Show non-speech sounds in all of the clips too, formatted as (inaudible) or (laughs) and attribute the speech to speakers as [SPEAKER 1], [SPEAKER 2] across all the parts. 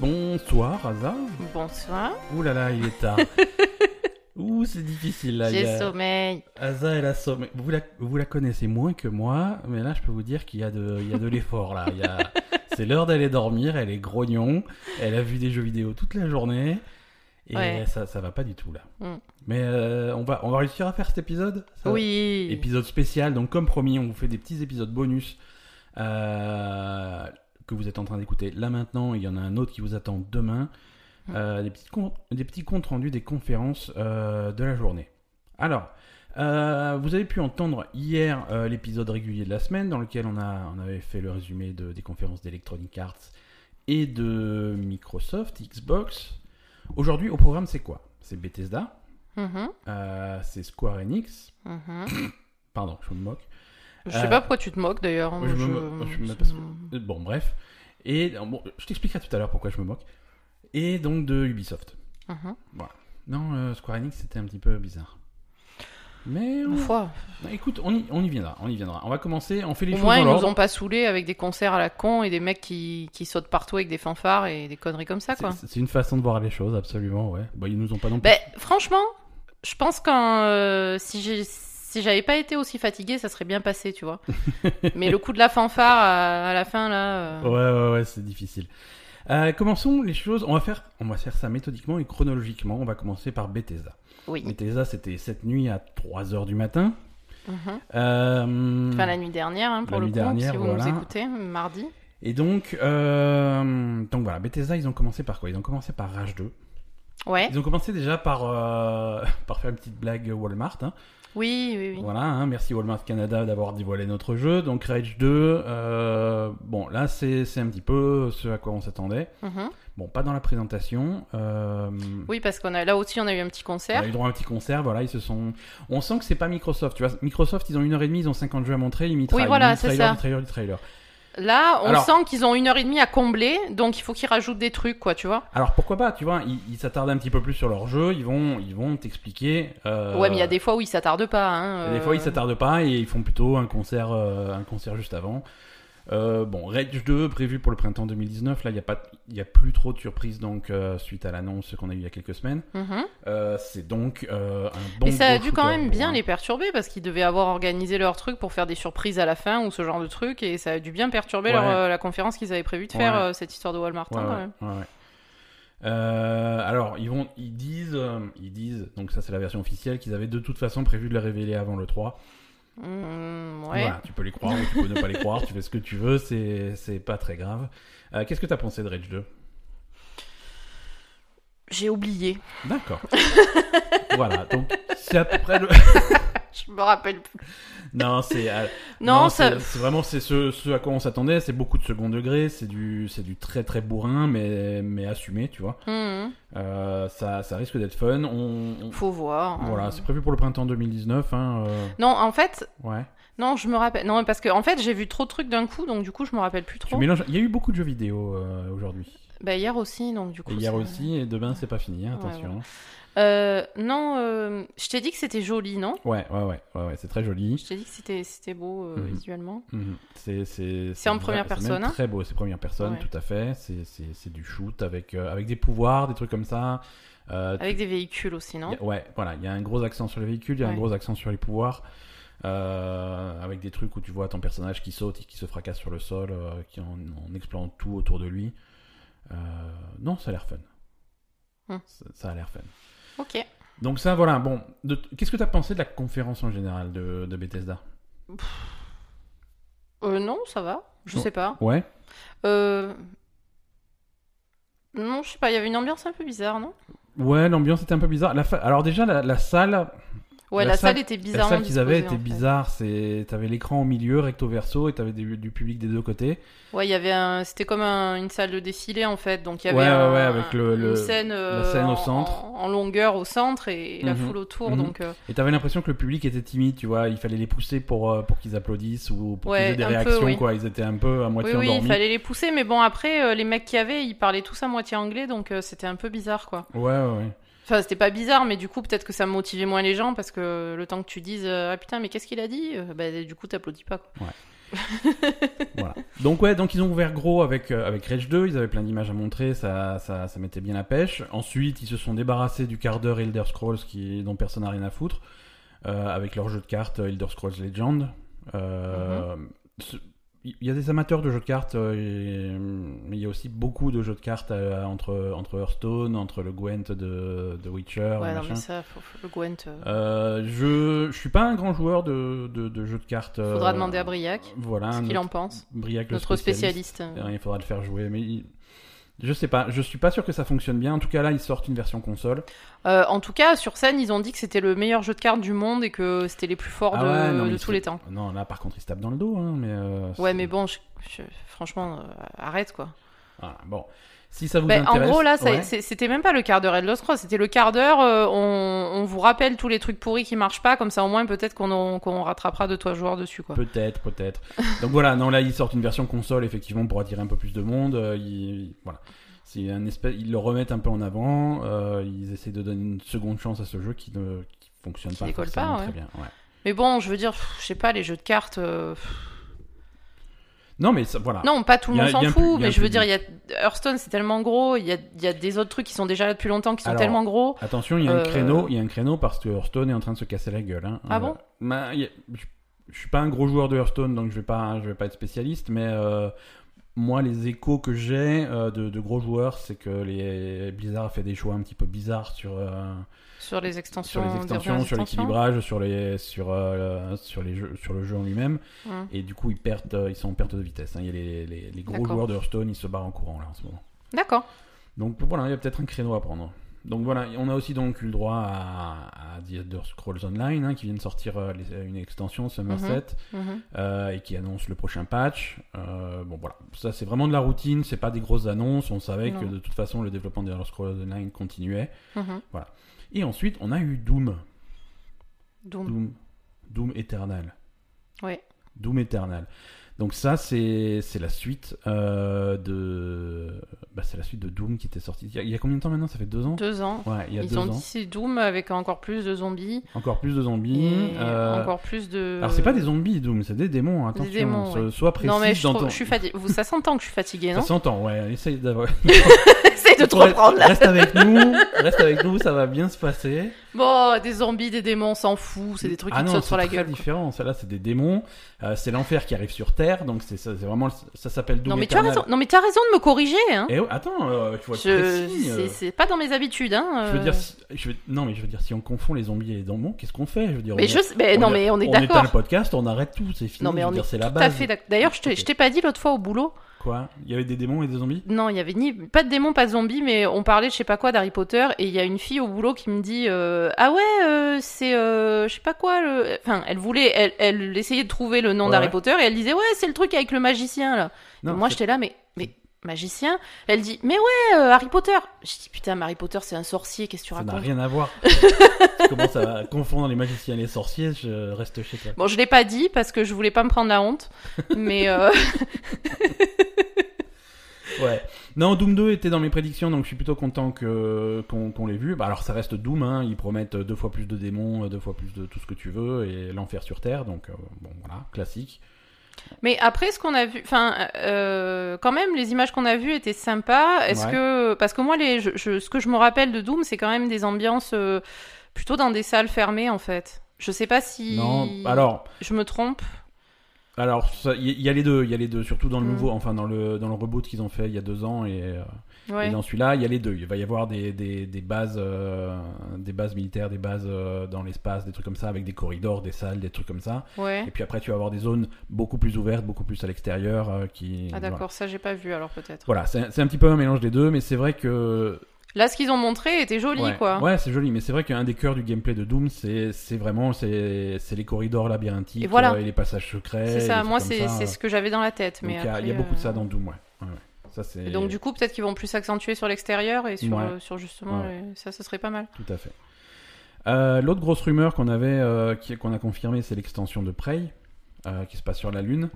[SPEAKER 1] Bonsoir, Aza.
[SPEAKER 2] Bonsoir.
[SPEAKER 1] Ouh là là, il est
[SPEAKER 2] (laughs)
[SPEAKER 1] tard. Ouh, c'est difficile là. il y
[SPEAKER 2] J'ai
[SPEAKER 1] a-
[SPEAKER 2] sommeil.
[SPEAKER 1] Aza, elle a sommeil. Vous la, vous la connaissez moins que moi, mais là, je peux vous dire qu'il y a de, il y a de l'effort là. Il y a- C'est l'heure d'aller dormir, elle est grognon, elle a vu des jeux vidéo toute la journée, et
[SPEAKER 2] Ouais.
[SPEAKER 1] ça, ça va pas du tout là.
[SPEAKER 2] Mm.
[SPEAKER 1] Mais euh, on, va, on va réussir à faire cet épisode ça-
[SPEAKER 2] Oui.
[SPEAKER 1] épisode spécial. Donc, comme promis, on vous fait des petits épisodes bonus euh, que vous êtes en train d'écouter là maintenant. Il y en a un autre qui vous attend demain. Euh, des, petites com- des petits comptes rendus des conférences euh, de la journée. Alors, euh, vous avez pu entendre hier euh, l'épisode régulier de la semaine dans lequel on, a, on avait fait le résumé de- des conférences d'Electronic Arts et de Microsoft, Xbox. Aujourd'hui, au programme, c'est quoi C'est Bethesda,
[SPEAKER 2] Mhm,
[SPEAKER 1] euh, c'est Square Enix,
[SPEAKER 2] mhm.
[SPEAKER 1] pardon, je me moque.
[SPEAKER 2] Je
[SPEAKER 1] Euh,
[SPEAKER 2] sais pas pourquoi tu te moques d'ailleurs. hein.
[SPEAKER 1] je me mo-
[SPEAKER 2] Mm,
[SPEAKER 1] je me- parce que- Bon, bref. Et euh, bon, je t'expliquerai tout à l'heure pourquoi je me moque. Et donc de Ubisoft.
[SPEAKER 2] Mhm.
[SPEAKER 1] Non, euh, Square Enix, c'était un petit peu bizarre. Mais on-
[SPEAKER 2] Ma foi.
[SPEAKER 1] bah, écoute, on y, on y viendra, on y viendra. On va commencer, on fait les
[SPEAKER 2] Au
[SPEAKER 1] choses
[SPEAKER 2] moins,
[SPEAKER 1] dans
[SPEAKER 2] ils nous
[SPEAKER 1] l'ordre.
[SPEAKER 2] ont pas saoulés avec des concerts à la con et des mecs qui, qui sautent partout avec des fanfares et des conneries comme ça, quoi.
[SPEAKER 1] C'est- C'est une façon de voir les choses, absolument, ouais. Bah, ils nous ont pas non plus.
[SPEAKER 2] Ben, franchement, je pense qu'en euh, si j'ai si j'avais pas été aussi fatiguée, ça serait bien passé,
[SPEAKER 1] (laughs)
[SPEAKER 2] tu vois. Mais le coup de la fanfare à, à la fin, là. euh,
[SPEAKER 1] Ouais, ouais, ouais, c'est difficile. Euh, commençons les choses. On va faire, on va faire ça méthodiquement et chronologiquement. On va commencer par Bethesda.
[SPEAKER 2] Oui.
[SPEAKER 1] Bethesda, c'était cette nuit à 3 heures du matin.
[SPEAKER 2] Mhm.
[SPEAKER 1] Euh,
[SPEAKER 2] Enfin, la nuit dernière, hein, pour
[SPEAKER 1] La
[SPEAKER 2] le
[SPEAKER 1] nuit
[SPEAKER 2] coup,
[SPEAKER 1] dernière,
[SPEAKER 2] si vous
[SPEAKER 1] voilà.
[SPEAKER 2] nous écoutez, mardi.
[SPEAKER 1] Et donc, euh, donc voilà, Bethesda, ils ont commencé par quoi Ils ont commencé par Rage 2.
[SPEAKER 2] Ouais.
[SPEAKER 1] Ils ont commencé déjà par, euh, (laughs) par faire une petite blague Walmart. hein.
[SPEAKER 2] Oui, oui, oui.
[SPEAKER 1] Voilà, hein, merci Walmart Canada d'avoir dévoilé notre jeu. Donc Rage 2, euh, bon là c'est c'est un petit peu ce à quoi on s'attendait.
[SPEAKER 2] Mhm.
[SPEAKER 1] Bon, pas dans la présentation. euh,
[SPEAKER 2] Oui, parce qu'on a là aussi on a eu un petit
[SPEAKER 1] On
[SPEAKER 2] concert.
[SPEAKER 1] a eu droit à un petit concert, voilà, ils se sont... On sent que c'est pas Microsoft, tu vois. Microsoft, ils ont une heure et demie, ils ont 50 jeux à montrer, ils mitraillent,
[SPEAKER 2] voilà,
[SPEAKER 1] ils
[SPEAKER 2] c'est
[SPEAKER 1] trailer,
[SPEAKER 2] ça.
[SPEAKER 1] du trailer, du trailer.
[SPEAKER 2] Là, on
[SPEAKER 1] Alors-
[SPEAKER 2] sent qu'ils ont une heure et demie à combler, donc il faut qu'ils rajoutent des trucs, quoi, tu vois.
[SPEAKER 1] Alors pourquoi pas, tu vois, ils ils s'attardent un petit peu plus sur leur jeu, ils vont ils vont t'expliquer. euh,
[SPEAKER 2] Ouais, mais il y a des fois où ils s'attardent pas.
[SPEAKER 1] il
[SPEAKER 2] Hein,
[SPEAKER 1] y a des
[SPEAKER 2] euh,
[SPEAKER 1] fois ils s'attardent pas et ils font plutôt un concert euh, un concert juste avant. Euh, bon, Rage 2 prévu pour le printemps 2019, là il y a pas il y a plus trop de surprises donc euh, suite à l'annonce qu'on a eu il y a quelques semaines.
[SPEAKER 2] Mhm.
[SPEAKER 1] Euh, c'est donc euh, un bon hein,
[SPEAKER 2] mais ça a
[SPEAKER 1] gros
[SPEAKER 2] dû quand
[SPEAKER 1] shooter
[SPEAKER 2] même
[SPEAKER 1] pour
[SPEAKER 2] bien
[SPEAKER 1] un-
[SPEAKER 2] les perturber parce qu'ils devaient avoir organisé leur truc pour faire des surprises à la fin ou ce genre de truc et ça a dû bien perturber
[SPEAKER 1] Ouais.
[SPEAKER 2] leur, euh, la conférence qu'ils avaient prévu de faire
[SPEAKER 1] Ouais.
[SPEAKER 2] euh, cette histoire de Walmart hein,
[SPEAKER 1] Ouais,
[SPEAKER 2] quand
[SPEAKER 1] ouais,
[SPEAKER 2] même.
[SPEAKER 1] ouais, ouais. Euh, alors ils vont ils disent euh, ils disent donc ça c'est la version officielle qu'ils avaient de toute façon prévu de la révéler avant le 3.
[SPEAKER 2] Mhm, ouais.
[SPEAKER 1] Voilà, tu peux les croire ou tu peux ne pas les croire, tu fais ce que tu veux, c'est c'est pas très grave. Euh, Qu'est-ce que t'as pensé de Rage 2
[SPEAKER 2] J'ai oublié.
[SPEAKER 1] D'accord. (laughs) voilà, donc c'est à peu près le. (laughs)
[SPEAKER 2] Je me rappelle plus.
[SPEAKER 1] Non, c'est. euh,
[SPEAKER 2] Non, ça.
[SPEAKER 1] c'est c'est vraiment c'est ce, ce à quoi on s'attendait, c'est beaucoup de second degré, c'est du, c'est du très très bourrin, mais, mais assumé, tu vois.
[SPEAKER 2] Mhm.
[SPEAKER 1] Euh, ça, ça risque d'être fun. On, on-
[SPEAKER 2] Faut voir. hein.
[SPEAKER 1] Voilà, c'est prévu pour le printemps 2019, hein. euh,
[SPEAKER 2] Non, en fait,
[SPEAKER 1] Ouais.
[SPEAKER 2] non, je me rappelle. Non, parce que en fait, j'ai vu trop de trucs d'un coup, donc du coup, je me rappelle plus
[SPEAKER 1] Tu
[SPEAKER 2] trop.
[SPEAKER 1] mélanges. Il y a eu beaucoup de jeux vidéo euh, aujourd'hui.
[SPEAKER 2] Bah hier aussi, donc du coup.
[SPEAKER 1] Et hier
[SPEAKER 2] ça-
[SPEAKER 1] aussi, et demain c'est pas fini, hein,
[SPEAKER 2] Ouais,
[SPEAKER 1] attention.
[SPEAKER 2] Euh, non, euh, je t'ai dit que c'était joli, non
[SPEAKER 1] Ouais, ouais, ouais, ouais, ouais, c'est très joli.
[SPEAKER 2] Je t'ai dit que c'était c'était beau euh,
[SPEAKER 1] Mhm.
[SPEAKER 2] visuellement.
[SPEAKER 1] Mhm. C'est c'est-
[SPEAKER 2] C'est en
[SPEAKER 1] vrai-
[SPEAKER 2] première
[SPEAKER 1] c'est même
[SPEAKER 2] personne, hein
[SPEAKER 1] Très beau, c'est première personne,
[SPEAKER 2] Ouais.
[SPEAKER 1] tout à fait. C'est- C'est c'est du shoot avec euh, avec des pouvoirs, des trucs comme ça. Euh, tu-
[SPEAKER 2] Avec des véhicules aussi, non
[SPEAKER 1] y a- ouais, voilà. Il y a un gros accent sur les véhicules, il y a un
[SPEAKER 2] Ouais.
[SPEAKER 1] gros accent sur les pouvoirs, euh, avec des trucs où tu vois ton personnage qui saute et qui se fracasse sur le sol, euh, qui en, en explorant tout autour de lui. Euh, non, ça a l'air fun.
[SPEAKER 2] Hum.
[SPEAKER 1] Ça, ça a l'air fun.
[SPEAKER 2] Ok.
[SPEAKER 1] Donc ça, voilà. Bon, de- qu'est-ce que t'as pensé de la conférence en général de, de Bethesda
[SPEAKER 2] Euh, non, ça va. Je
[SPEAKER 1] Oh.
[SPEAKER 2] sais pas.
[SPEAKER 1] Ouais.
[SPEAKER 2] Euh... Non, je sais pas. Il y avait une ambiance un peu bizarre, non
[SPEAKER 1] Ouais, l'ambiance était un peu bizarre. La fa- Alors déjà, la, la salle,
[SPEAKER 2] Ouais,
[SPEAKER 1] La
[SPEAKER 2] la, salle,
[SPEAKER 1] salle-
[SPEAKER 2] était
[SPEAKER 1] la
[SPEAKER 2] bizarrement
[SPEAKER 1] salle qu'ils avaient était
[SPEAKER 2] disposée, en fait.
[SPEAKER 1] bizarre. C'est, t'avais l'écran au milieu, recto verso, et t'avais des- du public des deux côtés.
[SPEAKER 2] Ouais, il y avait un. C'était comme un- une salle de défilé en fait. Donc il y avait
[SPEAKER 1] Ouais, ouais,
[SPEAKER 2] un-
[SPEAKER 1] ouais, avec le-
[SPEAKER 2] une
[SPEAKER 1] le-
[SPEAKER 2] scène, euh,
[SPEAKER 1] scène au
[SPEAKER 2] en-
[SPEAKER 1] centre.
[SPEAKER 2] en, en longueur au centre et, la
[SPEAKER 1] Mhm.
[SPEAKER 2] foule autour.
[SPEAKER 1] Mhm.
[SPEAKER 2] Donc euh,
[SPEAKER 1] Et t'avais l'impression que le public était timide, tu vois. Il fallait les pousser pour euh, pour qu'ils applaudissent ou pour
[SPEAKER 2] Ouais,
[SPEAKER 1] qu'ils aient des
[SPEAKER 2] un peu,
[SPEAKER 1] réactions,
[SPEAKER 2] oui.
[SPEAKER 1] quoi. Ils étaient un peu à
[SPEAKER 2] Oui,
[SPEAKER 1] moitié
[SPEAKER 2] oui, il
[SPEAKER 1] endormis.
[SPEAKER 2] fallait les pousser, mais bon, après, euh, les mecs qu'il y avait, ils parlaient tous à moitié anglais, donc euh, c'était un peu bizarre, quoi.
[SPEAKER 1] Ouais, ouais, ouais.
[SPEAKER 2] Enfin, c'était pas bizarre, mais du coup, peut-être que ça motivait moins les gens, parce que le temps que tu dises, euh, ah putain, mais qu'est-ce qu'il a dit Euh, Bah, du coup, t'applaudis pas, quoi.
[SPEAKER 1] voilà. Donc ouais, donc ils ont ouvert gros avec euh, avec Rage 2, ils avaient plein d'images à montrer, ça, ça ça mettait bien la pêche. Ensuite, ils se sont débarrassés du quart d'heure Elder Scrolls qui dont personne n'a rien à foutre euh, avec leur jeu de cartes euh, Elder Scrolls Legend. Euh,
[SPEAKER 2] Mhm.
[SPEAKER 1] ce- Il y a des amateurs de jeux de cartes, euh, et, mais il y a aussi beaucoup de jeux de cartes euh, entre entre Hearthstone, entre le Gwent de, de Witcher,
[SPEAKER 2] Ouais, non,
[SPEAKER 1] Ah machin.
[SPEAKER 2] mais ça, faut- faut- le Gwent. euh,
[SPEAKER 1] Euh, je, je suis pas un grand joueur de, de, de jeux de cartes. euh,
[SPEAKER 2] Faudra demander à Briac
[SPEAKER 1] Voilà,
[SPEAKER 2] ce qu'il
[SPEAKER 1] notre-
[SPEAKER 2] en pense.
[SPEAKER 1] Briac, le
[SPEAKER 2] Notre spécialiste.
[SPEAKER 1] Euh, Il faudra le faire jouer, mais il- je sais pas. Je suis pas sûr que ça fonctionne bien. En tout cas, là, ils sortent une version console.
[SPEAKER 2] Euh, en tout cas, sur scène, ils ont dit que c'était le meilleur jeu de cartes du monde et que c'était les plus forts
[SPEAKER 1] Ah
[SPEAKER 2] de,
[SPEAKER 1] ouais, non,
[SPEAKER 2] de
[SPEAKER 1] mais
[SPEAKER 2] tous
[SPEAKER 1] c'est-
[SPEAKER 2] les temps.
[SPEAKER 1] Non, là, par contre, ils se tapent dans le dos. hein, mais euh,
[SPEAKER 2] Ouais,
[SPEAKER 1] c'est-
[SPEAKER 2] mais bon, je- je- franchement, euh, arrête quoi.
[SPEAKER 1] Voilà, bon, si ça vous
[SPEAKER 2] Ben, en
[SPEAKER 1] intéresse.
[SPEAKER 2] gros, là, ça-
[SPEAKER 1] ouais.
[SPEAKER 2] c'est- c'était même pas le quart d'heure Red Lost Cross, c'était le quart d'heure. euh, on, on vous rappelle tous les trucs pourris qui marchent pas, comme ça au moins peut-être qu'on en- qu'on rattrapera deux trois joueurs dessus quoi.
[SPEAKER 1] Peut-être, peut-être. (laughs) Donc voilà, non, là, ils sortent une version console, effectivement, pour attirer un peu plus de monde. euh, ils, voilà. C'est un espèce, ils le remettent un peu en avant. euh, ils essaient de donner une seconde chance à ce jeu qui ne qui fonctionne
[SPEAKER 2] Qui
[SPEAKER 1] pas,
[SPEAKER 2] décolle pas,
[SPEAKER 1] forcément
[SPEAKER 2] ouais.
[SPEAKER 1] très bien. ouais.
[SPEAKER 2] Mais bon, je veux dire, pff, je sais pas, les jeux de cartes. euh, pff,
[SPEAKER 1] Non, mais ça- voilà.
[SPEAKER 2] Non, pas tout
[SPEAKER 1] Ah. Y
[SPEAKER 2] le
[SPEAKER 1] a-
[SPEAKER 2] monde s'en
[SPEAKER 1] y a un
[SPEAKER 2] fout,
[SPEAKER 1] pu- y a un
[SPEAKER 2] mais je veux dire, il y a Hearthstone, c'est tellement gros. Il y a, il y a des autres trucs qui sont déjà là depuis longtemps, qui sont
[SPEAKER 1] Alors,
[SPEAKER 2] tellement gros.
[SPEAKER 1] Attention, il y a un
[SPEAKER 2] Euh,
[SPEAKER 1] créneau, il y a un créneau parce que Hearthstone est en train de se casser la gueule. hein.
[SPEAKER 2] Ah
[SPEAKER 1] Euh,
[SPEAKER 2] bon
[SPEAKER 1] ben, il y a- je, je suis pas un gros joueur de Hearthstone, donc je vais pas, je vais pas être spécialiste, mais euh, moi, les échos que j'ai euh, de, de gros joueurs, c'est que les Blizzard a fait des choix un petit peu bizarres sur euh,
[SPEAKER 2] Sur les extensions,
[SPEAKER 1] sur les
[SPEAKER 2] des
[SPEAKER 1] extensions, sur
[SPEAKER 2] extensions.
[SPEAKER 1] l'équilibrage, sur les sur euh, sur les jeux, sur le jeu en lui-même,
[SPEAKER 2] Hum.
[SPEAKER 1] et du coup, ils perdent, euh, ils sont en perte de vitesse. hein. Il y a les, les- les gros
[SPEAKER 2] D'accord.
[SPEAKER 1] joueurs de Hearthstone, ils se barrent en courant là en ce moment.
[SPEAKER 2] D'accord.
[SPEAKER 1] Donc voilà, il y a peut-être un créneau à prendre. Donc voilà, on a aussi donc eu le droit à, à The Elder Scrolls Online, hein, qui vient de sortir euh, les- une extension Summer
[SPEAKER 2] Mhm.
[SPEAKER 1] 7,
[SPEAKER 2] Mhm.
[SPEAKER 1] euh, et qui annonce le prochain patch. Euh, bon voilà, ça c'est vraiment de la routine, c'est pas des grosses annonces, on savait que
[SPEAKER 2] Non.
[SPEAKER 1] de toute façon le développement de Elder Scrolls Online continuait.
[SPEAKER 2] Mhm.
[SPEAKER 1] Et ensuite, on a eu Doom.
[SPEAKER 2] Doom.
[SPEAKER 1] Doom. Doom Eternal.
[SPEAKER 2] Mm. Ouais.
[SPEAKER 1] Doom Eternal. Donc ça, c'est c'est la suite euh, de... Bah, c'est la suite de Doom qui était sortie. Il y a- il y, a combien de temps maintenant Ça fait deux ans
[SPEAKER 2] Deux ans.
[SPEAKER 1] Ouais, il y a
[SPEAKER 2] Ils
[SPEAKER 1] deux
[SPEAKER 2] ont
[SPEAKER 1] ans.
[SPEAKER 2] dit c'est Doom avec encore plus de zombies.
[SPEAKER 1] Encore plus de zombies.
[SPEAKER 2] Et
[SPEAKER 1] euh,
[SPEAKER 2] encore plus de.
[SPEAKER 1] Alors c'est pas des zombies Doom, c'est des démons. Attention,
[SPEAKER 2] démons,
[SPEAKER 1] so- sois précis
[SPEAKER 2] Non, mais je,
[SPEAKER 1] dans
[SPEAKER 2] trouve-
[SPEAKER 1] ton-
[SPEAKER 2] je suis fatiguée. Vous- Ça s'entend que je suis fatiguée,
[SPEAKER 1] Ça
[SPEAKER 2] (laughs) non
[SPEAKER 1] s'entend, ouais. Essaye d'avoir.
[SPEAKER 2] Essaye (laughs) de te reprendre
[SPEAKER 1] (laughs)
[SPEAKER 2] là.
[SPEAKER 1] Reste avec nous, reste avec nous, ça va bien se passer.
[SPEAKER 2] Bon, des zombies, des démons, on s'en fout. C'est des trucs
[SPEAKER 1] ah
[SPEAKER 2] qui te
[SPEAKER 1] non,
[SPEAKER 2] sautent sur
[SPEAKER 1] c'est
[SPEAKER 2] la
[SPEAKER 1] très
[SPEAKER 2] gueule. quoi.
[SPEAKER 1] différent. Celle-là, c'est des démons. euh, c'est l'enfer qui arrive sur Terre, donc c'est ça, c'est vraiment le- ça s'appelle Doom.
[SPEAKER 2] Non, mais tu as
[SPEAKER 1] Eternal.
[SPEAKER 2] raison. Non, mais tu as raison de me corriger. Hein.
[SPEAKER 1] Eh oh, attends, euh, tu vois
[SPEAKER 2] Je-
[SPEAKER 1] le précis. euh,
[SPEAKER 2] c'est- C'est pas dans mes habitudes. Hein.
[SPEAKER 1] Je veux
[SPEAKER 2] euh.
[SPEAKER 1] dire, si- je veux- non mais je veux dire, si on confond les zombies et les démons, qu'est-ce qu'on fait Je veux dire,
[SPEAKER 2] Mais
[SPEAKER 1] on-
[SPEAKER 2] je. Mais
[SPEAKER 1] on
[SPEAKER 2] non,
[SPEAKER 1] est-
[SPEAKER 2] mais on est
[SPEAKER 1] on éteint
[SPEAKER 2] d'accord.
[SPEAKER 1] le podcast, on arrête tout, c'est fini.
[SPEAKER 2] Non, mais
[SPEAKER 1] je veux
[SPEAKER 2] on
[SPEAKER 1] dire,
[SPEAKER 2] est
[SPEAKER 1] c'est la
[SPEAKER 2] tout à
[SPEAKER 1] base.
[SPEAKER 2] fait d'accord. D'ailleurs, je t'ai-
[SPEAKER 1] Ok.
[SPEAKER 2] je t'ai pas dit l'autre fois au boulot.
[SPEAKER 1] Quoi Il y avait des démons et des zombies
[SPEAKER 2] Non, il y avait ni pas de démons, pas de zombies, mais on parlait de je sais pas quoi d'Harry Potter et il y a une fille au boulot qui me dit euh, ah ouais euh, c'est euh, je sais pas quoi le enfin elle voulait elle, elle essayait de trouver le nom
[SPEAKER 1] Ouais,
[SPEAKER 2] d'Harry
[SPEAKER 1] ouais.
[SPEAKER 2] Potter et elle disait ouais c'est le truc avec le magicien là. Et moi
[SPEAKER 1] c'est-
[SPEAKER 2] j'étais là mais mais magicien elle dit mais ouais euh, Harry Potter je dis putain mais Harry Potter c'est un sorcier qu'est-ce que tu
[SPEAKER 1] Ça n'a
[SPEAKER 2] racontes
[SPEAKER 1] rien à voir. tu commences à confondre les magiciens et les sorciers, je reste chez toi.
[SPEAKER 2] bon je l'ai pas dit parce que je voulais pas me prendre la
[SPEAKER 1] (laughs)
[SPEAKER 2] honte mais euh,
[SPEAKER 1] Ouais. Non, Doom 2 était dans mes prédictions, donc je suis plutôt content que qu'on qu'on l'ait vu. Bah, alors ça reste Doom, hein, ils promettent deux fois plus de démons, deux fois plus de tout ce que tu veux, et l'enfer sur Terre, donc euh, bon voilà, classique.
[SPEAKER 2] Mais après, ce qu'on a vu, enfin, euh, quand même, les images qu'on a vues étaient sympas. Est-ce
[SPEAKER 1] Ouais.
[SPEAKER 2] que, parce que moi, les, je- je- ce que je me rappelle de Doom, c'est quand même des ambiances euh, plutôt dans des salles fermées, en fait. Je sais pas si
[SPEAKER 1] Non, alors...
[SPEAKER 2] je me trompe.
[SPEAKER 1] Alors, ça- il y, il y a les deux, il y a les deux, surtout dans le
[SPEAKER 2] Mm.
[SPEAKER 1] nouveau, enfin dans le dans le reboot qu'ils ont fait il y a deux ans et, euh,
[SPEAKER 2] Ouais.
[SPEAKER 1] et dans celui-là, il y a les deux. Il va y avoir des, des, des bases euh, des bases militaires, des bases euh, dans l'espace, des trucs comme ça, avec des corridors, des salles, des trucs comme ça.
[SPEAKER 2] ouais.
[SPEAKER 1] Et puis après, tu vas avoir des zones beaucoup plus ouvertes, beaucoup plus à l'extérieur euh, qui.
[SPEAKER 2] Ah d'accord, ça j'ai pas vu alors peut-être.
[SPEAKER 1] Voilà, Voilà, c'est c'est un petit peu un mélange des deux, mais c'est vrai que.
[SPEAKER 2] Là, ce qu'ils ont montré était joli,
[SPEAKER 1] ouais,
[SPEAKER 2] quoi.
[SPEAKER 1] Ouais, c'est joli, mais c'est vrai qu'un des cœurs du gameplay de Doom, c'est c'est vraiment c'est c'est les corridors labyrinthiques
[SPEAKER 2] Et voilà.
[SPEAKER 1] euh, et les passages secrets.
[SPEAKER 2] c'est
[SPEAKER 1] et
[SPEAKER 2] ça.
[SPEAKER 1] des
[SPEAKER 2] Moi,
[SPEAKER 1] trucs comme
[SPEAKER 2] c'est
[SPEAKER 1] ça.
[SPEAKER 2] c'est ce que j'avais dans la tête.
[SPEAKER 1] Donc,
[SPEAKER 2] mais
[SPEAKER 1] il y a- il y a
[SPEAKER 2] après,
[SPEAKER 1] beaucoup de ça
[SPEAKER 2] euh,
[SPEAKER 1] dans Doom, ouais. Ouais, ouais. Ça, c'est.
[SPEAKER 2] Et donc du coup, peut-être qu'ils vont plus s'accentuer sur l'extérieur et sur,
[SPEAKER 1] Ouais.
[SPEAKER 2] euh, sur justement,
[SPEAKER 1] Ouais,
[SPEAKER 2] les- ça, ce serait pas mal.
[SPEAKER 1] Tout à fait. Euh, L'autre grosse rumeur qu'on avait, euh, qui- qu'on a confirmée, c'est l'extension de Prey, euh, qui se passe sur la Lune.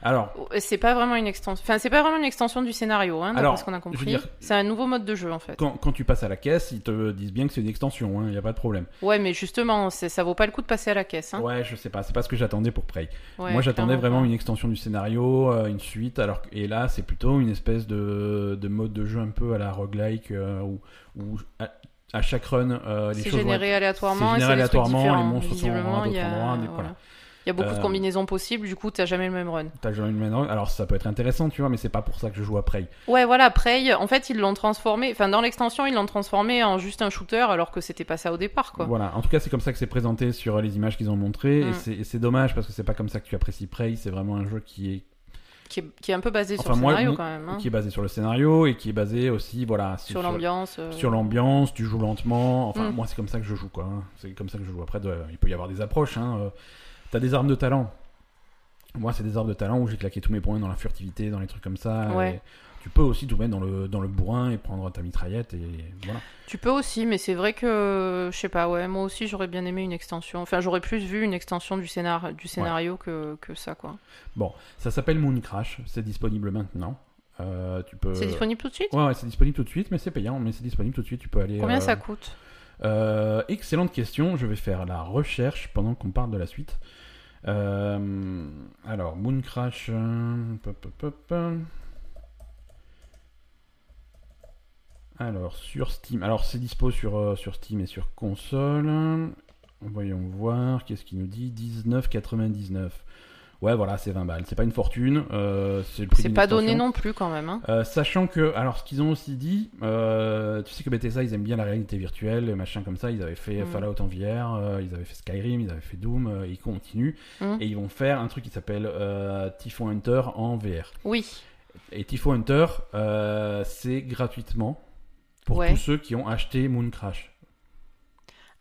[SPEAKER 1] Alors,
[SPEAKER 2] Oh, C'est pas vraiment une extension. Enfin, c'est pas vraiment une extension du scénario, hein, d'après
[SPEAKER 1] Alors,
[SPEAKER 2] ce qu'on a compris.
[SPEAKER 1] dire-
[SPEAKER 2] C'est un nouveau mode de jeu, en fait.
[SPEAKER 1] quand, quand tu passes à la caisse, ils te disent bien que c'est une extension, hein, il n'y a pas de problème.
[SPEAKER 2] Ouais, mais justement, c'est- ça vaut pas le coup de passer à la caisse. Hein.
[SPEAKER 1] ouais, je sais pas, c'est pas ce que j'attendais pour Prey.
[SPEAKER 2] Ouais,
[SPEAKER 1] Moi, j'attendais
[SPEAKER 2] clairement.
[SPEAKER 1] vraiment une extension du scénario, euh, une suite, alors que- et là, c'est plutôt une espèce de, de mode de jeu un peu à la roguelike, euh, où, où à, à chaque run, euh, les
[SPEAKER 2] C'est
[SPEAKER 1] choses... vont être-
[SPEAKER 2] généré aléatoirement.
[SPEAKER 1] c'est
[SPEAKER 2] et
[SPEAKER 1] généré
[SPEAKER 2] des trucs
[SPEAKER 1] aléatoirement,
[SPEAKER 2] différents.
[SPEAKER 1] les monstres sont à un
[SPEAKER 2] Visiblement, il y a-
[SPEAKER 1] autre endroit, des-
[SPEAKER 2] voilà.
[SPEAKER 1] voilà.
[SPEAKER 2] Il y a beaucoup de
[SPEAKER 1] Euh,
[SPEAKER 2] combinaisons possibles, du coup, t'as jamais le même run.
[SPEAKER 1] T'as jamais une main dans- Alors, ça peut être intéressant, tu vois, mais c'est pas pour ça que je joue à Prey.
[SPEAKER 2] Ouais, voilà, Prey, en fait, ils l'ont transformé. Enfin, dans l'extension, ils l'ont transformé en juste un shooter, alors que c'était pas ça au départ, quoi.
[SPEAKER 1] Voilà, en tout cas, c'est comme ça que c'est présenté sur euh, les images qu'ils ont montrées,
[SPEAKER 2] Mm.
[SPEAKER 1] et c'est- et c'est dommage parce que c'est pas comme ça que tu apprécies Prey, c'est vraiment un jeu qui est,
[SPEAKER 2] Qui, est, qui est un peu basé sur
[SPEAKER 1] Enfin,
[SPEAKER 2] le
[SPEAKER 1] moi,
[SPEAKER 2] scénario,
[SPEAKER 1] mon-
[SPEAKER 2] quand même. hein.
[SPEAKER 1] qui est basé sur le scénario et qui est basé aussi, voilà,
[SPEAKER 2] Sur l'ambiance. euh,
[SPEAKER 1] sur l'ambiance, tu joues lentement. Enfin,
[SPEAKER 2] Mm.
[SPEAKER 1] moi, c'est comme ça que je joue, quoi. hein. C'est comme ça que je joue. Après, de- il peut y avoir des approches. Hein. euh, T'as des armes de talent. Moi, c'est des armes de talent où j'ai claqué tous mes points dans la furtivité, dans les trucs comme ça.
[SPEAKER 2] Ouais.
[SPEAKER 1] et Tu peux aussi tout mettre dans le, dans le bourrin et prendre ta mitraillette et voilà.
[SPEAKER 2] Tu peux aussi, mais c'est vrai que, je sais pas, ouais, moi aussi j'aurais bien aimé une extension. Enfin, j'aurais plus vu une extension du, scénar du scénario que, que ça, quoi.
[SPEAKER 1] Ça s'appelle Moon Crash. C'est disponible maintenant. Euh, tu peux.
[SPEAKER 2] C'est disponible tout de suite
[SPEAKER 1] Ouais, ouais, c'est disponible tout de suite, mais c'est payant. Mais c'est disponible tout de suite. Tu peux aller.
[SPEAKER 2] Combien
[SPEAKER 1] euh,
[SPEAKER 2] ça coûte
[SPEAKER 1] Euh, excellente question, je vais faire la recherche pendant qu'on parle de la suite. Euh, alors, Moon Crash. euh, pop, pop, pop. Alors, sur Steam. Alors, c'est dispo sur, euh, sur Steam et sur console. Voyons voir, qu'est-ce qu'il nous dit 19,99. Ouais, voilà, c'est 20 balles. C'est pas une fortune. euh, c'est le prix
[SPEAKER 2] C'est
[SPEAKER 1] d'une
[SPEAKER 2] pas donné
[SPEAKER 1] extension.
[SPEAKER 2] non plus, quand même. Hein.
[SPEAKER 1] Euh, sachant que, alors ce qu'ils ont aussi dit, euh, tu sais que Bethesda ils aiment bien la réalité virtuelle, les machins comme ça, ils avaient fait
[SPEAKER 2] Mm.
[SPEAKER 1] Fallout en VR, euh, ils avaient fait Skyrim, ils avaient fait Doom, euh, ils continuent,
[SPEAKER 2] Mm.
[SPEAKER 1] et ils vont faire un truc qui s'appelle euh, Typhon Hunter en VR.
[SPEAKER 2] Oui,
[SPEAKER 1] Et Typhon Hunter, euh, c'est gratuitement pour
[SPEAKER 2] Ouais.
[SPEAKER 1] tous ceux qui ont acheté Moon Crash.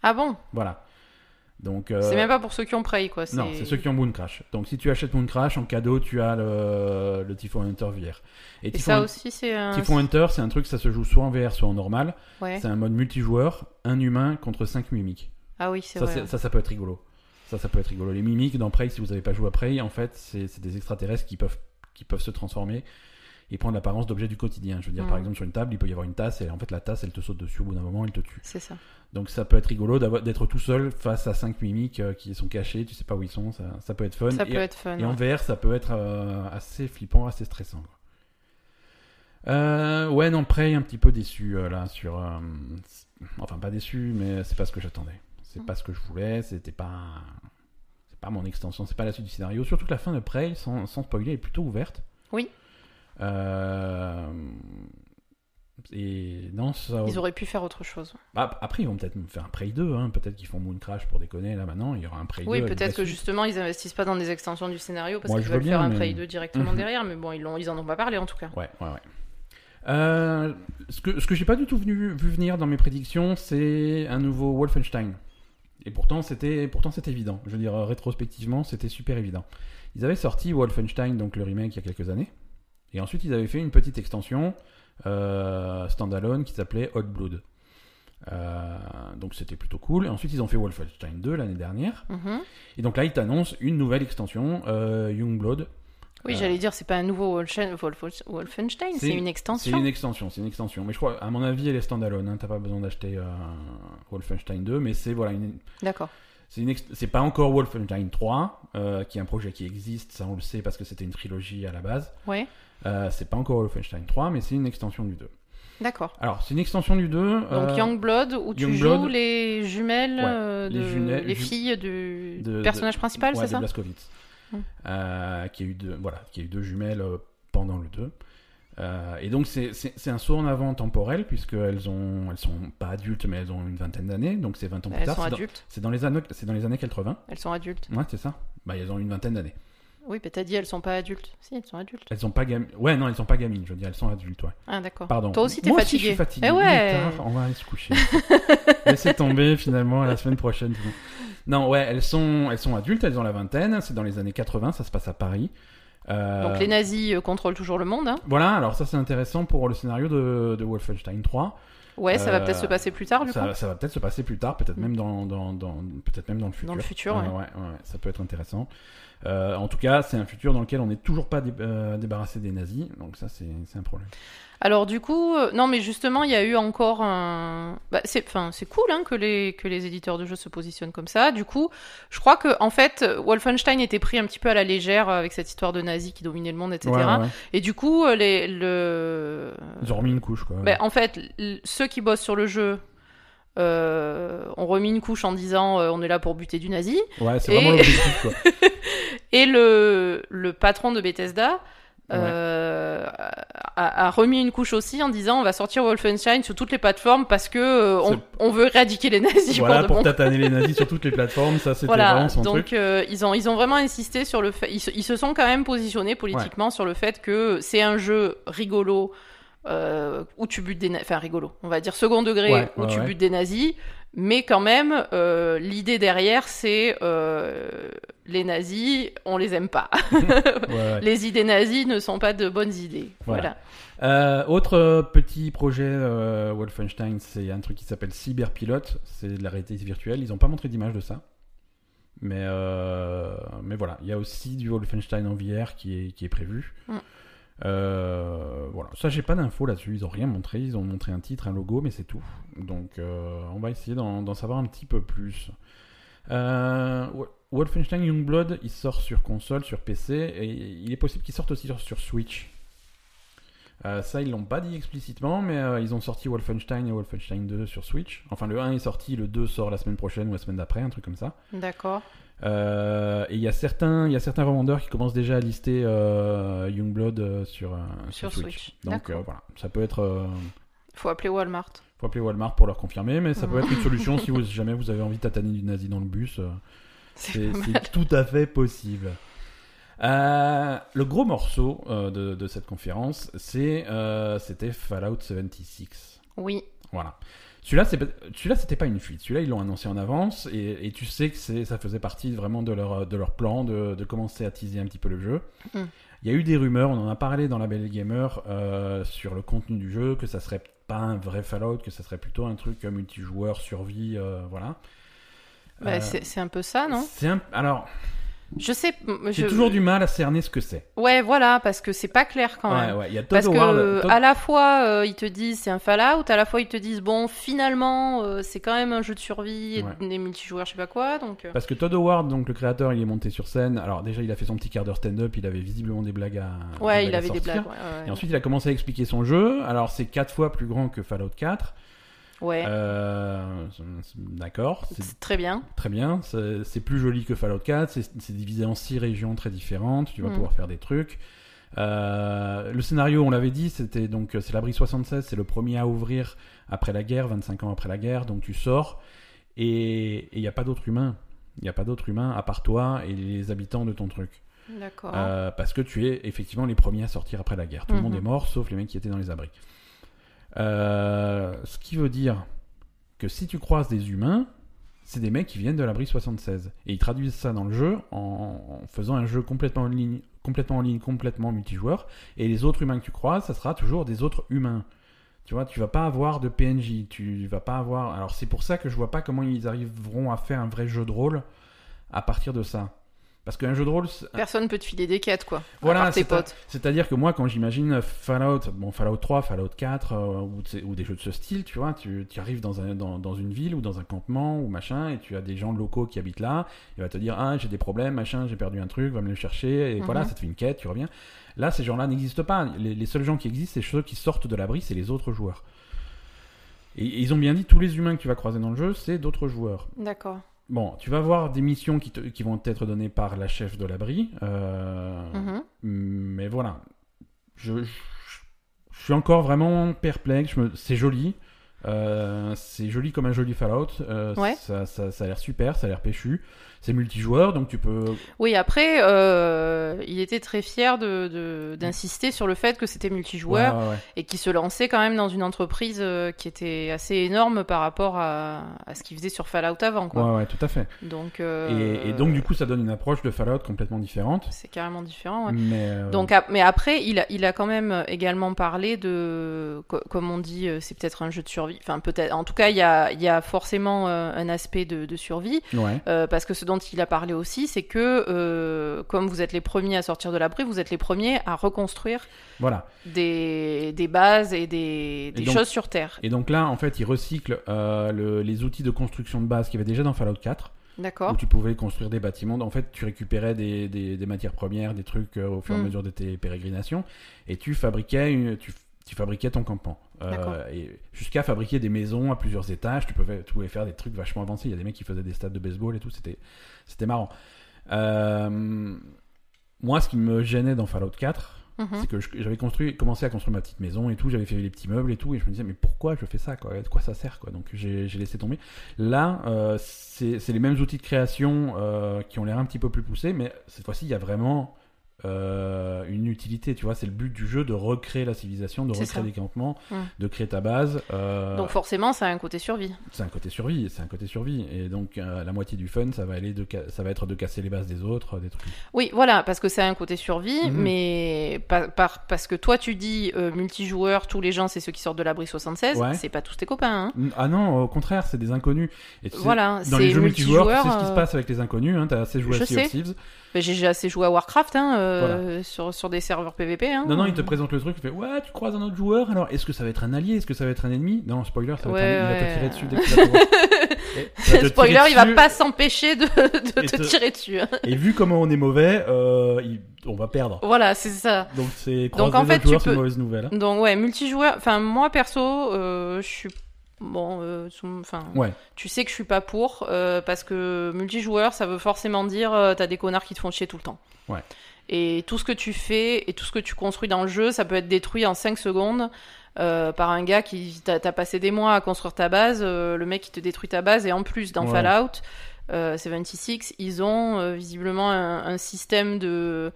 [SPEAKER 2] Ah bon
[SPEAKER 1] Voilà. Donc, euh,
[SPEAKER 2] C'est même pas pour ceux qui ont Prey, quoi.
[SPEAKER 1] non, c'est ceux qui ont Moon Crash. Donc si tu achètes Moon Crash, en cadeau, tu as le, le Typhon Hunter VR. Et,
[SPEAKER 2] Et
[SPEAKER 1] Typhon
[SPEAKER 2] ça aussi, hein, c'est un.
[SPEAKER 1] Typhon Hunter, c'est un truc, ça se joue soit en VR, soit en normal.
[SPEAKER 2] Ouais.
[SPEAKER 1] C'est un mode multijoueur, un humain contre 5 mimiques.
[SPEAKER 2] Ah oui, c'est
[SPEAKER 1] Ça,
[SPEAKER 2] vrai.
[SPEAKER 1] c'est- ça, ça peut être rigolo. Ça, ça peut être rigolo. Les mimiques dans Prey, si vous n'avez pas joué à Prey, en fait, c'est c'est des extraterrestres qui peuvent, qui peuvent se transformer et prendre l'apparence d'objets du quotidien. Je veux dire,
[SPEAKER 2] Mm.
[SPEAKER 1] par exemple, sur une table, il peut y avoir une tasse et en fait, la tasse, elle te saute dessus au bout d'un moment, elle te tue.
[SPEAKER 2] C'est ça.
[SPEAKER 1] Donc, ça peut être rigolo d'avoir- d'être tout seul face à 5 mimiques euh, qui sont cachés, tu sais pas où ils sont, ça, ça peut être fun.
[SPEAKER 2] Ça
[SPEAKER 1] Et-
[SPEAKER 2] peut être fun. hein.
[SPEAKER 1] et en
[SPEAKER 2] ouais.
[SPEAKER 1] VR, ça peut être euh, assez flippant, assez stressant. quoi. Euh, ouais, non, Prey, un petit peu déçu euh, là sur. euh, c'est- enfin, pas déçu, mais c'est pas ce que j'attendais. C'est pas ce que je voulais. C'était pas. C'est pas mon extension. C'est pas la suite du scénario. Surtout que la fin de Prey, sans, sans spoiler, est plutôt ouverte.
[SPEAKER 2] Oui.
[SPEAKER 1] Euh, Et non, ça.
[SPEAKER 2] Ils auraient pu faire autre chose.
[SPEAKER 1] Ah, après, ils vont peut-être faire un Prey 2. hein. Peut-être qu'ils font Moon Crash pour déconner là maintenant. Il y aura un Prey 2.
[SPEAKER 2] Oui,
[SPEAKER 1] avec
[SPEAKER 2] peut-être
[SPEAKER 1] la
[SPEAKER 2] que
[SPEAKER 1] suite.
[SPEAKER 2] justement, ils investissent pas dans des extensions du scénario parce
[SPEAKER 1] bah, Moi,
[SPEAKER 2] qu'ils
[SPEAKER 1] je
[SPEAKER 2] veulent
[SPEAKER 1] veux bien,
[SPEAKER 2] faire un
[SPEAKER 1] mais-
[SPEAKER 2] Prey 2 directement
[SPEAKER 1] Mhm.
[SPEAKER 2] derrière, mais bon, ils, l'ont- ils en ont pas parlé en tout cas.
[SPEAKER 1] Ouais, ouais, ouais. Euh, ce que, ce que j'ai pas du tout venu, vu venir dans mes prédictions, c'est un nouveau Wolfenstein. Et pourtant, c'était pourtant c'est évident. Je veux dire, euh, rétrospectivement, c'était super évident. Ils avaient sorti Wolfenstein, donc le remake, il y a quelques années. Et ensuite, ils avaient fait une petite extension euh, standalone qui s'appelait Hot Blood. Euh, donc c'était plutôt cool. Et ensuite, ils ont fait Wolfenstein 2 l'année dernière.
[SPEAKER 2] Mhm.
[SPEAKER 1] Et donc là, ils t'annoncent une nouvelle extension, euh, Youngblood,
[SPEAKER 2] Oui,
[SPEAKER 1] Euh,
[SPEAKER 2] j'allais dire, c'est pas un nouveau Wolfen- Wolf- Wolfenstein,
[SPEAKER 1] c'est-
[SPEAKER 2] c'est une
[SPEAKER 1] C'est
[SPEAKER 2] extension.
[SPEAKER 1] une extension, c'est une extension. Mais je crois, à mon avis, elle est standalone. Hein. T'as pas besoin d'acheter euh, Wolfenstein 2, mais c'est voilà, une-
[SPEAKER 2] D'accord.
[SPEAKER 1] c'est une ex- c'est pas encore Wolfenstein 3, euh, qui est un projet qui existe, ça on le sait parce que c'était une trilogie à la base.
[SPEAKER 2] Ouais,
[SPEAKER 1] Euh, c'est pas encore Wolfenstein 3, mais c'est une extension du 2.
[SPEAKER 2] d'accord.
[SPEAKER 1] Alors, c'est une extension du 2.
[SPEAKER 2] Donc
[SPEAKER 1] euh,
[SPEAKER 2] Youngblood, où tu
[SPEAKER 1] Youngblood.
[SPEAKER 2] joues les jumelles,
[SPEAKER 1] Ouais,
[SPEAKER 2] euh,
[SPEAKER 1] les
[SPEAKER 2] de-
[SPEAKER 1] jumelles- ju-
[SPEAKER 2] filles du
[SPEAKER 1] de- de-
[SPEAKER 2] personnage principal,
[SPEAKER 1] ouais,
[SPEAKER 2] c'est
[SPEAKER 1] de
[SPEAKER 2] ça
[SPEAKER 1] Blazkowicz.
[SPEAKER 2] Mm.
[SPEAKER 1] Euh, qui a eu deux, voilà, qui a eu deux jumelles euh, pendant le 2. Euh, et donc c'est- c'est c'est un saut en avant temporel puisqu'elles ont elles sont pas adultes mais elles ont une vingtaine d'années donc c'est 20 ans
[SPEAKER 2] Bah,
[SPEAKER 1] plus
[SPEAKER 2] Elles
[SPEAKER 1] tard
[SPEAKER 2] sont
[SPEAKER 1] c'est dans-
[SPEAKER 2] adultes.
[SPEAKER 1] c'est dans les années c'est dans les années 80
[SPEAKER 2] Elles sont adultes.
[SPEAKER 1] ouais c'est ça bah elles ont une vingtaine d'années
[SPEAKER 2] Oui, mais t'as dit elles sont pas adultes. Si, elles sont adultes.
[SPEAKER 1] elles sont pas gamines ouais non elles sont pas gamines je veux dire elles sont adultes ouais
[SPEAKER 2] Ah, d'accord.
[SPEAKER 1] pardon
[SPEAKER 2] Toi aussi, t'es
[SPEAKER 1] Moi
[SPEAKER 2] fatigué.
[SPEAKER 1] je suis fatigué Il
[SPEAKER 2] Eh
[SPEAKER 1] est
[SPEAKER 2] ouais.
[SPEAKER 1] tard, on va aller se
[SPEAKER 2] (laughs)
[SPEAKER 1] coucher laissez tomber finalement à la semaine prochaine tout le monde. non ouais elles sont elles sont adultes elles ont la vingtaine c'est dans les années 80 ça se passe à Paris Euh,
[SPEAKER 2] Donc les nazis euh, contrôlent toujours le monde. hein.
[SPEAKER 1] Voilà, alors ça c'est intéressant pour le scénario de, de Wolfenstein 3.
[SPEAKER 2] Ouais, ça va peut-être
[SPEAKER 1] Euh,
[SPEAKER 2] se passer plus tard, du
[SPEAKER 1] ça,
[SPEAKER 2] coup.
[SPEAKER 1] ça va peut-être se passer plus tard, peut-être
[SPEAKER 2] Mm.
[SPEAKER 1] même dans, dans, dans- peut-être même dans le futur.
[SPEAKER 2] Dans le futur,
[SPEAKER 1] Euh,
[SPEAKER 2] ouais.
[SPEAKER 1] ouais, ouais, ça peut être intéressant. Euh, en tout cas, c'est un futur dans lequel on n'est toujours pas dé- euh, débarrassé des nazis, donc ça c'est c'est un problème.
[SPEAKER 2] Alors du coup, euh, non mais justement, il y a eu encore un. Bah, c'est, enfin, c'est cool hein, que les que les éditeurs de jeux se positionnent comme ça. Du coup, je crois que en fait, euh, Wolfenstein était pris un petit peu à la légère euh, avec cette histoire de nazis qui dominait le monde, etc.
[SPEAKER 1] Ouais, ouais, ouais.
[SPEAKER 2] Et du coup, euh, les le.
[SPEAKER 1] Ils ont remis une couche quoi.
[SPEAKER 2] Ben, en fait, l- ceux qui bossent sur le jeu. euh, ont remis une couche en disant euh, on est là pour buter du nazi
[SPEAKER 1] Ouais, c'est
[SPEAKER 2] et-
[SPEAKER 1] vraiment l'objectif
[SPEAKER 2] (laughs)
[SPEAKER 1] quoi.
[SPEAKER 2] et le, le patron de Bethesda euh, a, a remis une couche aussi en disant on va sortir Wolfenstein sur toutes les plateformes parce que euh, on,
[SPEAKER 1] C'est-
[SPEAKER 2] on veut éradiquer les nazis
[SPEAKER 1] voilà
[SPEAKER 2] pour de
[SPEAKER 1] pour
[SPEAKER 2] bon.
[SPEAKER 1] tataner les nazis sur toutes les plateformes, ça c'était
[SPEAKER 2] Voilà,
[SPEAKER 1] vraiment son
[SPEAKER 2] donc
[SPEAKER 1] truc.
[SPEAKER 2] euh, ils, ont, ils ont vraiment insisté sur le fait, ils se, ils se sont quand même positionnés politiquement sur le fait que c'est un jeu rigolo euh, où tu butes des nazis, enfin rigolo, on va dire second degré
[SPEAKER 1] Ouais,
[SPEAKER 2] où
[SPEAKER 1] ouais,
[SPEAKER 2] tu
[SPEAKER 1] ouais.
[SPEAKER 2] butes des nazis, mais quand même euh, l'idée derrière c'est euh, les nazis, on les aime pas.
[SPEAKER 1] Ouais, ouais.
[SPEAKER 2] Les idées nazies ne sont pas de bonnes idées.
[SPEAKER 1] Voilà.
[SPEAKER 2] Voilà.
[SPEAKER 1] Euh, autre euh, petit projet euh, Wolfenstein, c'est un truc qui s'appelle Cyberpilot. C'est de la réalité virtuelle. Ils n'ont pas montré d'image de ça. Mais, euh, mais voilà, il y a aussi du Wolfenstein en VR qui est, qui est prévu.
[SPEAKER 2] Mm.
[SPEAKER 1] Euh, voilà, ça j'ai pas d'infos là-dessus, ils ont rien montré, ils ont montré un titre, un logo, mais c'est tout. Donc euh, on va essayer d'en d'en savoir un petit peu plus. Euh, Wo- Wolfenstein Youngblood, il sort sur console, sur PC, et il est possible qu'il sorte aussi sur, sur Switch. Euh, ça, ils l'ont pas dit explicitement, mais euh, ils ont sorti Wolfenstein et Wolfenstein 2 sur Switch. Enfin, le 1 est sorti, le 2 sort la semaine prochaine ou la semaine d'après, un truc comme ça.
[SPEAKER 2] D'accord.
[SPEAKER 1] Euh, et il y a certains, il y a certains revendeurs qui commencent déjà à lister euh, Youngblood euh, sur, euh,
[SPEAKER 2] Sur Switch.
[SPEAKER 1] Donc
[SPEAKER 2] D'accord.
[SPEAKER 1] euh, voilà, ça peut être, euh,
[SPEAKER 2] Faut appeler Walmart.
[SPEAKER 1] faut appeler Walmart pour leur confirmer, mais ça peut
[SPEAKER 2] Mhm.
[SPEAKER 1] être une solution si vous, si jamais vous avez envie de tataner du nazi dans le bus. euh,
[SPEAKER 2] C'est (laughs)
[SPEAKER 1] c'est
[SPEAKER 2] pas
[SPEAKER 1] c'est
[SPEAKER 2] mal.
[SPEAKER 1] tout à fait possible. Euh, le gros morceau euh, de, de cette conférence, c'est euh, c'était Fallout 76.
[SPEAKER 2] Oui.
[SPEAKER 1] Voilà. Celui-là, c'est pas- celui-là, c'était pas une fuite. Celui-là, ils l'ont annoncé en avance et, et tu sais que c'est, ça faisait partie vraiment de leur, de leur plan de, de commencer à teaser un petit peu le jeu.
[SPEAKER 2] Mm.
[SPEAKER 1] Il y a eu des rumeurs, on en a parlé dans la Belle Gamer euh, sur le contenu du jeu, que ça serait pas un vrai Fallout, que ça serait plutôt un truc euh, multijoueur, survie, euh, voilà.
[SPEAKER 2] Bah,
[SPEAKER 1] Euh,
[SPEAKER 2] c'est c'est un peu ça, non
[SPEAKER 1] c'est un- Alors,
[SPEAKER 2] Je sais. m-
[SPEAKER 1] j'ai
[SPEAKER 2] je-
[SPEAKER 1] toujours du mal à cerner ce que c'est.
[SPEAKER 2] Ouais, voilà, parce que c'est pas clair quand
[SPEAKER 1] Ouais,
[SPEAKER 2] même.
[SPEAKER 1] ouais. Il y a Todd
[SPEAKER 2] Parce que
[SPEAKER 1] Howard-
[SPEAKER 2] euh,
[SPEAKER 1] Todd-
[SPEAKER 2] à la fois euh, ils te disent c'est un Fallout, à la fois ils te disent bon finalement euh, c'est quand même un jeu de survie et
[SPEAKER 1] Ouais.
[SPEAKER 2] des multijoueurs je sais pas quoi donc euh,
[SPEAKER 1] Parce que Todd Howard, donc le créateur, il est monté sur scène. Alors déjà, il a fait son petit quart d'heure stand-up. Il avait visiblement des blagues à.
[SPEAKER 2] ouais
[SPEAKER 1] des
[SPEAKER 2] il
[SPEAKER 1] à
[SPEAKER 2] avait des
[SPEAKER 1] sortir.
[SPEAKER 2] blagues ouais, ouais, ouais.
[SPEAKER 1] Et ensuite, il a commencé à expliquer son jeu. Alors, c'est quatre fois plus grand que Fallout 4.
[SPEAKER 2] Ouais,
[SPEAKER 1] Euh, c'est- c'est- D'accord, c'est
[SPEAKER 2] c'est très bien
[SPEAKER 1] très bien. C'est c'est plus joli que Fallout 4. C'est c'est divisé en six régions très différentes. Tu vas
[SPEAKER 2] Mm.
[SPEAKER 1] pouvoir faire des trucs. Euh, le scénario, on l'avait dit, c'était donc euh, c'est l'abri 76. C'est le premier à ouvrir après la guerre, 25 ans après la guerre. Donc, tu sors et il n'y a pas d'autres humains. Il n'y a pas d'autres humains à part toi et les habitants de ton truc.
[SPEAKER 2] d'accord
[SPEAKER 1] Euh, parce que tu es effectivement les premiers à sortir après la guerre. Tout
[SPEAKER 2] Mhm.
[SPEAKER 1] le monde est mort, sauf les mecs qui étaient dans les abris. Euh, ce qui veut dire que si tu croises des humains, c'est des mecs qui viennent de l'abri 76. Et ils traduisent ça dans le jeu en, en faisant un jeu complètement en ligne, complètement en ligne, complètement multijoueur. Et les autres humains que tu croises, ça sera toujours des autres humains. Tu vois, tu vas pas avoir de PNJ, tu vas pas avoir. Alors c'est pour ça que je vois pas comment ils arriveront à faire un vrai jeu de rôle à partir de ça. Parce qu'un jeu de rôle, c'est-
[SPEAKER 2] personne peut te filer des quêtes quoi à
[SPEAKER 1] voilà,
[SPEAKER 2] part tes
[SPEAKER 1] c'est à-
[SPEAKER 2] potes
[SPEAKER 1] c'est-à-dire que moi, quand j'imagine Fallout, bon, Fallout 3, Fallout 4, euh, ou, de ces- ou des jeux de ce style, tu vois, tu, tu arrives dans, un- dans, dans une ville ou dans un campement ou machin, et tu as des gens locaux qui habitent là, il va te dire, ah, j'ai des problèmes, machin, j'ai perdu un truc, va me le chercher, et
[SPEAKER 2] Mhm.
[SPEAKER 1] voilà, ça te fait une quête, tu reviens. Là, ces gens-là n'existent pas. Les, les seuls gens qui existent, c'est ceux qui sortent de l'abri, c'est les autres joueurs. Et, et ils ont bien dit, tous les humains que tu vas croiser dans le jeu, c'est d'autres joueurs.
[SPEAKER 2] d'accord
[SPEAKER 1] Bon, tu vas voir des missions qui, te- qui vont être données par la chef de l'abri. Euh,
[SPEAKER 2] Mhm.
[SPEAKER 1] mais voilà. Je, je- je suis encore vraiment perplexe. Je me- C'est joli. Euh, c'est joli comme un joli Fallout. Euh,
[SPEAKER 2] Ouais.
[SPEAKER 1] ça, ça- ça a l'air super, ça a l'air péchu. C'est multijoueur, donc tu peux.
[SPEAKER 2] Oui, après, euh, il était très fier de- de- d'insister sur le fait que c'était multijoueur
[SPEAKER 1] Ouais, ouais, ouais.
[SPEAKER 2] et qu'il se lançait quand même dans une entreprise euh, qui était assez énorme par rapport à, à ce qu'il faisait sur Fallout avant. Quoi.
[SPEAKER 1] Ouais, ouais, tout à fait.
[SPEAKER 2] Donc, euh,
[SPEAKER 1] Et, et donc, du coup, ça donne une approche de Fallout complètement différente.
[SPEAKER 2] c'est carrément différent. ouais.
[SPEAKER 1] Mais, euh,
[SPEAKER 2] Donc, ap- mais après, il a, il a quand même également parlé de, co- comme on dit, euh, c'est peut-être un jeu de survie. Enfin, peut-être. En tout cas, il y a, il y a forcément euh, un aspect de, de survie.
[SPEAKER 1] Ouais.
[SPEAKER 2] Euh, parce que ce dont il a parlé aussi, c'est que euh, comme vous êtes les premiers à sortir de l'abri, vous êtes les premiers à reconstruire
[SPEAKER 1] Voilà.
[SPEAKER 2] des, des bases et des, des
[SPEAKER 1] donc-
[SPEAKER 2] choses sur Terre.
[SPEAKER 1] Et donc là, en fait, il recycle euh, le- les outils de construction de base qu'il y avait déjà dans Fallout 4,
[SPEAKER 2] D'accord
[SPEAKER 1] où tu pouvais construire des bâtiments. En fait, tu récupérais des, des- des matières premières, des trucs euh, au fur et à
[SPEAKER 2] Mm.
[SPEAKER 1] mesure de tes pérégrinations, et tu fabriquais, une, tu, tu fabriquais ton campement. Euh,
[SPEAKER 2] D'accord.
[SPEAKER 1] et jusqu'à fabriquer des maisons à plusieurs étages, tu pouvais, tu pouvais faire des trucs vachement avancés. Il y a des mecs qui faisaient des stades de baseball et tout, c'était, c'était marrant. Euh, moi, ce qui me gênait dans Fallout 4,
[SPEAKER 2] Mhm.
[SPEAKER 1] c'est que je- j'avais construit, commencé à construire ma petite maison et tout, j'avais fait les petits meubles et tout, et je me disais mais pourquoi je fais ça quoi, de quoi ça sert quoi, donc j'ai j'ai laissé tomber. Là, euh, c'est c'est les mêmes outils de création euh, qui ont l'air un petit peu plus poussés, mais cette fois-ci il y a vraiment euh, une utilité, tu vois, c'est le but du jeu de recréer la civilisation, de
[SPEAKER 2] C'est
[SPEAKER 1] recréer
[SPEAKER 2] ça.
[SPEAKER 1] des campements,
[SPEAKER 2] Mm.
[SPEAKER 1] de créer ta base. euh,
[SPEAKER 2] Donc forcément, ça a un côté survie.
[SPEAKER 1] c'est un côté survie, c'est un côté survie, et donc euh, la moitié du fun ça va aller de, ca- ça va être de casser les bases des autres, des trucs.
[SPEAKER 2] Oui, voilà, parce que ça a un côté survie,
[SPEAKER 1] Mhm.
[SPEAKER 2] mais par, par- parce que toi, tu dis euh, multijoueur, tous les gens, c'est ceux qui sortent de l'abri 76,
[SPEAKER 1] Ouais.
[SPEAKER 2] c'est pas tous tes copains. hein.
[SPEAKER 1] Ah non, au contraire, c'est des inconnus. Et tu sais,
[SPEAKER 2] Voilà,
[SPEAKER 1] Dans
[SPEAKER 2] c'est
[SPEAKER 1] les jeux multijoueurs,
[SPEAKER 2] multijoueur,
[SPEAKER 1] tu sais ce qui se
[SPEAKER 2] euh,
[SPEAKER 1] passe avec les inconnus. Hein, T'as assez joué
[SPEAKER 2] je
[SPEAKER 1] à Sea of
[SPEAKER 2] sais.
[SPEAKER 1] Thieves.
[SPEAKER 2] ben, J'ai j'ai assez joué à Warcraft hein, euh, sur, sur des serveurs PVP. hein.
[SPEAKER 1] Non, non, il te présente le truc. Il fait Ouais, tu croises un autre joueur. Alors, est-ce que ça va être un allié Est-ce que ça va être un ennemi Non, spoiler, ça va
[SPEAKER 2] Ouais,
[SPEAKER 1] être un... il va
[SPEAKER 2] ouais.
[SPEAKER 1] te tirer dessus dès que tu vas pouvoir.
[SPEAKER 2] (laughs)
[SPEAKER 1] Et il va te
[SPEAKER 2] Spoiler,
[SPEAKER 1] Bah, tirer
[SPEAKER 2] il va
[SPEAKER 1] dessus.
[SPEAKER 2] pas s'empêcher de, de
[SPEAKER 1] Et
[SPEAKER 2] te
[SPEAKER 1] te-
[SPEAKER 2] tirer dessus. hein.
[SPEAKER 1] Et vu comment on est mauvais, euh, il- on va perdre.
[SPEAKER 2] Voilà, c'est ça.
[SPEAKER 1] Donc, c'est croiser
[SPEAKER 2] en
[SPEAKER 1] les
[SPEAKER 2] fait,
[SPEAKER 1] autres
[SPEAKER 2] tu
[SPEAKER 1] joueurs, c'est
[SPEAKER 2] peux-
[SPEAKER 1] une mauvaise nouvelle.
[SPEAKER 2] Donc ouais, multijoueur. Enfin, moi perso, euh, je suis bon. euh, sous- Enfin,
[SPEAKER 1] Ouais.
[SPEAKER 2] tu sais que je suis pas pour euh, parce que multijoueur, ça veut forcément dire euh, t'as des connards qui te font chier tout le temps.
[SPEAKER 1] Ouais.
[SPEAKER 2] Et tout ce que tu fais et tout ce que tu construis dans le jeu, ça peut être détruit en 5 secondes. euh, par un gars qui t'a t'as passé des mois à construire ta base, euh, le mec qui te détruit ta base, et en plus dans
[SPEAKER 1] Ouais.
[SPEAKER 2] Fallout, euh, 76, ils ont euh, visiblement un, un système de,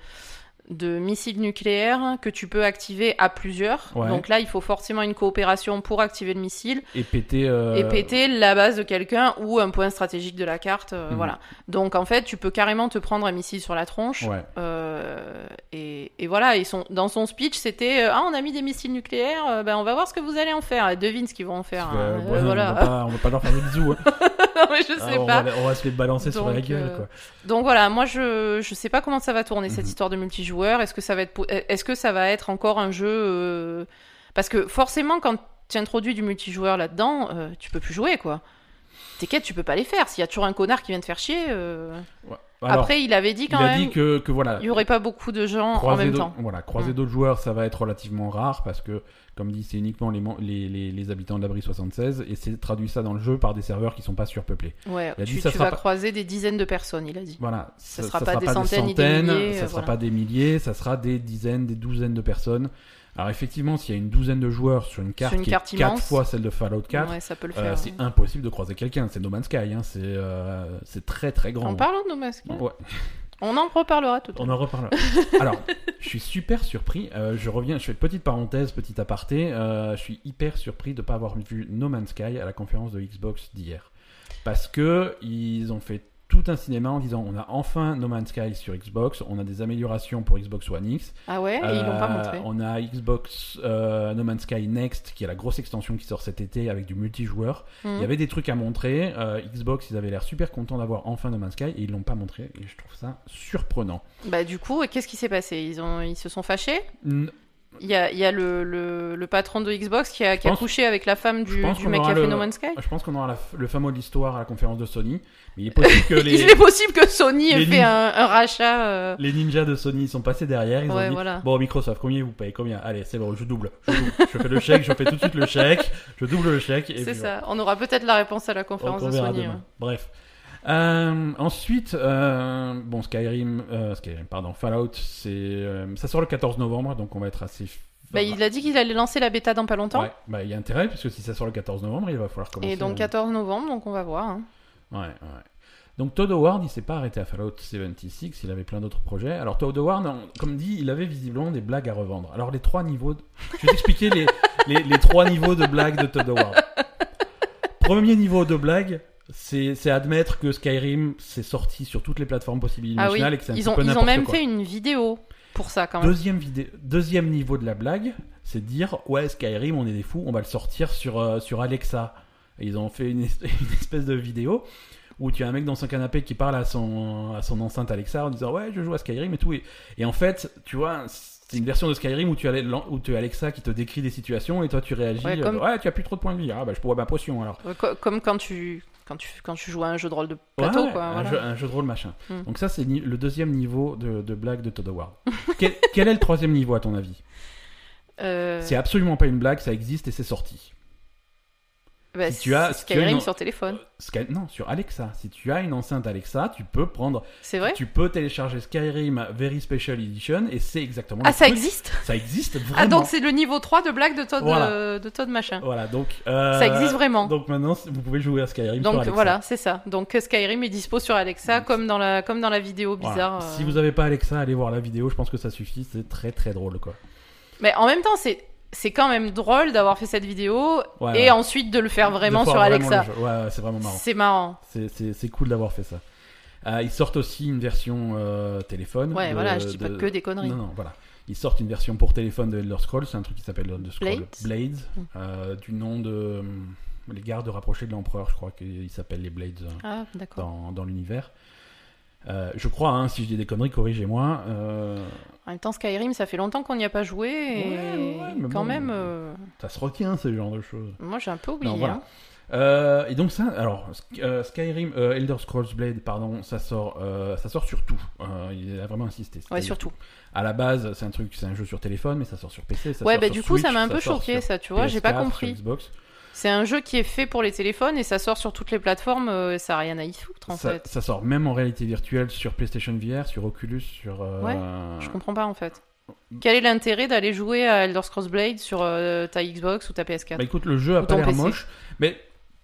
[SPEAKER 2] de missiles nucléaires que tu peux activer à plusieurs.
[SPEAKER 1] Ouais.
[SPEAKER 2] Donc là, il faut forcément une coopération pour activer le missile
[SPEAKER 1] Et péter. euh,
[SPEAKER 2] et péter la base de quelqu'un ou un point stratégique de la carte. euh,
[SPEAKER 1] Mhm.
[SPEAKER 2] Voilà. Donc en fait, tu peux carrément te prendre un missile sur la tronche.
[SPEAKER 1] Ouais.
[SPEAKER 2] Euh, et, et voilà, ils sont, dans son speech, c'était euh, Ah, on a mis des missiles nucléaires, euh, ben, on va voir ce que vous allez en faire. Et devine ce qu'ils vont en faire.
[SPEAKER 1] Parce que,
[SPEAKER 2] hein.
[SPEAKER 1] euh,
[SPEAKER 2] Euh,
[SPEAKER 1] ouais, on, va
[SPEAKER 2] voilà.
[SPEAKER 1] pas, on va pas leur faire des bisous. hein.
[SPEAKER 2] Non, mais (laughs) je sais
[SPEAKER 1] Ah, on,
[SPEAKER 2] pas.
[SPEAKER 1] va, on va se les balancer sur
[SPEAKER 2] Donc,
[SPEAKER 1] la gueule.
[SPEAKER 2] euh,
[SPEAKER 1] Quoi.
[SPEAKER 2] Donc voilà, moi je je sais pas comment ça va tourner cette
[SPEAKER 1] Mhm.
[SPEAKER 2] histoire de multijoueur. Est-ce que ça va être pou- est-ce que ça va être encore un jeu euh, parce que forcément quand tu introduis du multijoueur là-dedans, euh, tu peux plus jouer quoi. Tes quêtes, tu peux pas les faire. S'il y a toujours un connard qui vient te faire chier. euh.
[SPEAKER 1] Ouais. Alors,
[SPEAKER 2] Après, il avait dit
[SPEAKER 1] il
[SPEAKER 2] quand
[SPEAKER 1] a
[SPEAKER 2] même
[SPEAKER 1] dit que, que voilà.
[SPEAKER 2] il y aurait pas beaucoup de gens en
[SPEAKER 1] Croiser
[SPEAKER 2] même
[SPEAKER 1] d'autres-
[SPEAKER 2] temps.
[SPEAKER 1] Voilà, croiser
[SPEAKER 2] Mm.
[SPEAKER 1] d'autres joueurs, ça va être relativement rare parce que, comme dit, c'est uniquement les, man- les, les- les habitants de l'abri 76 et c'est traduit ça dans le jeu par des serveurs qui sont pas surpeuplés.
[SPEAKER 2] Ouais,
[SPEAKER 1] Il a
[SPEAKER 2] tu,
[SPEAKER 1] dit, ça
[SPEAKER 2] tu
[SPEAKER 1] sera
[SPEAKER 2] vas
[SPEAKER 1] pas-
[SPEAKER 2] croiser des dizaines de personnes, il a dit.
[SPEAKER 1] Voilà,
[SPEAKER 2] Ça sera pas des centaines ni des milliers,
[SPEAKER 1] ça sera
[SPEAKER 2] euh, voilà.
[SPEAKER 1] pas des milliers, ça sera des dizaines, des douzaines de personnes. Alors effectivement, s'il y a une douzaine de joueurs sur une carte
[SPEAKER 2] une
[SPEAKER 1] qui
[SPEAKER 2] carte
[SPEAKER 1] est quatre
[SPEAKER 2] immense.
[SPEAKER 1] fois celle de Fallout 4,
[SPEAKER 2] Ouais, ça peut le
[SPEAKER 1] euh,
[SPEAKER 2] faire.
[SPEAKER 1] c'est impossible de croiser quelqu'un. C'est No Man's Sky, hein, c'est euh, c'est très très grand.
[SPEAKER 2] En parlant de nos masques,
[SPEAKER 1] Ouais.
[SPEAKER 2] on en reparlera tout à
[SPEAKER 1] On
[SPEAKER 2] l'heure.
[SPEAKER 1] en reparle.
[SPEAKER 2] (laughs)
[SPEAKER 1] Alors, je suis super surpris. euh, je reviens, je fais une petite parenthèse, petit aparté. euh, je suis hyper surpris de ne pas avoir vu No Man's Sky à la conférence de Xbox d'hier. Parce que ils ont fait tout un cinéma en disant on a enfin No Man's Sky sur Xbox, on a des améliorations pour Xbox One X.
[SPEAKER 2] Ah ouais, et ils l'ont pas
[SPEAKER 1] euh,
[SPEAKER 2] montré.
[SPEAKER 1] On a Xbox euh, No Man's Sky Next, qui est la grosse extension qui sort cet été avec du multijoueur.
[SPEAKER 2] Mhm.
[SPEAKER 1] Il y avait des trucs à montrer. euh, Xbox, ils avaient l'air super contents d'avoir enfin No Man's Sky et ils l'ont pas montré. Et je trouve ça surprenant.
[SPEAKER 2] Bah du coup, qu'est-ce qui s'est passé Ils ont ils se sont fâchés
[SPEAKER 1] N-
[SPEAKER 2] Il y a, il y a le, le, le patron de Xbox qui a, qui a
[SPEAKER 1] pense-
[SPEAKER 2] couché avec la femme
[SPEAKER 1] je
[SPEAKER 2] du,
[SPEAKER 1] pense
[SPEAKER 2] du
[SPEAKER 1] qu'on
[SPEAKER 2] mec qui a
[SPEAKER 1] aura
[SPEAKER 2] fait
[SPEAKER 1] le-
[SPEAKER 2] No Man's Sky.
[SPEAKER 1] Je pense qu'on aura la f- le fameux de l'histoire à la conférence de Sony. Mais il est possible
[SPEAKER 2] (laughs)
[SPEAKER 1] que
[SPEAKER 2] Il
[SPEAKER 1] les,
[SPEAKER 2] est possible que Sony ait
[SPEAKER 1] les
[SPEAKER 2] fait
[SPEAKER 1] lignes-
[SPEAKER 2] un, un rachat. euh,
[SPEAKER 1] les ninjas de Sony sont passés derrière. Ils
[SPEAKER 2] Ouais,
[SPEAKER 1] ont dit
[SPEAKER 2] voilà.
[SPEAKER 1] Bon, Microsoft, combien vous payez Combien Allez, c'est bon, je double. Je, double. je fais le chèque, je fais tout de suite le chèque, je double le chèque. et
[SPEAKER 2] C'est
[SPEAKER 1] puis voilà.
[SPEAKER 2] ça. On aura peut-être la réponse à la
[SPEAKER 1] On,
[SPEAKER 2] conférence
[SPEAKER 1] on
[SPEAKER 2] de
[SPEAKER 1] verra
[SPEAKER 2] Sony.
[SPEAKER 1] demain.
[SPEAKER 2] ouais.
[SPEAKER 1] Bref. Euh, ensuite, euh, bon, Skyrim, euh, Skyrim, pardon, Fallout, c'est, euh, ça sort le 14 novembre, donc on va être assez.
[SPEAKER 2] Bah, il a dit qu'il allait lancer la bêta dans pas longtemps.
[SPEAKER 1] Ouais, bah, il y a intérêt, puisque si ça sort le 14 novembre, il va falloir commencer.
[SPEAKER 2] Et donc
[SPEAKER 1] à-
[SPEAKER 2] 14 novembre, donc on va voir. hein.
[SPEAKER 1] Ouais, ouais. Donc Todd Howard, il s'est pas arrêté à Fallout 76, il avait plein d'autres projets. Alors Todd Howard, on- comme dit, il avait visiblement des blagues à revendre. Alors les trois niveaux... de- Je vais t'expliquer les, les, les trois niveaux de blagues de Todd Howard. Premier niveau de blague, c'est c'est admettre que Skyrim s'est sorti sur toutes les plateformes possibles et
[SPEAKER 2] Ah oui,
[SPEAKER 1] imaginables et que c'est un
[SPEAKER 2] ils
[SPEAKER 1] petit
[SPEAKER 2] ont,
[SPEAKER 1] peu
[SPEAKER 2] ils ont
[SPEAKER 1] n'importe
[SPEAKER 2] même
[SPEAKER 1] quoi.
[SPEAKER 2] fait une vidéo pour ça quand même.
[SPEAKER 1] Deuxième, vidé- Deuxième niveau de la blague, c'est de dire ouais Skyrim on est des fous on va le sortir sur, euh, sur Alexa et ils ont fait une, es- (laughs) une espèce de vidéo où tu as un mec dans son canapé qui parle à son, à son enceinte Alexa en disant ouais je joue à Skyrim et tout et, et en fait tu vois c'est une version de Skyrim où tu as, l'en- où tu as Alexa qui te décrit des situations et toi tu réagis
[SPEAKER 2] Ouais,
[SPEAKER 1] euh,
[SPEAKER 2] comme-
[SPEAKER 1] ouais tu as plus trop de points de vie ah bah je pourrais ma potion alors
[SPEAKER 2] Ouais, Euh, co- Comme quand tu, quand, tu, quand tu joues à un jeu de rôle de plateau,
[SPEAKER 1] Ouais,
[SPEAKER 2] quoi.
[SPEAKER 1] un,
[SPEAKER 2] voilà.
[SPEAKER 1] jeu, un jeu de rôle machin.
[SPEAKER 2] Hmm.
[SPEAKER 1] Donc ça, c'est ni- le deuxième niveau de, de blague de Todd Howard. quel, quel est le troisième niveau à ton avis
[SPEAKER 2] Euh,
[SPEAKER 1] C'est absolument pas une blague, ça existe et c'est sorti.
[SPEAKER 2] bah,
[SPEAKER 1] si tu as- si tu as
[SPEAKER 2] Skyrim
[SPEAKER 1] une-
[SPEAKER 2] sur téléphone.
[SPEAKER 1] Euh, Sky- non, sur Alexa. Si tu as une enceinte Alexa, tu peux prendre,
[SPEAKER 2] C'est vrai
[SPEAKER 1] tu peux télécharger Skyrim Very Special Edition et c'est exactement.
[SPEAKER 2] Ah,
[SPEAKER 1] le
[SPEAKER 2] ça
[SPEAKER 1] truc.
[SPEAKER 2] existe
[SPEAKER 1] Ça existe vraiment.
[SPEAKER 2] Ah, donc c'est le niveau 3 de blague de Todd,
[SPEAKER 1] Voilà.
[SPEAKER 2] euh, de Todd machin.
[SPEAKER 1] Voilà, donc. euh,
[SPEAKER 2] ça existe vraiment.
[SPEAKER 1] Donc maintenant, c- vous pouvez jouer à Skyrim sur
[SPEAKER 2] Donc
[SPEAKER 1] Alexa.
[SPEAKER 2] voilà, c'est ça. Donc euh, Skyrim est dispo sur Alexa,
[SPEAKER 1] Donc,
[SPEAKER 2] comme dans la, comme dans la vidéo
[SPEAKER 1] Voilà.
[SPEAKER 2] bizarre. euh.
[SPEAKER 1] Si vous avez pas Alexa, allez voir la vidéo. Je pense que ça suffit. C'est très très drôle, quoi.
[SPEAKER 2] Mais en même temps, c'est. C'est quand même drôle d'avoir fait cette vidéo
[SPEAKER 1] Ouais,
[SPEAKER 2] et
[SPEAKER 1] ouais.
[SPEAKER 2] ensuite de le faire
[SPEAKER 1] De
[SPEAKER 2] vraiment
[SPEAKER 1] voir
[SPEAKER 2] sur
[SPEAKER 1] vraiment
[SPEAKER 2] Alexa.
[SPEAKER 1] le jeu. Ouais, ouais, c'est vraiment marrant.
[SPEAKER 2] C'est marrant.
[SPEAKER 1] C'est- C'est c'est cool d'avoir fait ça. Euh, ils sortent aussi une version euh, téléphone.
[SPEAKER 2] Ouais,
[SPEAKER 1] de-
[SPEAKER 2] voilà, je dis pas
[SPEAKER 1] de-
[SPEAKER 2] que des conneries.
[SPEAKER 1] Non, non, voilà. Ils sortent une version pour téléphone de Elder Scrolls, c'est un truc qui s'appelle Elder Scrolls
[SPEAKER 2] Blades
[SPEAKER 1] Blades,
[SPEAKER 2] Mm.
[SPEAKER 1] euh, du nom de hum, les gardes rapprochés de l'empereur, je crois qu'ils s'appellent les Blades euh,
[SPEAKER 2] Ah, d'accord.
[SPEAKER 1] dans, dans l'univers. Euh, je crois, hein, si je dis des conneries, corrigez-moi. Euh,
[SPEAKER 2] En même temps, Skyrim, ça fait longtemps qu'on n'y a pas joué et
[SPEAKER 1] Ouais, ouais, mais
[SPEAKER 2] quand
[SPEAKER 1] bon.
[SPEAKER 2] même, euh,
[SPEAKER 1] ça se retient, ce genre de choses.
[SPEAKER 2] moi j'ai un peu oublié.
[SPEAKER 1] Non, voilà.
[SPEAKER 2] hein.
[SPEAKER 1] Euh, et donc ça, alors Sk- euh, Skyrim, euh, Elder Scrolls Blade, pardon, ça sort, euh, ça sort sur tout. Euh, il a vraiment insisté.
[SPEAKER 2] Ouais,
[SPEAKER 1] C'est-à-dire
[SPEAKER 2] surtout.
[SPEAKER 1] À la base, c'est un truc, c'est un jeu sur téléphone, mais ça sort sur PC. Ça
[SPEAKER 2] Ouais,
[SPEAKER 1] sort
[SPEAKER 2] bah
[SPEAKER 1] sur
[SPEAKER 2] du coup, ça
[SPEAKER 1] Switch,
[SPEAKER 2] m'a un peu
[SPEAKER 1] sort
[SPEAKER 2] choqué,
[SPEAKER 1] sur
[SPEAKER 2] ça, tu vois, j'ai pas
[SPEAKER 1] PS4, sur
[SPEAKER 2] compris.
[SPEAKER 1] Xbox.
[SPEAKER 2] C'est un jeu qui est fait pour les téléphones et ça sort sur toutes les plateformes, euh, ça a rien à y foutre en
[SPEAKER 1] ça,
[SPEAKER 2] fait.
[SPEAKER 1] ça sort même en réalité virtuelle sur PlayStation VR, sur Oculus, sur. euh,
[SPEAKER 2] Je comprends pas en fait.
[SPEAKER 1] Mm.
[SPEAKER 2] Quel est l'intérêt d'aller jouer à Elder Scrolls Blade sur euh, ta Xbox ou ta PS4
[SPEAKER 1] Bah écoute, le jeu a
[SPEAKER 2] Ou
[SPEAKER 1] pas
[SPEAKER 2] ton
[SPEAKER 1] l'air
[SPEAKER 2] PC.
[SPEAKER 1] moche, mais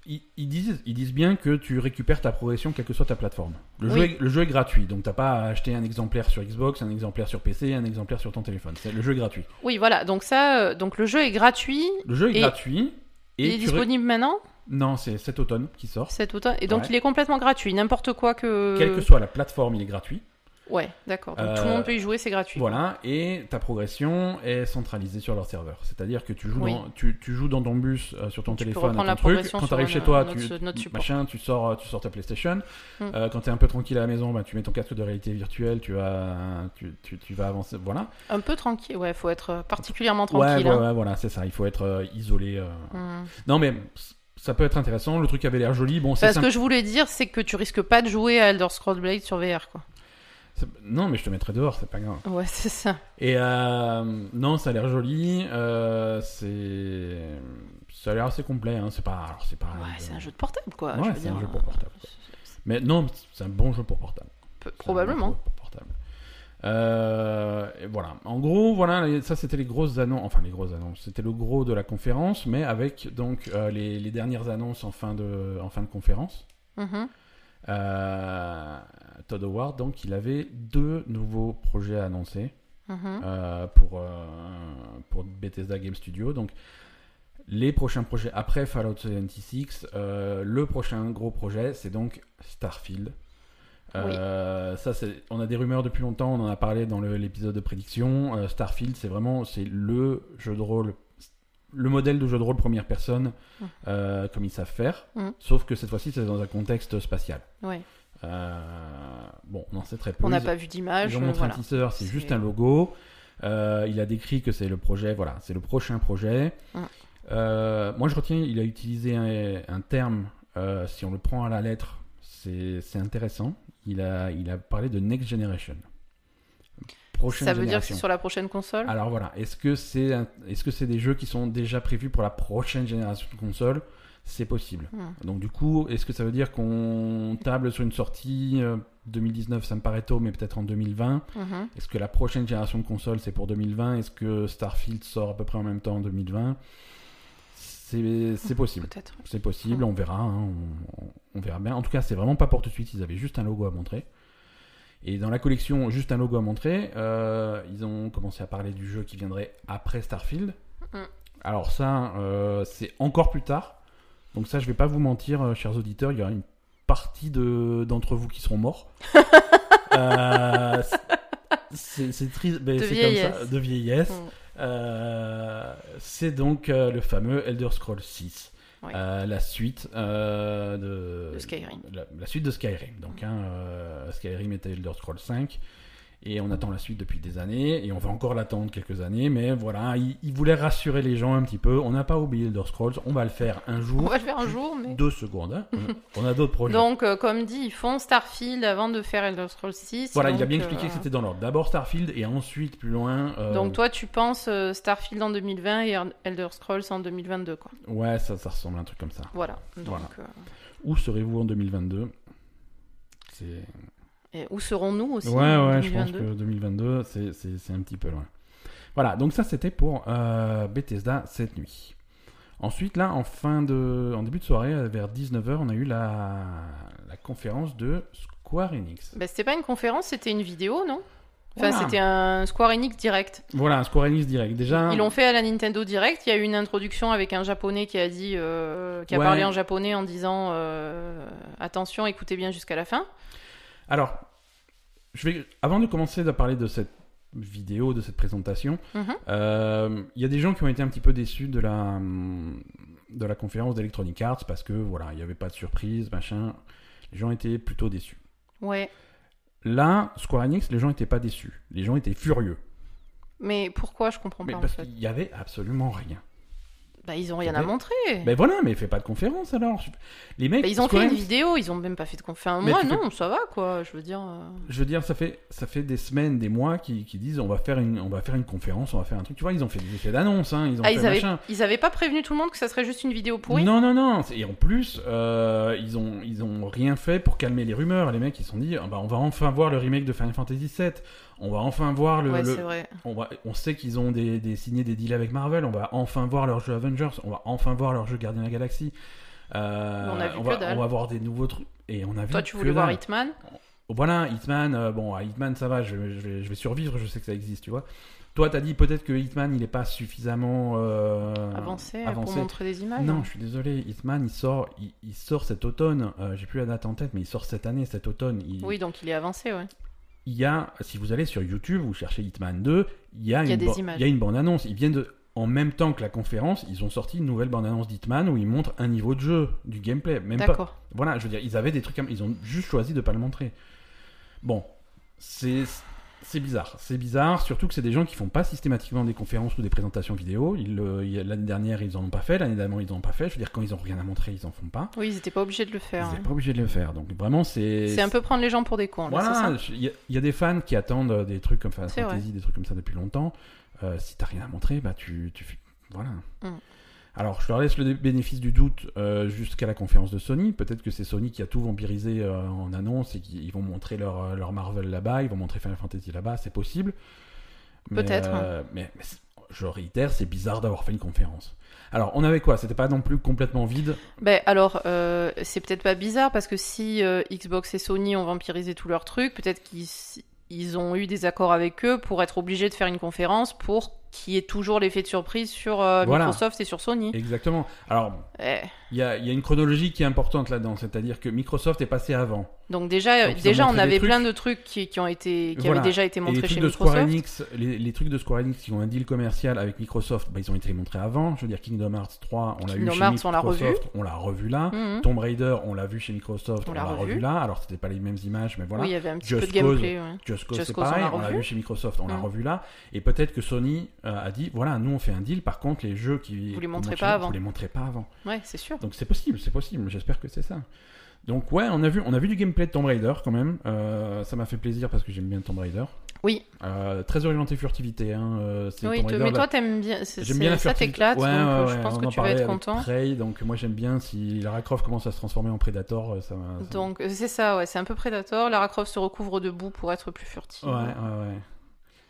[SPEAKER 1] ils, ils disent, ils disent bien que tu récupères ta progression quelle que soit ta plateforme. Le, jeu,
[SPEAKER 2] Oui.
[SPEAKER 1] est, le jeu est gratuit, donc t'as pas à acheter un exemplaire sur Xbox, un exemplaire sur PC, un exemplaire sur ton téléphone. C'est- Le jeu est gratuit.
[SPEAKER 2] Oui, voilà. Donc ça, euh, donc le jeu est gratuit.
[SPEAKER 1] Le jeu est
[SPEAKER 2] Et-
[SPEAKER 1] gratuit. Et
[SPEAKER 2] il est
[SPEAKER 1] tu ré-
[SPEAKER 2] disponible maintenant,
[SPEAKER 1] Non, c'est cet automne qui sort.
[SPEAKER 2] cet automne, et donc
[SPEAKER 1] Ouais.
[SPEAKER 2] il est complètement gratuit. N'importe quoi que.
[SPEAKER 1] Quelle que soit la plateforme, il est gratuit.
[SPEAKER 2] Ouais, d'accord. Donc tout
[SPEAKER 1] Euh,
[SPEAKER 2] le monde peut y jouer, c'est gratuit.
[SPEAKER 1] Voilà, et ta progression est centralisée sur leur serveur. C'est-à-dire que tu joues,
[SPEAKER 2] Oui.
[SPEAKER 1] dans, tu, tu joues dans ton bus, euh, sur ton
[SPEAKER 2] Tu peux
[SPEAKER 1] téléphone,
[SPEAKER 2] reprendre
[SPEAKER 1] à
[SPEAKER 2] la
[SPEAKER 1] ton truc.
[SPEAKER 2] progression
[SPEAKER 1] Quand tu
[SPEAKER 2] sur
[SPEAKER 1] arrives chez
[SPEAKER 2] un-
[SPEAKER 1] toi,
[SPEAKER 2] un
[SPEAKER 1] tu,
[SPEAKER 2] autre- notre
[SPEAKER 1] tu-
[SPEAKER 2] support.
[SPEAKER 1] machin, tu, sors, euh, tu sors ta PlayStation.
[SPEAKER 2] Mm.
[SPEAKER 1] Euh, quand tu es un peu tranquille à la maison, bah, tu mets ton casque de réalité virtuelle, tu vas, tu, tu- tu vas avancer. Voilà.
[SPEAKER 2] Un peu tranquille. Ouais, faut être euh, particulièrement
[SPEAKER 1] Ouais,
[SPEAKER 2] tranquille.
[SPEAKER 1] ouais,
[SPEAKER 2] hein.
[SPEAKER 1] ouais, voilà, c'est ça. Il faut être euh, isolé. euh.
[SPEAKER 2] Hum.
[SPEAKER 1] Non, mais c- ça peut être intéressant. Le truc avait l'air joli. Bon, c'est
[SPEAKER 2] Parce
[SPEAKER 1] simple.
[SPEAKER 2] que je voulais dire, c'est que tu risques pas de jouer à Elder Scrolls Blade sur VR, quoi.
[SPEAKER 1] C'est- Non, mais je te mettrai dehors, c'est pas grave.
[SPEAKER 2] Ouais, c'est ça.
[SPEAKER 1] Et euh, non, ça a l'air joli. euh, c'est, ça a l'air assez complet. hein, C'est pas, alors, c'est pas.
[SPEAKER 2] Ouais, c'est un jeu de portable, quoi.
[SPEAKER 1] Ouais,
[SPEAKER 2] je veux
[SPEAKER 1] c'est
[SPEAKER 2] dire,
[SPEAKER 1] un jeu pour
[SPEAKER 2] euh,
[SPEAKER 1] portable, quoi. Mais non, c'est un bon jeu pour portable.
[SPEAKER 2] peu-
[SPEAKER 1] C'est un bon
[SPEAKER 2] Probablement.
[SPEAKER 1] jeu pour portable. Euh, et voilà. En gros, voilà, les- ça c'était les grosses annonces. Enfin, les grosses annonces. C'était le gros de la conférence, mais avec donc euh, les, les dernières annonces en fin de, en fin de conférence.
[SPEAKER 2] Mhm.
[SPEAKER 1] Euh, Todd Howard, donc, il avait deux nouveaux projets à annoncer.
[SPEAKER 2] Mhm.
[SPEAKER 1] euh, pour, euh, pour Bethesda Game Studio. Donc, les prochains projets après Fallout 76, euh, le prochain gros projet, c'est donc Starfield. Euh, ça, c'est, on a des rumeurs depuis longtemps, on en a parlé dans le- l'épisode de prédiction. Euh, Starfield, c'est vraiment c'est le jeu de rôle, le modèle de jeu de rôle première personne,
[SPEAKER 2] Mhm.
[SPEAKER 1] euh, comme ils savent faire.
[SPEAKER 2] Mhm.
[SPEAKER 1] Sauf que cette fois-ci, c'est dans un contexte spatial.
[SPEAKER 2] Ouais.
[SPEAKER 1] Euh, bon, on en sait très peu.
[SPEAKER 2] On n'a
[SPEAKER 1] Ils-
[SPEAKER 2] pas vu d'image.
[SPEAKER 1] ils ont
[SPEAKER 2] euh,
[SPEAKER 1] montré
[SPEAKER 2] Voilà.
[SPEAKER 1] un teaser, c'est
[SPEAKER 2] C'est-
[SPEAKER 1] juste un logo. Euh, il a décrit que c'est le projet, voilà, c'est le prochain projet.
[SPEAKER 2] Mm.
[SPEAKER 1] Euh, moi, je retiens, il a utilisé un, un terme, euh, si on le prend à la lettre, c'est c'est intéressant. Il a, il a parlé de Next Generation. Prochaine
[SPEAKER 2] Ça veut dire que
[SPEAKER 1] génération.
[SPEAKER 2] c'est sur la prochaine console
[SPEAKER 1] Alors voilà, est-ce que c'est est -ce c'est des jeux qui sont déjà prévus pour la prochaine génération de consoles C'est possible.
[SPEAKER 2] Hmm.
[SPEAKER 1] Donc du coup, est-ce que ça veut dire qu'on table sur une sortie euh, 2019 Ça me paraît tôt, mais peut-être en 2020.
[SPEAKER 2] Mhm.
[SPEAKER 1] Est-ce que la prochaine génération de consoles, c'est pour 2020 Est-ce que Starfield sort à peu près en même temps en 2020 C'est c'est possible.
[SPEAKER 2] Peut-être.
[SPEAKER 1] C'est possible, on verra. hein, on, on- on verra bien. En tout cas, c'est vraiment pas pour tout de suite. Ils avaient juste un logo à montrer. Et dans la collection, juste un logo à montrer, euh, ils ont commencé à parler du jeu qui viendrait après Starfield.
[SPEAKER 2] Mm.
[SPEAKER 1] Alors ça, euh, c'est encore plus tard. Donc ça, je vais pas vous mentir, euh, chers auditeurs, il y aura une partie de- d'entre vous qui seront
[SPEAKER 2] (laughs)
[SPEAKER 1] morts. Euh, c'est c'est triste, mais
[SPEAKER 2] De
[SPEAKER 1] c'est comme ça,
[SPEAKER 2] vieillesse.
[SPEAKER 1] de vieillesse.
[SPEAKER 2] Mm.
[SPEAKER 1] Euh, c'est donc euh, le fameux Elder Scrolls 6.
[SPEAKER 2] Oui.
[SPEAKER 1] la suite euh, de,
[SPEAKER 2] De Skyrim.
[SPEAKER 1] La, la suite de Skyrim. Donc, hein, euh, Skyrim était Elder Scrolls 5. Et on attend la suite depuis des années. Et on va encore l'attendre quelques années. Mais voilà, il, il voulait rassurer les gens un petit peu. On n'a pas oublié Elder Scrolls. On va le faire un
[SPEAKER 2] On
[SPEAKER 1] jour.
[SPEAKER 2] va le faire un jour, mais.
[SPEAKER 1] Deux secondes.
[SPEAKER 2] (laughs)
[SPEAKER 1] hein. On a- On a, d'autres projets.
[SPEAKER 2] Donc, euh, comme dit, ils font Starfield avant de faire Elder Scrolls 6.
[SPEAKER 1] voilà,
[SPEAKER 2] donc,
[SPEAKER 1] il a bien
[SPEAKER 2] euh,
[SPEAKER 1] expliqué que c'était dans l'ordre. D'abord Starfield. Et ensuite, plus loin. euh,
[SPEAKER 2] Donc, toi, tu penses euh, Starfield en 2020 et Elder Scrolls en 2022, quoi.
[SPEAKER 1] Ouais, ça, ça ressemble à un truc comme ça.
[SPEAKER 2] Voilà. Donc,
[SPEAKER 1] Voilà.
[SPEAKER 2] euh,
[SPEAKER 1] Où serez-vous en 2022 C'est.
[SPEAKER 2] et où serons-nous aussi
[SPEAKER 1] Ouais,
[SPEAKER 2] en
[SPEAKER 1] ouais, je pense
[SPEAKER 2] 2022
[SPEAKER 1] que 2022, c'est- c'est c'est un petit peu loin. Voilà, donc ça c'était pour euh, Bethesda cette nuit. Ensuite, là, en, fin de, en début de soirée, euh, vers 19h, on a eu la, la conférence de Square Enix.
[SPEAKER 2] Bah, c'était pas une conférence, c'était une vidéo, non Enfin,
[SPEAKER 1] Voilà.
[SPEAKER 2] c'était un Square Enix direct.
[SPEAKER 1] Voilà, un Square Enix direct. Déjà,
[SPEAKER 2] Ils l'ont fait à la Nintendo Direct. Il y a eu une introduction avec un japonais qui a dit, euh, qui a
[SPEAKER 1] Ouais.
[SPEAKER 2] parlé en japonais en disant euh, attention, écoutez bien jusqu'à la fin.
[SPEAKER 1] alors, je vais, avant de commencer à parler de cette vidéo, de cette présentation,
[SPEAKER 2] Mhm.
[SPEAKER 1] Euh, Il y a des gens qui ont été un petit peu déçus de la, hum, de la conférence d'Electronic Arts parce que voilà, il n'y avait pas de surprise, machin. Les gens étaient plutôt déçus.
[SPEAKER 2] Ouais.
[SPEAKER 1] Là, Square Enix, les gens n'étaient pas déçus. Les gens étaient furieux.
[SPEAKER 2] Mais pourquoi je comprends
[SPEAKER 1] Mais
[SPEAKER 2] pas en
[SPEAKER 1] parce
[SPEAKER 2] fait
[SPEAKER 1] qu'il n'y avait absolument rien.
[SPEAKER 2] Bah, ils ont rien à
[SPEAKER 1] Mais-
[SPEAKER 2] montrer.
[SPEAKER 1] Mais voilà, mais fais pas de conférence alors. Les mecs,
[SPEAKER 2] Bah, ils ont
[SPEAKER 1] Square
[SPEAKER 2] fait une
[SPEAKER 1] Enix,
[SPEAKER 2] vidéo, ils ont même pas fait de conférence.
[SPEAKER 1] Mais
[SPEAKER 2] Moi,
[SPEAKER 1] tu fais-
[SPEAKER 2] non, ça va quoi. Je veux dire. euh,
[SPEAKER 1] Je veux dire, ça fait, ça fait des semaines, des mois qui, qui disent on va, faire une, on va faire une conférence, on va faire un truc. Tu vois, ils ont fait des effets d'annonce, hein, ils ont
[SPEAKER 2] Ah,
[SPEAKER 1] fait
[SPEAKER 2] ils avaient,
[SPEAKER 1] machin.
[SPEAKER 2] ils avaient pas prévenu tout le monde que ça serait juste une vidéo pourrie.
[SPEAKER 1] Non, non, non. Et en plus, euh, ils, ont, ils ont rien fait pour calmer les rumeurs. Les mecs, ils se sont dit, Ah bah, on va enfin voir le remake de Final Fantasy VII. On va enfin voir le.
[SPEAKER 2] ouais,
[SPEAKER 1] le-
[SPEAKER 2] c'est vrai.
[SPEAKER 1] On, va- on sait qu'ils ont des, des- signé des deals avec Marvel. On va enfin voir leur jeu Avengers. On va enfin voir leur jeu Gardien de la Galaxie. Euh,
[SPEAKER 2] On a vu
[SPEAKER 1] va,
[SPEAKER 2] que dalle.
[SPEAKER 1] on va voir des nouveaux trucs. Et on a vu
[SPEAKER 2] Toi, tu
[SPEAKER 1] que
[SPEAKER 2] voulais voir
[SPEAKER 1] dalle.
[SPEAKER 2] Hitman
[SPEAKER 1] Voilà, Hitman. euh, bon, à Hitman, ça va. Je, je vais, je vais survivre. Je sais que ça existe, tu vois. Toi, t'as dit peut-être que Hitman, il est pas suffisamment euh,
[SPEAKER 2] Avancé pour
[SPEAKER 1] avancé.
[SPEAKER 2] montrer des images.
[SPEAKER 1] Non, je suis désolé. Hitman, il sort, il, il sort cet automne. Euh, J'ai plus la date en tête, mais il sort cette année, cet automne. Il,
[SPEAKER 2] Oui, donc il est avancé, ouais.
[SPEAKER 1] il y a, si vous allez sur YouTube, vous cherchez Hitman 2, il y a,
[SPEAKER 2] Il y a
[SPEAKER 1] une,
[SPEAKER 2] des
[SPEAKER 1] ban-
[SPEAKER 2] images.
[SPEAKER 1] il y a une bande-annonce. Ils viennent de, en même temps que la conférence, ils ont sorti une nouvelle bande-annonce d'Hitman où ils montrent un niveau de jeu, du gameplay, même pas.
[SPEAKER 2] D'accord.
[SPEAKER 1] Voilà, je veux dire, ils avaient des trucs, comme- ils ont juste choisi de pas le montrer. Bon, c'est. C'est bizarre, c'est bizarre, surtout que c'est des gens qui font pas systématiquement des conférences ou des présentations vidéo. Ils, euh, il y a- L'année dernière, ils en ont pas fait, l'année d'avant, ils en ont pas fait. Je veux dire, quand ils ont rien à montrer, ils en font pas.
[SPEAKER 2] Oui, ils étaient pas obligés de le
[SPEAKER 1] Ils
[SPEAKER 2] faire.
[SPEAKER 1] n'étaient
[SPEAKER 2] hein.
[SPEAKER 1] pas obligés de le faire, donc vraiment, c'est.
[SPEAKER 2] C'est un peu prendre les gens pour des cons. là, c'est ça
[SPEAKER 1] Voilà, je- il y, a- il y a des fans qui attendent euh, des trucs comme Final
[SPEAKER 2] C'est vrai.
[SPEAKER 1] Fantasy, des trucs comme ça depuis longtemps. Euh, si t'as rien à montrer, bah tu, tu fais- voilà.
[SPEAKER 2] Mm.
[SPEAKER 1] Alors je leur laisse le dé- bénéfice du doute euh, jusqu'à la conférence de Sony. Peut-être que c'est Sony qui a tout vampirisé euh, en annonce et qu'ils ils vont montrer leur, euh, leur Marvel là-bas, ils vont montrer Final Fantasy là-bas, c'est possible. Mais,
[SPEAKER 2] Peut-être, hein.
[SPEAKER 1] euh, mais, mais c'est- je réitère, c'est bizarre d'avoir fait une conférence. Alors on avait quoi C'était pas non plus complètement vide.
[SPEAKER 2] Ben alors, euh, c'est peut-être pas bizarre parce que si euh, Xbox et Sony ont vampirisé tous leurs trucs, peut-être qu'ils ils ont eu des accords avec eux pour être obligés de faire une conférence pour qu'il y ait toujours l'effet de surprise sur euh,
[SPEAKER 1] Voilà.
[SPEAKER 2] Microsoft et sur Sony.
[SPEAKER 1] Exactement. Alors
[SPEAKER 2] Eh.
[SPEAKER 1] il y a, il y a une chronologie qui est importante là-dedans, c'est-à-dire que Microsoft est passé avant.
[SPEAKER 2] Donc déjà,
[SPEAKER 1] Donc, ils ont
[SPEAKER 2] déjà on
[SPEAKER 1] montré des
[SPEAKER 2] avait
[SPEAKER 1] trucs.
[SPEAKER 2] plein de trucs qui, qui ont été, qui
[SPEAKER 1] Voilà.
[SPEAKER 2] avaient déjà
[SPEAKER 1] Et
[SPEAKER 2] été
[SPEAKER 1] les
[SPEAKER 2] montrés
[SPEAKER 1] trucs
[SPEAKER 2] chez
[SPEAKER 1] de Square
[SPEAKER 2] Microsoft.
[SPEAKER 1] Enix, les, les trucs de Square Enix qui ont un deal commercial avec Microsoft, bah, ils ont été montrés avant. Je veux dire, Kingdom Hearts 3, on l'a eu
[SPEAKER 2] Kingdom
[SPEAKER 1] chez
[SPEAKER 2] Hearts, on l'a revu.
[SPEAKER 1] Microsoft, on l'a revu là.
[SPEAKER 2] Mhm.
[SPEAKER 1] Tomb Raider, on l'a vu chez Microsoft, on, l'a revu. là. Alors c'était pas les mêmes images, mais voilà.
[SPEAKER 2] Oui, il y avait un petit
[SPEAKER 1] Just
[SPEAKER 2] peu de gameplay. ouais.
[SPEAKER 1] Just Cause,
[SPEAKER 2] Just
[SPEAKER 1] c'est
[SPEAKER 2] Cause, on
[SPEAKER 1] pareil,
[SPEAKER 2] l'a
[SPEAKER 1] on l'a
[SPEAKER 2] revu.
[SPEAKER 1] vu chez Microsoft, on l'a
[SPEAKER 2] Mhm.
[SPEAKER 1] revu là. Et peut-être que Sony euh, a dit, voilà, nous on fait un deal. Par contre, les jeux qui
[SPEAKER 2] Vous les
[SPEAKER 1] qu'on montre
[SPEAKER 2] montrez pas
[SPEAKER 1] chez nous,
[SPEAKER 2] avant.
[SPEAKER 1] vous les montrez pas avant.
[SPEAKER 2] Ouais, c'est sûr.
[SPEAKER 1] Donc c'est possible, c'est possible. J'espère que c'est ça. Donc ouais, on a vu, on a vu du gameplay de Tomb Raider quand même. Euh, ça m'a fait plaisir parce que j'aime bien Tomb Raider.
[SPEAKER 2] Oui.
[SPEAKER 1] Euh, très orienté furtivité. Hein. euh, c'est
[SPEAKER 2] Oui,
[SPEAKER 1] Tomb
[SPEAKER 2] te-
[SPEAKER 1] Raider,
[SPEAKER 2] mais
[SPEAKER 1] là.
[SPEAKER 2] toi t'aimes bien, c'est-
[SPEAKER 1] J'aime bien
[SPEAKER 2] c'est-
[SPEAKER 1] la
[SPEAKER 2] ça
[SPEAKER 1] furtivité.
[SPEAKER 2] t'éclate,
[SPEAKER 1] Ouais,
[SPEAKER 2] donc euh,
[SPEAKER 1] ouais,
[SPEAKER 2] je
[SPEAKER 1] ouais,
[SPEAKER 2] pense
[SPEAKER 1] on
[SPEAKER 2] que
[SPEAKER 1] en
[SPEAKER 2] tu vas
[SPEAKER 1] parlait
[SPEAKER 2] être
[SPEAKER 1] avec
[SPEAKER 2] content.
[SPEAKER 1] Prey, donc moi j'aime bien si Lara Croft commence à se transformer en Predator. euh, Ça, m'a- ça-
[SPEAKER 2] Donc euh, c'est ça, ouais, c'est un peu Predator. Lara Croft se recouvre debout pour être plus furtive.
[SPEAKER 1] Ouais, ouais, ouais.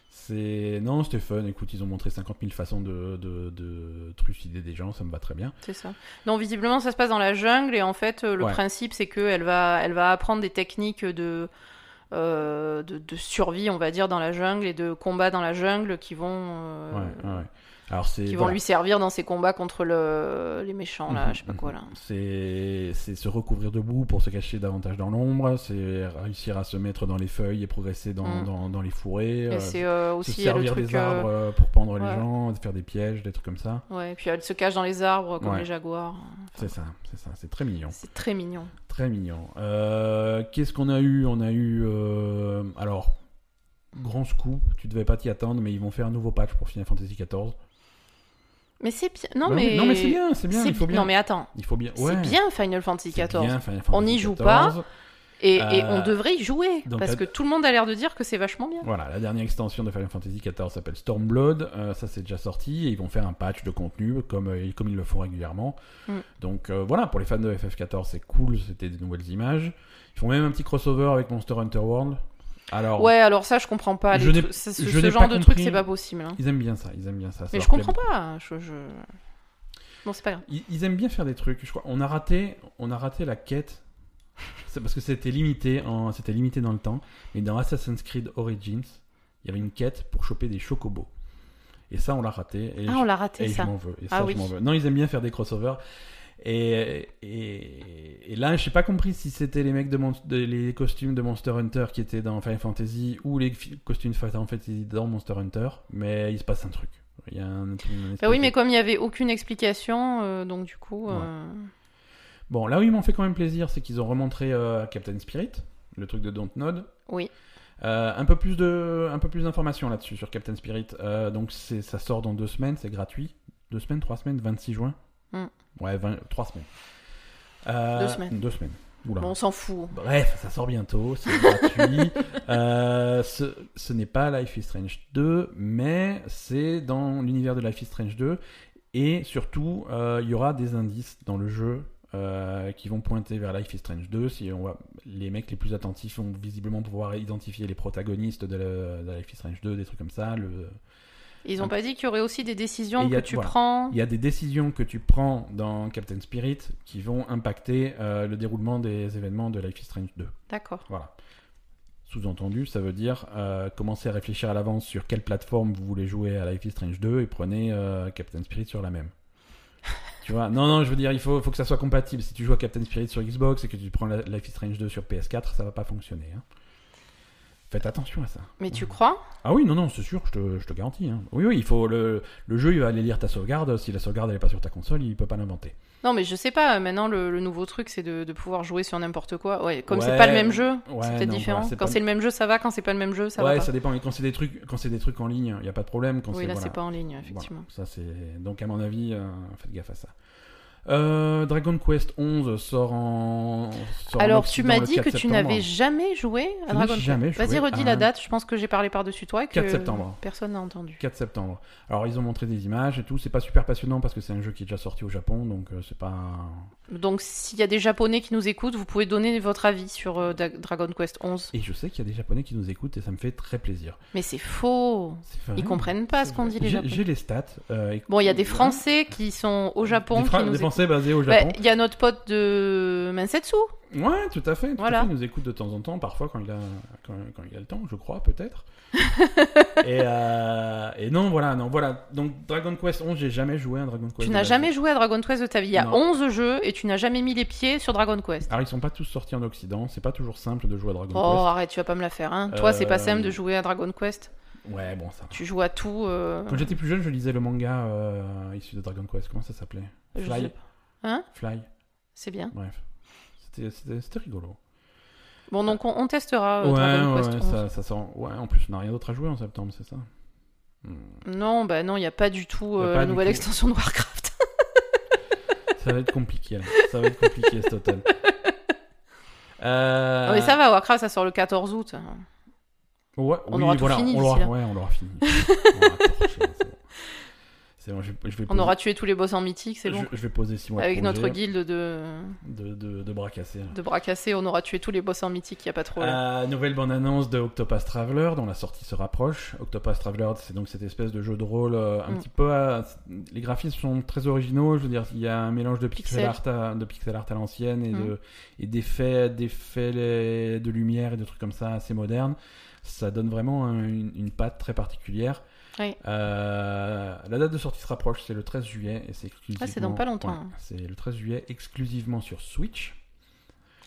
[SPEAKER 1] C'est... Non, c'était fun. Écoute, ils ont montré 50 000 façons de, de, de trucider des gens, ça me va très bien.
[SPEAKER 2] C'est ça. Donc visiblement ça se passe dans la jungle et en fait euh, le
[SPEAKER 1] Ouais.
[SPEAKER 2] principe c'est que elle va, elle va apprendre des techniques de, euh, de de survie on va dire dans la jungle et de combat dans la jungle qui vont euh,
[SPEAKER 1] Ouais, ouais, ouais. Alors c'est
[SPEAKER 2] qui vont
[SPEAKER 1] voilà.
[SPEAKER 2] lui servir dans ses combats contre le... les méchants, là,
[SPEAKER 1] Mhm,
[SPEAKER 2] je sais pas
[SPEAKER 1] mhm.
[SPEAKER 2] quoi, là.
[SPEAKER 1] C'est c'est se recouvrir de boue pour se cacher davantage dans l'ombre, c'est réussir à se mettre dans les feuilles et progresser dans,
[SPEAKER 2] Mm.
[SPEAKER 1] dans, dans les fourrés,
[SPEAKER 2] Et
[SPEAKER 1] euh,
[SPEAKER 2] c'est euh,
[SPEAKER 1] se
[SPEAKER 2] aussi il y a le
[SPEAKER 1] servir
[SPEAKER 2] truc.
[SPEAKER 1] des
[SPEAKER 2] euh,
[SPEAKER 1] arbres euh, pour pendre les
[SPEAKER 2] ouais.
[SPEAKER 1] gens, faire des pièges, des trucs comme ça.
[SPEAKER 2] Ouais, puis elle se cache dans les arbres comme
[SPEAKER 1] Ouais.
[SPEAKER 2] les jaguars.
[SPEAKER 1] C'est ça, c'est ça, c'est très mignon.
[SPEAKER 2] C'est très mignon.
[SPEAKER 1] Très mignon. Euh, Qu'est-ce qu'on a eu On a eu. euh, alors, grand scoop, tu devais pas t'y attendre, mais ils vont faire un nouveau patch pour Final Fantasy XIV.
[SPEAKER 2] Mais c'est bien. Non,
[SPEAKER 1] Bah oui,
[SPEAKER 2] mais...
[SPEAKER 1] Non, mais c'est bien, c'est bien,
[SPEAKER 2] c'est
[SPEAKER 1] il faut
[SPEAKER 2] bi-
[SPEAKER 1] bien.
[SPEAKER 2] Non, mais attends.
[SPEAKER 1] Il faut bien.
[SPEAKER 2] C'est
[SPEAKER 1] ouais,
[SPEAKER 2] bien Final Fantasy
[SPEAKER 1] c'est
[SPEAKER 2] XIV.
[SPEAKER 1] bien, Final
[SPEAKER 2] On
[SPEAKER 1] Fantasy
[SPEAKER 2] n'y joue pas.
[SPEAKER 1] 14.
[SPEAKER 2] Et, et
[SPEAKER 1] Euh,
[SPEAKER 2] on devrait y jouer.
[SPEAKER 1] donc,
[SPEAKER 2] parce
[SPEAKER 1] la-
[SPEAKER 2] que tout le monde a l'air de dire que c'est vachement bien.
[SPEAKER 1] Voilà, la dernière extension de Final Fantasy XIV s'appelle Stormblood. euh, ça, c'est déjà sorti et ils vont faire un patch de contenu comme, euh, comme ils le font régulièrement.
[SPEAKER 2] Mm.
[SPEAKER 1] Donc euh, voilà, pour les fans de FF14, c'est cool. C'était des nouvelles images. Ils font même un petit crossover avec Monster Hunter World. Alors,
[SPEAKER 2] Ouais, alors ça, je comprends pas. les
[SPEAKER 1] Je n'ai-
[SPEAKER 2] trucs- ce ce
[SPEAKER 1] je n'ai
[SPEAKER 2] genre
[SPEAKER 1] pas
[SPEAKER 2] de truc,
[SPEAKER 1] compris.
[SPEAKER 2] c'est pas possible. hein.
[SPEAKER 1] ils aiment bien ça. Ils aiment bien ça. ça
[SPEAKER 2] Mais
[SPEAKER 1] leur
[SPEAKER 2] je comprends
[SPEAKER 1] plaît
[SPEAKER 2] pas. hein, Je, je- Bon, c'est pas grave.
[SPEAKER 1] Ils, ils aiment bien faire des trucs. Je crois. On a raté, on a raté la quête. C'est parce que c'était limité, en, c'était limité dans le temps. Mais dans Assassin's Creed Origins, il y avait une quête pour choper des chocobos. Et ça, on l'a raté. Et
[SPEAKER 2] Ah,
[SPEAKER 1] je-
[SPEAKER 2] on l'a raté,
[SPEAKER 1] et je
[SPEAKER 2] ça.
[SPEAKER 1] m'en veux. Et
[SPEAKER 2] Ah
[SPEAKER 1] ça,
[SPEAKER 2] oui.
[SPEAKER 1] je m'en veux. Non, ils aiment bien faire des crossovers. Et, et, et là, je n'ai pas compris si c'était les mecs de, Mon- de- les costumes de Monster Hunter qui étaient dans Final Fantasy ou les fi- costumes de Final Fantasy dans Monster Hunter, mais il se passe un truc. Il y a un, un
[SPEAKER 2] Bah
[SPEAKER 1] espèce
[SPEAKER 2] oui,
[SPEAKER 1] de-
[SPEAKER 2] mais comme il y avait aucune explication, euh, donc du coup.
[SPEAKER 1] Ouais.
[SPEAKER 2] euh,
[SPEAKER 1] Bon, là où ils m'ont fait quand même plaisir, c'est qu'ils ont remontré euh, Captain Spirit, le truc de Dontnod.
[SPEAKER 2] Oui.
[SPEAKER 1] Euh, un peu plus de, un peu plus d'informations là-dessus sur Captain Spirit. Euh, donc c'est, ça sort dans deux semaines, c'est gratuit. Deux semaines, trois semaines, 26 juin.
[SPEAKER 2] Mm.
[SPEAKER 1] Ouais, 20 trois semaines. Euh,
[SPEAKER 2] Deux semaines.
[SPEAKER 1] Deux semaines. Oula.
[SPEAKER 2] Bon, on s'en fout.
[SPEAKER 1] Bref, ça sort bientôt, c'est (laughs) gratuit. Euh, ce ce n'est pas Life is Strange 2, mais c'est dans l'univers de Life is Strange 2. Et surtout, euh, il y aura des indices dans le jeu euh, qui vont pointer vers Life is Strange 2. Si on va, les mecs les plus attentifs vont visiblement pouvoir identifier les protagonistes de, la- de Life is Strange 2, des trucs comme ça. Le,
[SPEAKER 2] Ils ont
[SPEAKER 1] Ah.
[SPEAKER 2] pas dit qu'il y aurait aussi des
[SPEAKER 1] Et
[SPEAKER 2] décisions
[SPEAKER 1] il y
[SPEAKER 2] que
[SPEAKER 1] a-
[SPEAKER 2] tu
[SPEAKER 1] voilà.
[SPEAKER 2] prends.
[SPEAKER 1] il y a des décisions que tu prends dans Captain Spirit qui vont impacter euh, le déroulement des événements de Life is Strange 2.
[SPEAKER 2] D'accord.
[SPEAKER 1] Voilà. Sous-entendu, ça veut dire euh, commencer à réfléchir à l'avance sur quelle plateforme vous voulez jouer à Life is Strange 2 et prenez euh, Captain Spirit sur la
[SPEAKER 2] (laughs)
[SPEAKER 1] même. tu vois Non, non, je veux dire, il faut, faut que ça soit compatible. Si tu joues à Captain Spirit sur Xbox et que tu prends la- Life is Strange 2 sur PS4, ça va pas fonctionner. hein. Faites attention à ça.
[SPEAKER 2] Mais tu crois
[SPEAKER 1] Ah oui, non, non, c'est sûr, je te, je te garantis. hein. Oui, oui, il faut le, le jeu, il va aller lire ta sauvegarde. Si la sauvegarde elle est pas sur ta console, il peut pas l'inventer.
[SPEAKER 2] Non, mais je sais pas. Maintenant, le, le nouveau truc, c'est de, de pouvoir jouer sur n'importe quoi. Ouais, comme c'est
[SPEAKER 1] Ouais,
[SPEAKER 2] pas le même jeu,
[SPEAKER 1] ouais,
[SPEAKER 2] c'est
[SPEAKER 1] non,
[SPEAKER 2] peut-être différent.
[SPEAKER 1] voilà, c'est
[SPEAKER 2] quand
[SPEAKER 1] pas-
[SPEAKER 2] c'est le même jeu, ça va. Quand c'est pas le même jeu, ça
[SPEAKER 1] ouais,
[SPEAKER 2] va. Pas.
[SPEAKER 1] ça dépend. Mais quand c'est des trucs, quand c'est des trucs en ligne, il y a pas de problème. Quand
[SPEAKER 2] oui,
[SPEAKER 1] c'est
[SPEAKER 2] là,
[SPEAKER 1] voilà,
[SPEAKER 2] c'est pas en ligne, effectivement.
[SPEAKER 1] Voilà, ça c'est donc à mon avis, euh, faites gaffe à ça. Euh, Dragon Quest 11 sort en. sort en
[SPEAKER 2] Alors, tu
[SPEAKER 1] Occident
[SPEAKER 2] m'as
[SPEAKER 1] le
[SPEAKER 2] dit
[SPEAKER 1] 4
[SPEAKER 2] que tu
[SPEAKER 1] septembre.
[SPEAKER 2] n'avais jamais joué
[SPEAKER 1] Je
[SPEAKER 2] à
[SPEAKER 1] n'ai
[SPEAKER 2] Dragon Quest.
[SPEAKER 1] jamais joué
[SPEAKER 2] Vas-y, redis
[SPEAKER 1] à un-
[SPEAKER 2] la date. Je pense que j'ai parlé par-dessus toi et que
[SPEAKER 1] 4 septembre.
[SPEAKER 2] personne n'a entendu.
[SPEAKER 1] 4 septembre. Alors ils ont montré des images et tout. C'est pas super passionnant parce que c'est un jeu qui est déjà sorti au Japon, donc euh, c'est pas.
[SPEAKER 2] Donc, s'il y a des Japonais qui nous écoutent, vous pouvez donner votre avis sur euh, Da- Dragon Quest 11.
[SPEAKER 1] Et je sais qu'il y a des Japonais qui nous écoutent et ça me fait très plaisir.
[SPEAKER 2] Mais c'est faux.
[SPEAKER 1] C'est vrai.
[SPEAKER 2] Ils comprennent pas
[SPEAKER 1] C'est
[SPEAKER 2] ce qu'on
[SPEAKER 1] vrai.
[SPEAKER 2] dit les
[SPEAKER 1] J'ai-
[SPEAKER 2] Japonais.
[SPEAKER 1] J'ai les stats. euh, et-
[SPEAKER 2] Bon, il y a des Français qui sont au Japon.
[SPEAKER 1] Des, Fra-
[SPEAKER 2] qui nous
[SPEAKER 1] des
[SPEAKER 2] écoutent.
[SPEAKER 1] Français basés au
[SPEAKER 2] Bah,
[SPEAKER 1] Japon.
[SPEAKER 2] Il y a notre pote de Mansetsu.
[SPEAKER 1] Ouais, tout à fait. tout à
[SPEAKER 2] Voilà.
[SPEAKER 1] fait. Il nous écoute de temps en temps, parfois quand il a, quand, quand il a le temps, je crois,
[SPEAKER 2] (laughs)
[SPEAKER 1] peut-être. et, euh, et non, voilà, non, voilà. Donc Dragon Quest 11, j'ai jamais joué à un Dragon Quest.
[SPEAKER 2] Tu
[SPEAKER 1] de
[SPEAKER 2] n'as
[SPEAKER 1] la
[SPEAKER 2] jamais
[SPEAKER 1] vie.
[SPEAKER 2] joué à Dragon Quest de ta vie. Il y a
[SPEAKER 1] Non.
[SPEAKER 2] 11 jeux et tu n'as jamais mis les pieds sur Dragon Quest.
[SPEAKER 1] Alors ils sont pas tous sortis en Occident, c'est pas toujours simple de jouer à Ah, Dragon
[SPEAKER 2] Oh, arrête, tu vas pas me la faire. Hein. Toi, c'est
[SPEAKER 1] Euh,
[SPEAKER 2] pas simple de jouer à Dragon Quest.
[SPEAKER 1] Quest. Ouais, bon ça. va.
[SPEAKER 2] Tu joues à tout. euh,
[SPEAKER 1] Quand j'étais plus jeune, je lisais le manga euh, issu de Dragon Quest. Comment ça s'appelait
[SPEAKER 2] je sais
[SPEAKER 1] Fly.
[SPEAKER 2] pas. Hein
[SPEAKER 1] Fly.
[SPEAKER 2] C'est bien.
[SPEAKER 1] Bref, c'était c'était- c'était rigolo.
[SPEAKER 2] Bon, donc on, on testera euh,
[SPEAKER 1] ouais,
[SPEAKER 2] Dragon
[SPEAKER 1] ouais,
[SPEAKER 2] Quest
[SPEAKER 1] ouais,
[SPEAKER 2] 11.
[SPEAKER 1] ça, ça sent. Ouais, en plus, on n'a rien d'autre à jouer en septembre, c'est ça. Hmm.
[SPEAKER 2] Non, bah non, il n'y a pas du tout
[SPEAKER 1] Y a
[SPEAKER 2] euh,
[SPEAKER 1] pas
[SPEAKER 2] la
[SPEAKER 1] du
[SPEAKER 2] nouvelle
[SPEAKER 1] tout.
[SPEAKER 2] extension de Warcraft.
[SPEAKER 1] Ça va être compliqué, là. Ça va être compliqué, Euh, cet automne. Euh, Ah.
[SPEAKER 2] Non, Ah, mais ça va, Warcraft, ça sort le 14 août.
[SPEAKER 1] ouais,
[SPEAKER 2] on
[SPEAKER 1] oui,
[SPEAKER 2] aura tout
[SPEAKER 1] voilà,
[SPEAKER 2] fini
[SPEAKER 1] on
[SPEAKER 2] d'ici
[SPEAKER 1] l'aura,
[SPEAKER 2] là.
[SPEAKER 1] ouais, on l'aura fini. On l'aura torché, c'est bon.
[SPEAKER 2] (laughs)
[SPEAKER 1] C'est bon, je, je vais
[SPEAKER 2] On
[SPEAKER 1] poser,
[SPEAKER 2] aura tué tous les boss en mythique, c'est
[SPEAKER 1] je,
[SPEAKER 2] bon.
[SPEAKER 1] je vais poser 6 mois
[SPEAKER 2] Avec
[SPEAKER 1] de
[SPEAKER 2] notre
[SPEAKER 1] projet
[SPEAKER 2] guilde de,
[SPEAKER 1] de, de, de bras cassés. là.
[SPEAKER 2] de bras cassés, on aura tué tous les boss en mythique, il a pas trop. là.
[SPEAKER 1] Euh, nouvelle bande-annonce de Octopus Traveler, dont la sortie se rapproche. Octopus Traveler, c'est donc cette espèce de jeu de rôle euh, un
[SPEAKER 2] Mm.
[SPEAKER 1] petit peu. à- Les graphismes sont très originaux. Je veux dire, il y a un mélange de pixel,
[SPEAKER 2] Pixel.
[SPEAKER 1] art à, de pixel art à l'ancienne et
[SPEAKER 2] Mm.
[SPEAKER 1] de et d'effets d'effets les- de lumière et de trucs comme ça assez modernes. Ça donne vraiment un- une, une patte très particulière.
[SPEAKER 2] Oui.
[SPEAKER 1] Euh, la date de sortie se rapproche, c'est le 13 juillet et c'est exclusivement.
[SPEAKER 2] Ah, c'est dans pas longtemps,
[SPEAKER 1] ouais,
[SPEAKER 2] hein.
[SPEAKER 1] c'est le 13 juillet exclusivement sur Switch,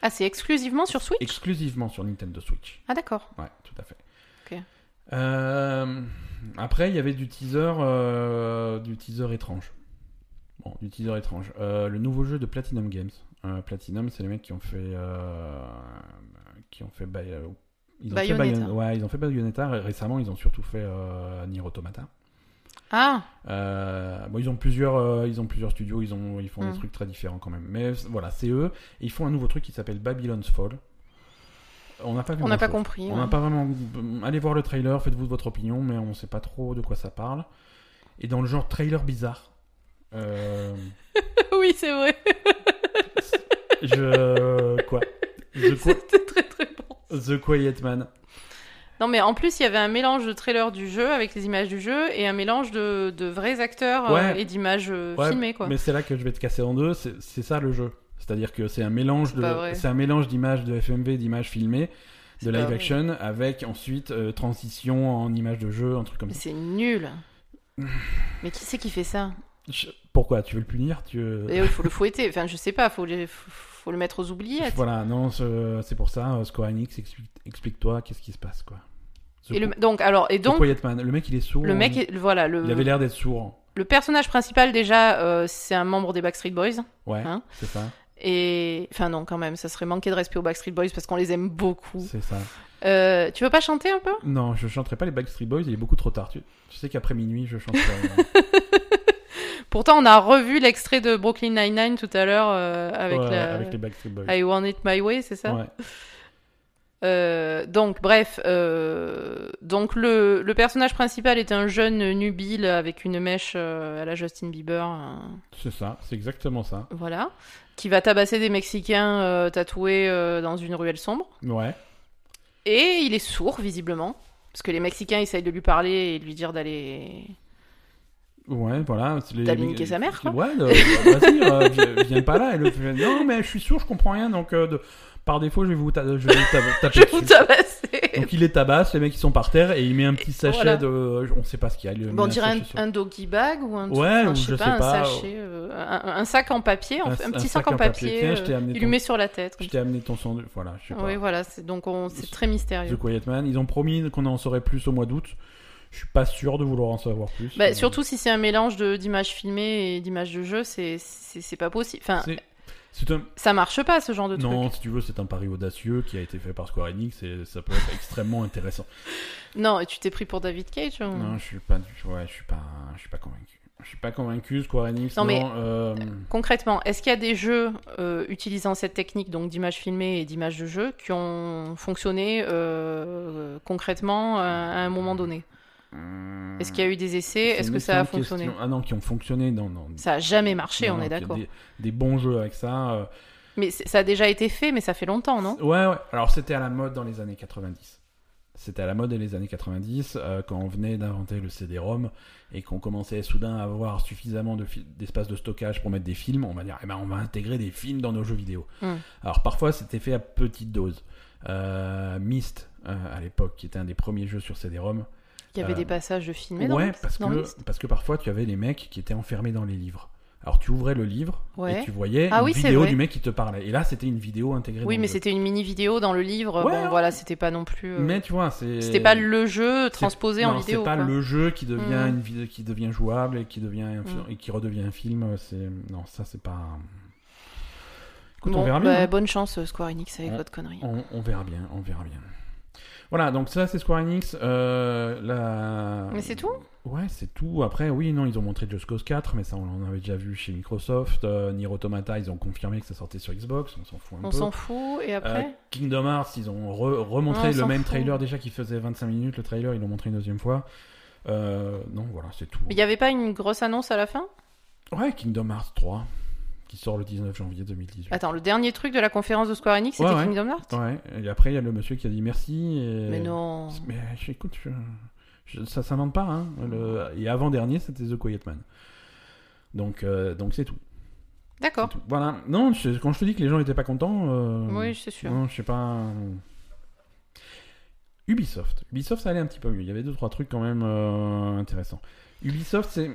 [SPEAKER 2] Ah, c'est exclusivement sur Switch
[SPEAKER 1] exclusivement sur Nintendo Switch.
[SPEAKER 2] Ah, d'accord.
[SPEAKER 1] Ouais, tout à fait.
[SPEAKER 2] Ok.
[SPEAKER 1] Euh, après, il y avait du teaser, euh, du teaser étrange. Bon, du teaser étrange. Euh, le nouveau jeu de Platinum Games. Euh, Platinum, c'est les mecs qui ont fait, euh, qui ont fait, Bay- euh, ils ont fait
[SPEAKER 2] Bayonetta.
[SPEAKER 1] Bayon- ouais, ils ont fait Bayonetta. Ré- Récemment, ils ont surtout fait euh, Nier Automata.
[SPEAKER 2] Ah,
[SPEAKER 1] Euh, bon, ils ont plusieurs, euh, ils ont plusieurs studios, ils ont, ils font
[SPEAKER 2] Mm.
[SPEAKER 1] des trucs très différents quand même. Mais c- voilà, c'est eux. Et ils font un nouveau truc qui s'appelle Babylon's Fall. On n'a pas, vu
[SPEAKER 2] on n'a pas
[SPEAKER 1] grand-chose.
[SPEAKER 2] compris.
[SPEAKER 1] On
[SPEAKER 2] (laughs) ouais.
[SPEAKER 1] n'a pas vraiment. euh, Allez voir le trailer, faites-vous votre opinion, mais on ne sait pas trop de quoi ça parle. Et dans le genre trailer bizarre, euh,
[SPEAKER 2] oui, c'est vrai. (laughs)
[SPEAKER 1] je quoi, The, Qui-
[SPEAKER 2] C'était très très bon.
[SPEAKER 1] The Quiet Man.
[SPEAKER 2] Non, mais en plus, il y avait un mélange de trailer du jeu avec les images du jeu et un mélange de, de vrais acteurs euh,
[SPEAKER 1] Ouais.
[SPEAKER 2] et d'images euh,
[SPEAKER 1] Ouais,
[SPEAKER 2] filmées, quoi.
[SPEAKER 1] Mais c'est là que je vais te casser en deux. C'est c'est ça le jeu. C'est-à-dire que c'est un mélange
[SPEAKER 2] C'est
[SPEAKER 1] de,
[SPEAKER 2] pas vrai.
[SPEAKER 1] c'est un mélange d'images de FMV, d'images filmées,
[SPEAKER 2] C'est
[SPEAKER 1] de
[SPEAKER 2] pas
[SPEAKER 1] live
[SPEAKER 2] vrai.
[SPEAKER 1] action, avec ensuite euh, transition en images de jeu, un truc comme
[SPEAKER 2] Mais
[SPEAKER 1] ça. (sighs)
[SPEAKER 2] c'est nul. mais qui c'est qui fait ça
[SPEAKER 1] Je- Pourquoi Tu veux le punir Tu euh, veux-
[SPEAKER 2] Et Il faut le fouetter. Enfin, je sais pas, faut le, faut, faut le mettre aux oubliettes.
[SPEAKER 1] Voilà, non, ce- c'est pour ça. euh, Square Enix, explique- explique-toi qu'est-ce qui se passe, quoi. The
[SPEAKER 2] Et le,
[SPEAKER 1] Qu-
[SPEAKER 2] donc, alors, et
[SPEAKER 1] The
[SPEAKER 2] donc,
[SPEAKER 1] Quiet Man, le mec il est sourd.
[SPEAKER 2] le mec,
[SPEAKER 1] il,
[SPEAKER 2] est- voilà,
[SPEAKER 1] avait
[SPEAKER 2] le,
[SPEAKER 1] l'air d'être sourd.
[SPEAKER 2] le personnage principal, déjà, euh, c'est un membre des Backstreet Boys.
[SPEAKER 1] Ouais,
[SPEAKER 2] Hein
[SPEAKER 1] c'est ça,
[SPEAKER 2] Et. Enfin, non, quand même, ça serait manquer de respect aux Backstreet Boys parce qu'on les aime beaucoup.
[SPEAKER 1] c'est ça.
[SPEAKER 2] Euh, tu veux pas chanter un peu
[SPEAKER 1] Non, je chanterai pas les Backstreet Boys, il est beaucoup trop tard. Tu, tu sais qu'après minuit, je chanterai. euh,
[SPEAKER 2] Pourtant, on a revu l'extrait de Brooklyn Nine-Nine tout à l'heure euh, (laughs) avec
[SPEAKER 1] ouais,
[SPEAKER 2] la.
[SPEAKER 1] avec les Backstreet Boys.
[SPEAKER 2] I Want It My Way, c'est ça
[SPEAKER 1] Ouais.
[SPEAKER 2] Euh, donc, bref, euh, donc le, le personnage principal est un jeune nubile avec une mèche euh, à la Justin Bieber, hein,
[SPEAKER 1] C'est ça, c'est exactement ça.
[SPEAKER 2] voilà, qui va tabasser des Mexicains euh, tatoués euh, dans une ruelle sombre.
[SPEAKER 1] Ouais.
[SPEAKER 2] Et il est sourd, visiblement, parce que les Mexicains essayent de lui parler et de lui dire d'aller.
[SPEAKER 1] Ouais, voilà. c'est les-
[SPEAKER 2] T'as niqué sa mère, quoi.
[SPEAKER 1] Ouais, euh, bah, vas-y, euh, vi- viens pas là. Et le- non, mais je suis sûr, je comprends rien, donc euh, de- par défaut, je vais vous, ta- (laughs) je vais
[SPEAKER 2] (laughs)
[SPEAKER 1] vous ta- taper
[SPEAKER 2] Je vais vous
[SPEAKER 1] dessus.
[SPEAKER 2] tabasser
[SPEAKER 1] Donc il les tabasse, les mecs ils sont par terre et il met un petit sachet
[SPEAKER 2] Voilà.
[SPEAKER 1] de. On sait pas ce qu'il y a. il met
[SPEAKER 2] Bon, on
[SPEAKER 1] un
[SPEAKER 2] dirait un,
[SPEAKER 1] sachet sur-
[SPEAKER 2] un doggy bag ou un, truc,
[SPEAKER 1] Ouais,
[SPEAKER 2] enfin,
[SPEAKER 1] ou
[SPEAKER 2] je sais
[SPEAKER 1] je
[SPEAKER 2] pas,
[SPEAKER 1] sais
[SPEAKER 2] un
[SPEAKER 1] pas,
[SPEAKER 2] sachet, euh, un, un sac en papier, en fait, un, petit sac, en papier.
[SPEAKER 1] Tiens, je t'ai
[SPEAKER 2] euh,
[SPEAKER 1] amené
[SPEAKER 2] il
[SPEAKER 1] ton-
[SPEAKER 2] lui met sur la tête.
[SPEAKER 1] Je t'ai amené ton sandwich. Voilà, je sais pas.
[SPEAKER 2] Oui, voilà, c'est donc on... c'est très
[SPEAKER 1] The
[SPEAKER 2] mystérieux.
[SPEAKER 1] Quiet Man. Ils ont promis qu'on en saurait plus au mois d'août. Je suis pas sûr de vouloir en savoir plus.
[SPEAKER 2] Bah,
[SPEAKER 1] Euh,
[SPEAKER 2] surtout si c'est un mélange de- d'images filmées et d'images de jeu, c'est c'est c'est pas possible. Enfin,
[SPEAKER 1] c'est- C'est un.
[SPEAKER 2] ça marche pas ce genre de
[SPEAKER 1] Non,
[SPEAKER 2] truc.
[SPEAKER 1] si tu veux, c'est un pari audacieux qui a été fait par Square Enix et ça peut être extrêmement intéressant.
[SPEAKER 2] Non, et tu t'es pris pour David Cage. hein.
[SPEAKER 1] Non, je suis pas, du- ouais, je suis pas, je suis pas convaincu. Je suis pas convaincu. Square Enix.
[SPEAKER 2] Non,
[SPEAKER 1] Non,
[SPEAKER 2] mais-
[SPEAKER 1] euh,
[SPEAKER 2] Concrètement, est-ce qu'il y a des jeux euh, utilisant cette technique donc d'images filmées et d'images de jeu qui ont fonctionné euh, concrètement à, à un moment donné Est-ce qu'il y a eu des essais
[SPEAKER 1] hmm, c'est
[SPEAKER 2] Est-ce
[SPEAKER 1] une
[SPEAKER 2] que ça a
[SPEAKER 1] excellente
[SPEAKER 2] fonctionné
[SPEAKER 1] question. Ah non, qui ont fonctionné. Non, non.
[SPEAKER 2] Ça a jamais marché,
[SPEAKER 1] Non,
[SPEAKER 2] on
[SPEAKER 1] non,
[SPEAKER 2] est
[SPEAKER 1] qu'il y a
[SPEAKER 2] d'accord.
[SPEAKER 1] Des, des bons jeux avec ça. euh,
[SPEAKER 2] Mais c'est- ça a déjà été fait, mais ça fait longtemps, non
[SPEAKER 1] Ouais, ouais. Alors, c'était à la mode dans les années 90. C'était à la mode dans les années 90, euh, quand on venait d'inventer le CD-ROM et qu'on commençait soudain à avoir suffisamment de fil- d'espace de, stockage pour mettre des films, on va dire, eh ben, on va intégrer des films dans nos jeux vidéo.
[SPEAKER 2] Hmm.
[SPEAKER 1] Alors, parfois, c'était fait à petite dose. Euh, Myst, euh, à l'époque, qui était un des premiers jeux sur CD-ROM.
[SPEAKER 2] Il y avait
[SPEAKER 1] Euh,
[SPEAKER 2] des passages de filmés dans
[SPEAKER 1] Ouais,
[SPEAKER 2] le-
[SPEAKER 1] parce
[SPEAKER 2] dans le-
[SPEAKER 1] que, parce que parfois, tu avais les mecs qui étaient enfermés dans les livres. Alors, tu ouvrais le livre
[SPEAKER 2] Ouais.
[SPEAKER 1] et tu voyais
[SPEAKER 2] Ah
[SPEAKER 1] une
[SPEAKER 2] oui, c'est
[SPEAKER 1] vidéo
[SPEAKER 2] vrai.
[SPEAKER 1] du mec qui te parlait. Et là, c'était une vidéo intégrée
[SPEAKER 2] Oui,
[SPEAKER 1] dans
[SPEAKER 2] mais
[SPEAKER 1] le jeu.
[SPEAKER 2] c'était une mini vidéo dans le livre.
[SPEAKER 1] Ouais,
[SPEAKER 2] bon,
[SPEAKER 1] ouais.
[SPEAKER 2] voilà, c'était pas non plus. euh,
[SPEAKER 1] Mais tu vois, c'est.
[SPEAKER 2] C'était pas le jeu transposé en
[SPEAKER 1] Non,
[SPEAKER 2] vidéo.
[SPEAKER 1] C'est pas
[SPEAKER 2] quoi.
[SPEAKER 1] le jeu qui devient
[SPEAKER 2] Mm.
[SPEAKER 1] une vidéo qui devient jouable et qui devient un fi- et qui redevient un film. C'est non, ça c'est pas. Écoute,
[SPEAKER 2] Bon,
[SPEAKER 1] on verra
[SPEAKER 2] bah,
[SPEAKER 1] bien. hein.
[SPEAKER 2] Bonne chance euh, Square Enix avec
[SPEAKER 1] On-
[SPEAKER 2] votre connerie.
[SPEAKER 1] On, on verra bien, on verra bien. Voilà, donc ça c'est Square Enix. euh, la...
[SPEAKER 2] Mais c'est tout
[SPEAKER 1] Ouais, c'est tout. Après, oui, non, ils ont montré Just Cause 4, mais ça on l'en avait déjà vu chez Microsoft. Euh, Nier Automata, ils ont confirmé que ça sortait sur Xbox. On s'en fout un
[SPEAKER 2] On
[SPEAKER 1] peu.
[SPEAKER 2] s'en fout et
[SPEAKER 1] Euh,
[SPEAKER 2] après
[SPEAKER 1] Kingdom Hearts, ils ont re-
[SPEAKER 2] Ouais,
[SPEAKER 1] remontré
[SPEAKER 2] on
[SPEAKER 1] le
[SPEAKER 2] s'en
[SPEAKER 1] même
[SPEAKER 2] fout.
[SPEAKER 1] trailer déjà qui faisait 25 minutes. Le trailer, ils l'ont montré une deuxième fois. Euh, non, voilà, c'est tout.
[SPEAKER 2] Il y avait pas une grosse annonce à la fin
[SPEAKER 1] Ouais, Kingdom Hearts 3, qui sort le 19 janvier 2018.
[SPEAKER 2] Attends, le dernier truc de la conférence de Square Enix,
[SPEAKER 1] Ouais,
[SPEAKER 2] c'était
[SPEAKER 1] ouais.
[SPEAKER 2] Kingdom Hearts
[SPEAKER 1] Ouais, et après, il y a le monsieur qui a dit merci. et-
[SPEAKER 2] Mais non.
[SPEAKER 1] Mais je- écoute, je- je- ça s'invente pas. Hein. Le- Et avant-dernier, c'était The Quiet Man. Donc, euh, donc c'est tout. C'est
[SPEAKER 2] D'accord.
[SPEAKER 1] tout. Voilà. Non, je- quand je te dis que les gens n'étaient pas contents. euh,
[SPEAKER 2] Oui, c'est sûr.
[SPEAKER 1] Non, je sais pas. Ubisoft. Ubisoft, ça allait un petit peu mieux. Il y avait deux trois trucs quand même euh, intéressants. Ubisoft, c'est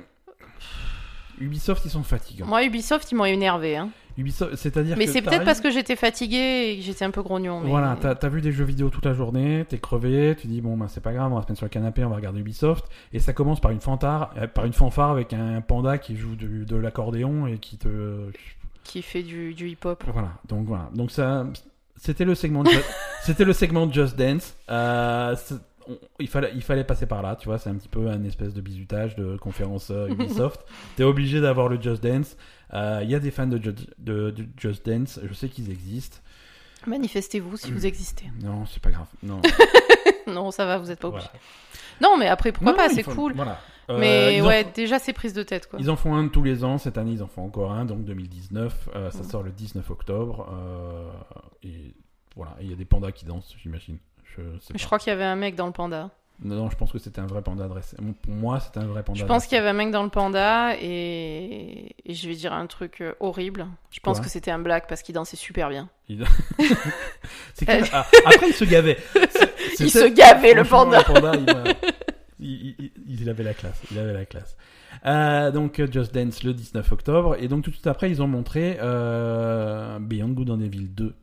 [SPEAKER 1] Ubisoft, ils sont fatigants.
[SPEAKER 2] Moi, Ubisoft, ils m'ont énervé. Hein.
[SPEAKER 1] Ubisoft, c'est-à-dire
[SPEAKER 2] Mais
[SPEAKER 1] que
[SPEAKER 2] c'est peut-être
[SPEAKER 1] t'arrives-
[SPEAKER 2] parce que j'étais fatiguée et que j'étais un peu grognon. mais-
[SPEAKER 1] Voilà, t'as as vu des jeux vidéo toute la journée, t'es crevé, tu dis bon ben c'est pas grave, on va se mettre sur le canapé, on va regarder Ubisoft, et ça commence par une fanfare, euh, par une fanfare avec un panda qui joue du- de l'accordéon et qui te
[SPEAKER 2] Qui fait du, du hip-hop.
[SPEAKER 1] voilà. Donc voilà, donc ça, c'était le segment,
[SPEAKER 2] (laughs)
[SPEAKER 1] de Ju- c'était le segment Just Dance. Euh, c'est- on- il fallait, il fallait passer par là, tu vois, c'est un petit peu un espèce de bizutage de conférence euh, Ubisoft.
[SPEAKER 2] (laughs)
[SPEAKER 1] T'es obligé d'avoir le Just Dance. Euh, Il y a des fans de, Ju- de- de Just Dance, je sais qu'ils existent.
[SPEAKER 2] Manifestez-vous si
[SPEAKER 1] (clears throat)
[SPEAKER 2] vous existez.
[SPEAKER 1] Non, c'est pas grave.
[SPEAKER 2] (laughs)
[SPEAKER 1] Non.
[SPEAKER 2] non, ça va, vous êtes pas
[SPEAKER 1] Voilà.
[SPEAKER 2] obligé. Non, mais après, pourquoi
[SPEAKER 1] Non,
[SPEAKER 2] pas
[SPEAKER 1] non,
[SPEAKER 2] C'est
[SPEAKER 1] ils font-
[SPEAKER 2] cool.
[SPEAKER 1] Voilà. Euh,
[SPEAKER 2] Mais
[SPEAKER 1] ils en
[SPEAKER 2] ouais,
[SPEAKER 1] font-
[SPEAKER 2] déjà, c'est prise de tête, quoi.
[SPEAKER 1] Ils en font un tous les ans, cette année ils en font encore un, donc 2019, euh,
[SPEAKER 2] Mm.
[SPEAKER 1] ça sort le 19 octobre, euh, et voilà, Et il y a des pandas qui dansent, j'imagine. Je sais
[SPEAKER 2] Je
[SPEAKER 1] pas.
[SPEAKER 2] crois qu'il y avait un mec dans le panda.
[SPEAKER 1] Non, non, je pense que c'était un vrai panda dressé. Bon, Pour moi, c'était un vrai panda
[SPEAKER 2] Je pense
[SPEAKER 1] dressé.
[SPEAKER 2] qu'il y avait un mec dans le panda et, et je vais dire un truc euh, horrible. Je pense
[SPEAKER 1] Quoi
[SPEAKER 2] que c'était un black parce qu'il dansait super bien.
[SPEAKER 1] C'est clair. Ah, après, il se
[SPEAKER 2] (laughs)
[SPEAKER 1] gavait. C'est-
[SPEAKER 2] Il
[SPEAKER 1] c'était-
[SPEAKER 2] se gavait le
[SPEAKER 1] franchement,
[SPEAKER 2] panda.
[SPEAKER 1] le panda, il,
[SPEAKER 2] (laughs)
[SPEAKER 1] m'a- il- il- il- il avait la classe. Il avait la classe. Euh, donc euh, Just Dance le 19 octobre et donc tout de suite après ils ont montré euh, Beyond Good and Evil 2.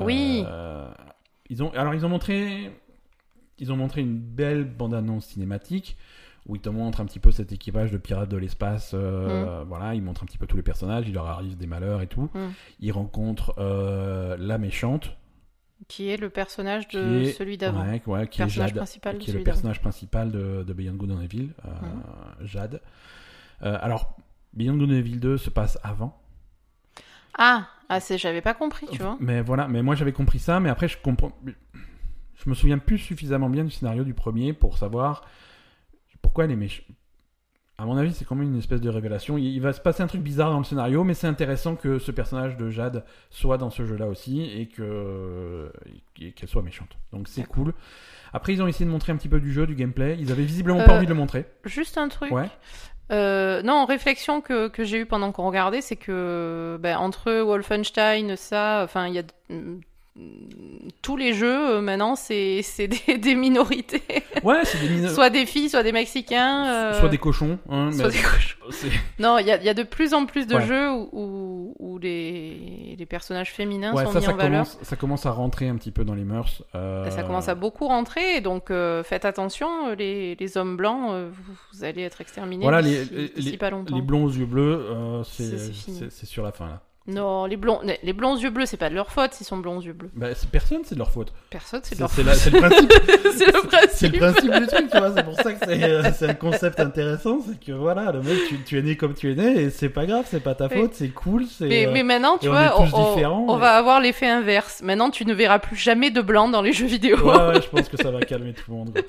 [SPEAKER 2] Oui.
[SPEAKER 1] Euh, ils ont alors ils ont montré ils ont montré une belle bande annonce cinématique où ils te montrent un petit peu cet équipage de pirates de l'espace. euh, Voilà, ils montrent un petit peu tous les personnages, il leur arrive des malheurs et tout.
[SPEAKER 2] Mm.
[SPEAKER 1] Ils rencontrent euh, la méchante
[SPEAKER 2] Qui est le personnage de
[SPEAKER 1] Qui est-
[SPEAKER 2] celui d'avant.
[SPEAKER 1] Ouais, ouais, qui est
[SPEAKER 2] personnage
[SPEAKER 1] Jade,
[SPEAKER 2] principal de
[SPEAKER 1] qui est le
[SPEAKER 2] celui d'avant.
[SPEAKER 1] personnage principal de, de Beyond Good and Evil, euh,
[SPEAKER 2] Mhm.
[SPEAKER 1] Jade. Euh, alors, Beyond Good and Evil 2 se passe avant,
[SPEAKER 2] Ah, ah c'est- j'avais pas compris, tu
[SPEAKER 1] (laughs)
[SPEAKER 2] vois.
[SPEAKER 1] mais voilà. Mais moi j'avais compris ça, mais après je comprends. Je me souviens plus suffisamment bien du scénario du premier pour savoir pourquoi elle est méchante. À mon avis, c'est quand même une espèce de révélation. Il, il va se passer un truc bizarre dans le scénario, mais c'est intéressant que ce personnage de Jade soit dans ce jeu-là aussi et que et qu'elle soit méchante. Donc c'est cool. Après, ils ont essayé de montrer un petit peu du jeu, du gameplay. Ils avaient visiblement pas
[SPEAKER 2] Euh,
[SPEAKER 1] envie de le montrer.
[SPEAKER 2] Juste un truc.
[SPEAKER 1] Ouais.
[SPEAKER 2] Euh, non, réflexion que, que j'ai eue pendant qu'on regardait, c'est que ben, entre Wolfenstein, ça, enfin, il y a mm, mm, tous les jeux euh, maintenant, c'est c'est (laughs) des, des minorités,
[SPEAKER 1] Ouais, c'est des mine- soit,
[SPEAKER 2] (laughs) soit des filles, soit des Mexicains, euh,
[SPEAKER 1] des cochons. hein,
[SPEAKER 2] soit
[SPEAKER 1] mais-
[SPEAKER 2] des cochons.
[SPEAKER 1] c'est-
[SPEAKER 2] Non, il y, a- il y a de plus en plus de
[SPEAKER 1] Ouais.
[SPEAKER 2] jeux où, où, où les, les personnages féminins
[SPEAKER 1] Ouais,
[SPEAKER 2] sont
[SPEAKER 1] ça,
[SPEAKER 2] mis
[SPEAKER 1] ça
[SPEAKER 2] en valeur.
[SPEAKER 1] commence, ça commence à rentrer un petit peu dans les mœurs. euh,
[SPEAKER 2] Ça commence à beaucoup rentrer, donc euh, faites attention, euh, les, les hommes blancs, euh, vous, vous allez être exterminés
[SPEAKER 1] Voilà,
[SPEAKER 2] d'ici,
[SPEAKER 1] les- les-
[SPEAKER 2] d'ici pas longtemps.
[SPEAKER 1] Les blonds aux yeux bleus, euh,
[SPEAKER 2] C'est-
[SPEAKER 1] c'est
[SPEAKER 2] c'est fini.
[SPEAKER 1] c'est- c'est sur la fin là.
[SPEAKER 2] Non, les blonds, les les blonds aux yeux bleus, c'est pas de leur faute s'ils sont blonds aux yeux bleus.
[SPEAKER 1] Bah, c'est- personne, c'est de leur faute.
[SPEAKER 2] Personne, c'est
[SPEAKER 1] C'est
[SPEAKER 2] de leur
[SPEAKER 1] c'est
[SPEAKER 2] faute.
[SPEAKER 1] la- c'est le principe.
[SPEAKER 2] (laughs) c'est le
[SPEAKER 1] C'est
[SPEAKER 2] principe.
[SPEAKER 1] le principe du truc, tu vois. C'est pour ça que c'est euh, c'est un concept intéressant. C'est que voilà, le mec, tu, tu es né comme tu es né et c'est pas grave, c'est pas ta
[SPEAKER 2] Oui.
[SPEAKER 1] faute, c'est cool. c'est,
[SPEAKER 2] Mais,
[SPEAKER 1] euh,
[SPEAKER 2] mais maintenant, tu
[SPEAKER 1] on
[SPEAKER 2] vois,
[SPEAKER 1] est tous
[SPEAKER 2] on,
[SPEAKER 1] différents,
[SPEAKER 2] on
[SPEAKER 1] mais-
[SPEAKER 2] va avoir l'effet inverse. Maintenant, tu ne verras plus jamais de blancs dans les jeux vidéo.
[SPEAKER 1] Ouais, ouais, je pense que ça va calmer tout le monde. quoi.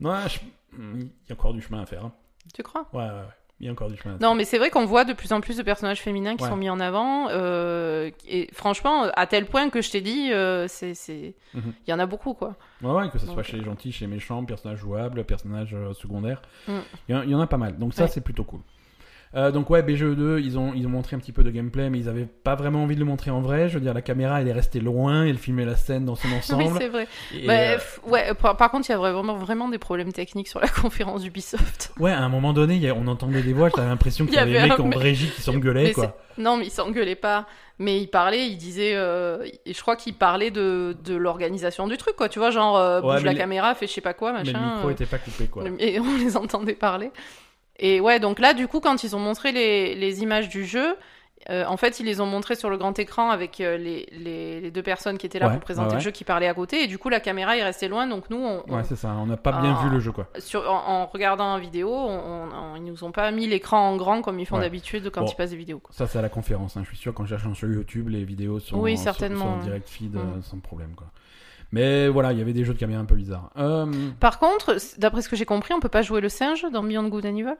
[SPEAKER 1] Non, je- hmm, il y a encore du chemin à faire. hein.
[SPEAKER 2] (laughs) Tu crois
[SPEAKER 1] Ouais, ouais, ouais. Il y a encore du chemin à faire.
[SPEAKER 2] Non, mais c'est vrai qu'on voit de plus en plus de personnages féminins qui
[SPEAKER 1] Ouais.
[SPEAKER 2] sont mis en avant. euh, et franchement, à tel point que je t'ai dit, euh, c'est, c'est... il
[SPEAKER 1] Mhm.
[SPEAKER 2] y en a beaucoup, quoi.
[SPEAKER 1] Ouais, ouais, que ce soit
[SPEAKER 2] Donc, euh,
[SPEAKER 1] chez les gentils, chez les méchants, personnages jouables, personnages euh, secondaires.
[SPEAKER 2] Mm.
[SPEAKER 1] Il y en- il y, en a pas mal. Donc ça,
[SPEAKER 2] Ouais.
[SPEAKER 1] c'est plutôt cool. Euh, donc ouais, BGE2, ils ont, ils ont montré un petit peu de gameplay, mais ils avaient pas vraiment envie de le montrer en vrai. Je veux dire, la caméra, elle est restée loin, elle filmait la scène dans son
[SPEAKER 2] (laughs) Oui,
[SPEAKER 1] ensemble.
[SPEAKER 2] c'est Bah, vrai.
[SPEAKER 1] Et, euh,
[SPEAKER 2] Mais, f- ouais, par, par contre, il y a vraiment, vraiment des problèmes techniques sur la (laughs) conférence d'Ubisoft.
[SPEAKER 1] euh, ouais, à un moment donné, il y a- on entendait des voix, j'avais l'impression qu'il y,
[SPEAKER 2] (laughs) Il y
[SPEAKER 1] avait des
[SPEAKER 2] avait
[SPEAKER 1] mecs
[SPEAKER 2] un
[SPEAKER 1] en
[SPEAKER 2] mec-
[SPEAKER 1] régie qui s'engueulaient,
[SPEAKER 2] Mais
[SPEAKER 1] quoi.
[SPEAKER 2] Non, mais ils s'engueulaient pas. Mais ils parlaient, ils disaient. euh, et je crois qu'ils parlaient de, de l'organisation du truc, quoi. Tu vois, genre, euh,
[SPEAKER 1] Ouais,
[SPEAKER 2] bouge
[SPEAKER 1] mais
[SPEAKER 2] la
[SPEAKER 1] les-
[SPEAKER 2] caméra, fais je sais pas quoi,
[SPEAKER 1] Mais
[SPEAKER 2] machin.
[SPEAKER 1] le micro
[SPEAKER 2] euh,
[SPEAKER 1] était pas coupé, quoi.
[SPEAKER 2] Et on les entendait parler. Et ouais, donc là, du coup, quand ils ont montré les, les images du jeu, euh, en fait, ils les ont montrées sur le grand écran avec euh, les, les, les deux personnes qui étaient là
[SPEAKER 1] Ouais,
[SPEAKER 2] pour présenter
[SPEAKER 1] ouais,
[SPEAKER 2] le jeu qui parlaient à côté. Et du coup, la caméra est restée loin. Donc nous, on-
[SPEAKER 1] Ouais, c'est ça, on n'a pas bien
[SPEAKER 2] Ah.
[SPEAKER 1] vu le jeu, quoi.
[SPEAKER 2] on- sur, en, en regardant en vidéo, on, on- on- ils nous ont pas mis l'écran en grand comme ils font
[SPEAKER 1] Ouais.
[SPEAKER 2] d'habitude quand
[SPEAKER 1] Bon.
[SPEAKER 2] ils passent des vidéos. quoi.
[SPEAKER 1] Ça, c'est à la conférence. hein. Je suis sûr, quand je cherche sur YouTube, les vidéos sont,
[SPEAKER 2] Oui,
[SPEAKER 1] sont-
[SPEAKER 2] certainement,
[SPEAKER 1] sont en
[SPEAKER 2] ouais.
[SPEAKER 1] direct feed
[SPEAKER 2] Mm.
[SPEAKER 1] euh, sans problème. Quoi. Mais voilà, il y avait des jeux de caméra un peu bizarres. Euh,
[SPEAKER 2] Par contre, c- d'après ce que j'ai compris, on peut pas jouer le singe dans Beyond Good and Evil.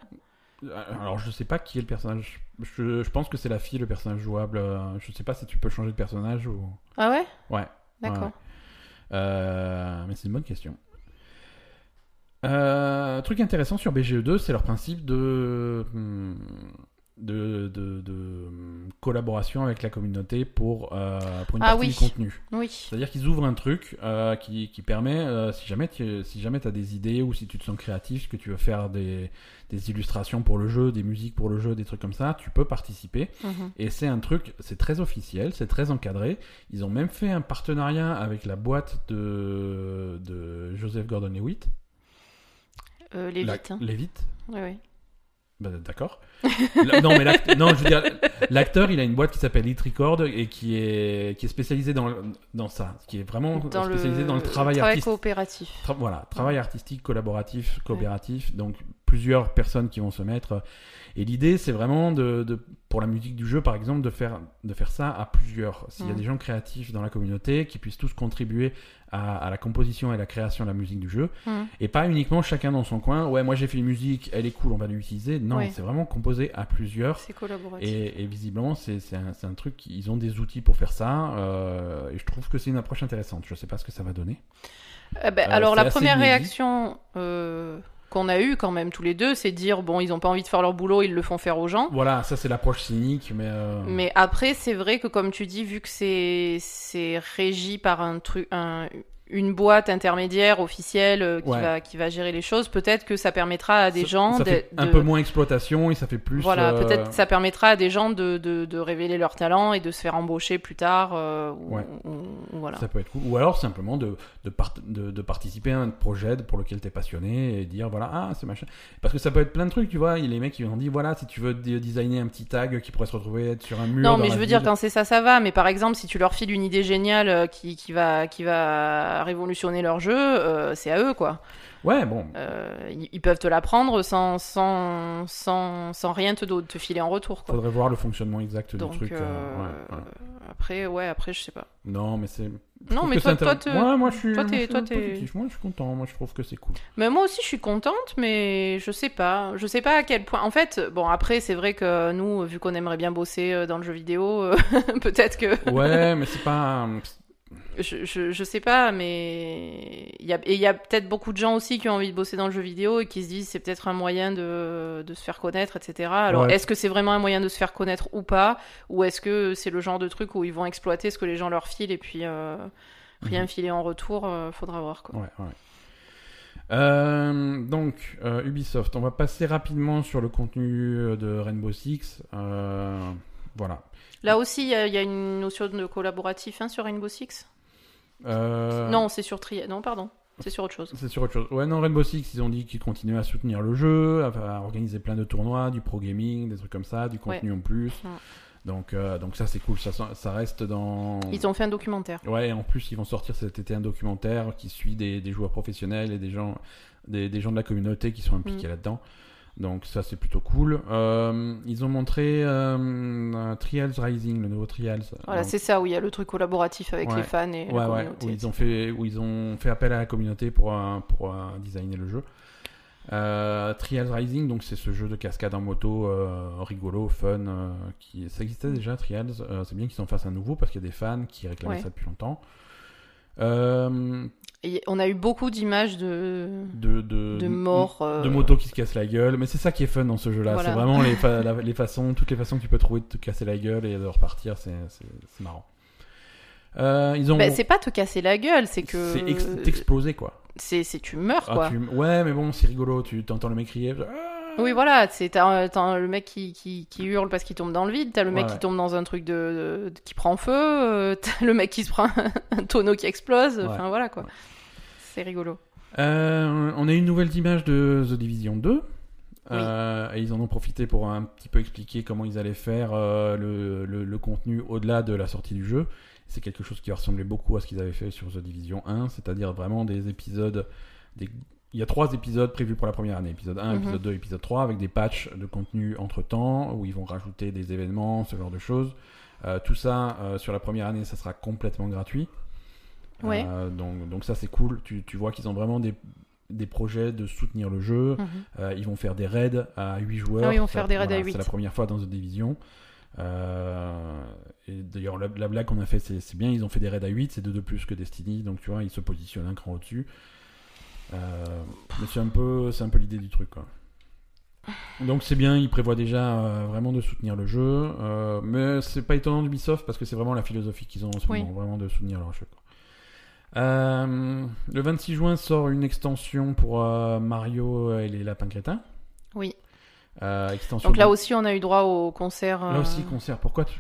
[SPEAKER 1] alors, je sais pas qui est le personnage. Je, je pense que c'est la fille, le personnage jouable. Euh, Je sais pas si tu peux changer de personnage ou.
[SPEAKER 2] Ah ouais
[SPEAKER 1] Ouais.
[SPEAKER 2] D'accord.
[SPEAKER 1] Ouais. Euh, mais c'est une bonne question. E Euh, truc intéressant sur BGE2, c'est leur principe de. hmm, de, de- de, hum, collaboration avec la communauté pour, euh, pour une
[SPEAKER 2] Ah
[SPEAKER 1] partie
[SPEAKER 2] oui.
[SPEAKER 1] du contenu.
[SPEAKER 2] Oui.
[SPEAKER 1] C'est-à-dire qu'ils ouvrent un truc euh, qui, qui permet, euh, si jamais tu si jamais as des idées ou si tu te sens créatif, que tu veux faire des, des illustrations pour le jeu, des musiques pour le jeu, des trucs comme ça, tu peux participer.
[SPEAKER 2] Mhm.
[SPEAKER 1] Et c'est un truc, c'est très officiel, c'est très encadré. Ils ont même fait un partenariat avec la boîte de, de Joseph Gordon-Lewitt.
[SPEAKER 2] Euh, les
[SPEAKER 1] La-
[SPEAKER 2] vites, hein.
[SPEAKER 1] Levitt.
[SPEAKER 2] Oui, oui.
[SPEAKER 1] Bah, D'accord. La- non, mais l'act- non, je veux dire, l'acteur, il a une boîte qui s'appelle It Record et qui est, qui est spécialisée dans, le- dans ça, qui est vraiment spécialisée dans le travail, artistique.
[SPEAKER 2] coopératif.
[SPEAKER 1] Tra- voilà, travail artistique, collaboratif, coopératif, donc plusieurs personnes qui vont se mettre. euh, Et l'idée, c'est vraiment de, de- pour la musique du jeu, par exemple, de faire, de faire ça à plusieurs. S'il y a
[SPEAKER 2] Mm.
[SPEAKER 1] des gens créatifs dans la communauté qui puissent tous contribuer à, à la composition et la création de la musique du jeu,
[SPEAKER 2] Mm.
[SPEAKER 1] et pas uniquement chacun dans son coin. Ouais, moi j'ai fait une musique, elle est cool, on va l'utiliser. Non,
[SPEAKER 2] Ouais.
[SPEAKER 1] c'est vraiment composé à plusieurs.
[SPEAKER 2] C'est collaboratif.
[SPEAKER 1] Et, et visiblement, c'est c'est un, c'est un truc, ils ont des outils pour faire ça, euh, et je trouve que c'est une approche intéressante. Je sais pas ce que ça va donner.
[SPEAKER 2] Eh ben,
[SPEAKER 1] Euh,
[SPEAKER 2] alors la
[SPEAKER 1] c'est assez
[SPEAKER 2] première
[SPEAKER 1] inédit.
[SPEAKER 2] réaction euh, qu'on a eue quand même tous les deux, c'est de dire bon, ils ont pas envie de faire leur boulot, ils le font faire aux gens.
[SPEAKER 1] Voilà, ça c'est l'approche cynique, mais, euh,
[SPEAKER 2] Mais après, c'est vrai que comme tu dis, vu que c'est c'est régi par un truc, un- une boîte intermédiaire officielle euh, qui
[SPEAKER 1] Ouais.
[SPEAKER 2] va qui va gérer les choses, peut-être que ça permettra à des
[SPEAKER 1] ça-
[SPEAKER 2] gens
[SPEAKER 1] ça
[SPEAKER 2] de-
[SPEAKER 1] fait un
[SPEAKER 2] de-
[SPEAKER 1] peu moins exploitation et ça fait plus.
[SPEAKER 2] Voilà,
[SPEAKER 1] euh,
[SPEAKER 2] peut-être ça permettra à des gens de, de, de révéler leur talent et de se faire embaucher plus tard. euh, ou,
[SPEAKER 1] Ouais.
[SPEAKER 2] ou- ou voilà.
[SPEAKER 1] Ça peut être cool. Ou alors simplement de, de, part- de, de participer à un projet pour lequel tu es passionné et dire voilà, ah, c'est machin. Parce que ça peut être plein de trucs, tu vois. Il y a les mecs ils ont dit voilà, si tu veux dé- designer un petit tag qui pourrait se retrouver sur un mur.
[SPEAKER 2] Non,
[SPEAKER 1] dans
[SPEAKER 2] mais
[SPEAKER 1] la
[SPEAKER 2] je veux dire,
[SPEAKER 1] ville.
[SPEAKER 2] quand c'est ça, ça va. Mais par exemple, si tu leur files une idée géniale euh, qui, qui, va, qui va révolutionner leur jeu, euh, c'est à eux, quoi.
[SPEAKER 1] Ouais, bon.
[SPEAKER 2] Euh, ils ils peuvent te la prendre sans, sans, sans, sans rien te, do- te filer en retour, quoi.
[SPEAKER 1] Faudrait voir le fonctionnement exact
[SPEAKER 2] Donc,
[SPEAKER 1] du truc. euh,
[SPEAKER 2] euh,
[SPEAKER 1] ouais, voilà.
[SPEAKER 2] après, ouais, après, je sais pas.
[SPEAKER 1] Non, mais c'est. je
[SPEAKER 2] Non,
[SPEAKER 1] trouve
[SPEAKER 2] mais
[SPEAKER 1] que c'est
[SPEAKER 2] toi- toi,
[SPEAKER 1] intéressant.
[SPEAKER 2] te-
[SPEAKER 1] Ouais, moi, je suis,
[SPEAKER 2] toi,
[SPEAKER 1] moi,
[SPEAKER 2] t'es-
[SPEAKER 1] je suis
[SPEAKER 2] toi, t'es-
[SPEAKER 1] positif. Moi, je suis content. Moi, je trouve que c'est cool.
[SPEAKER 2] Mais moi aussi, je suis contente, mais je sais pas. Je sais pas à quel point. En fait, bon, après, c'est vrai que nous, vu qu'on aimerait bien bosser euh, dans le jeu vidéo, euh, (laughs) peut-être que.
[SPEAKER 1] Ouais, mais c'est pas. euh,
[SPEAKER 2] Je, je, je sais pas, mais. Il y a, et il y a peut-être beaucoup de gens aussi qui ont envie de bosser dans le jeu vidéo et qui se disent c'est peut-être un moyen de, de se faire connaître, etc. Alors,
[SPEAKER 1] Ouais.
[SPEAKER 2] est-ce que c'est vraiment un moyen de se faire connaître ou pas Ou est-ce que c'est le genre de truc où ils vont exploiter ce que les gens leur filent et puis euh, rien filer en retour euh, Faudra voir, quoi.
[SPEAKER 1] Ouais, ouais. Euh, donc, euh, Ubisoft, on va passer rapidement sur le contenu euh, de Rainbow Six. Euh, voilà.
[SPEAKER 2] Là aussi, il y, a- il y a une notion de collaboratif hein, sur Rainbow Six
[SPEAKER 1] Euh,
[SPEAKER 2] Non, c'est sur Triad. Non, pardon. C'est sur autre chose.
[SPEAKER 1] C'est sur autre chose. Ouais, non, Rainbow Six, ils ont dit qu'ils continuaient à soutenir le jeu, à, à organiser plein de tournois, du pro gaming, des trucs comme ça, du contenu en plus.
[SPEAKER 2] Ouais.
[SPEAKER 1] Donc, euh, donc ça, c'est cool. Ça, ça reste dans.
[SPEAKER 2] Ils ont fait un documentaire.
[SPEAKER 1] Ouais, et en plus, ils vont sortir cet été un documentaire qui suit des, des joueurs professionnels et des gens, des, des gens de la communauté qui sont
[SPEAKER 2] Mm.
[SPEAKER 1] impliqués là-dedans. Donc, ça, c'est plutôt cool. Euh, ils ont montré euh, un Trials Rising, le nouveau Trials.
[SPEAKER 2] Voilà,
[SPEAKER 1] Donc,
[SPEAKER 2] c'est ça où il y a le truc collaboratif avec
[SPEAKER 1] Ouais.
[SPEAKER 2] les fans et
[SPEAKER 1] ouais,
[SPEAKER 2] la
[SPEAKER 1] ouais,
[SPEAKER 2] communauté.
[SPEAKER 1] où ils, ont fait, où ils ont fait appel à la communauté pour, euh, pour euh, designer le jeu. Euh, Trials Rising, donc c'est ce jeu de cascade en moto euh, rigolo, fun. euh, qui... Ça existait déjà, Trials. euh, c'est bien qu'ils en fassent un nouveau parce qu'il y a des fans qui réclamaient
[SPEAKER 2] Ouais.
[SPEAKER 1] ça depuis longtemps. Euh,
[SPEAKER 2] Et on a eu beaucoup d'images de,
[SPEAKER 1] de, de,
[SPEAKER 2] de morts. euh,
[SPEAKER 1] de motos qui se cassent la gueule. Mais c'est ça qui est fun dans ce jeu-là.
[SPEAKER 2] Voilà.
[SPEAKER 1] C'est vraiment
[SPEAKER 2] (laughs)
[SPEAKER 1] les, fa- la- les façons, toutes les façons que tu peux trouver de te casser la gueule et de repartir. C'est c'est- c'est marrant. Euh, ils ont.
[SPEAKER 2] Ben, c'est pas te casser la gueule, c'est que.
[SPEAKER 1] c'est ex- t'exploser, quoi.
[SPEAKER 2] C'est c'est- tu meurs,
[SPEAKER 1] Ah,
[SPEAKER 2] quoi.
[SPEAKER 1] tu- Ouais, mais bon, c'est rigolo. Tu t'entends le mec crier. Ah
[SPEAKER 2] Oui, voilà, c'est t'as- euh, t'as le mec qui, qui, qui hurle parce qu'il tombe dans le vide, t'as le mec
[SPEAKER 1] Ouais.
[SPEAKER 2] qui tombe dans un truc de, de- qui prend feu, euh, t'as le mec qui se prend (laughs) un tonneau qui explose,
[SPEAKER 1] Ouais.
[SPEAKER 2] enfin voilà quoi. C'est rigolo.
[SPEAKER 1] Euh, on a une nouvelle image de The Division 2. Euh, et ils en ont profité pour un petit peu expliquer comment ils allaient faire euh, le, le- le contenu au-delà de la sortie du jeu. C'est quelque chose qui ressemblait beaucoup à ce qu'ils avaient fait sur The Division 1, c'est-à-dire vraiment des épisodes. des- Il y a trois épisodes prévus pour la première année épisode 1,
[SPEAKER 2] Mhm.
[SPEAKER 1] épisode 2, épisode 3, avec des patchs de contenu entre temps où ils vont rajouter des événements, ce genre de choses. Euh, tout ça, euh, sur la première année, ça sera complètement gratuit.
[SPEAKER 2] Ouais.
[SPEAKER 1] Euh, donc, donc ça, c'est cool. Tu, tu vois qu'ils ont vraiment des, des projets de soutenir le jeu.
[SPEAKER 2] Mhm.
[SPEAKER 1] Euh, ils vont faire des raids à 8 joueurs.
[SPEAKER 2] Ah oui, ils vont
[SPEAKER 1] Ça,
[SPEAKER 2] faire des raids à huit.
[SPEAKER 1] C'est la première fois dans The Division. Euh, et d'ailleurs, la, la blague qu'on a fait, c'est c'est bien. Ils ont fait des raids à 8, c'est 2 de plus que Destiny. Donc tu vois, ils se positionnent un cran au-dessus. Euh, mais c'est un peu, c'est un peu l'idée du truc. Quoi. Donc c'est bien, ils prévoient déjà euh, vraiment de soutenir le jeu, euh, mais c'est pas étonnant d'Ubisoft parce que c'est vraiment la philosophie qu'ils ont en ce
[SPEAKER 2] Oui.
[SPEAKER 1] moment, vraiment de soutenir leur jeu. quoi. Euh, le 26 juin sort une extension pour euh, Mario et les lapins crétins.
[SPEAKER 2] Oui.
[SPEAKER 1] Euh, extension
[SPEAKER 2] Donc là
[SPEAKER 1] de-
[SPEAKER 2] aussi, on a eu droit au concert. euh,
[SPEAKER 1] là aussi, concert. Pourquoi tu...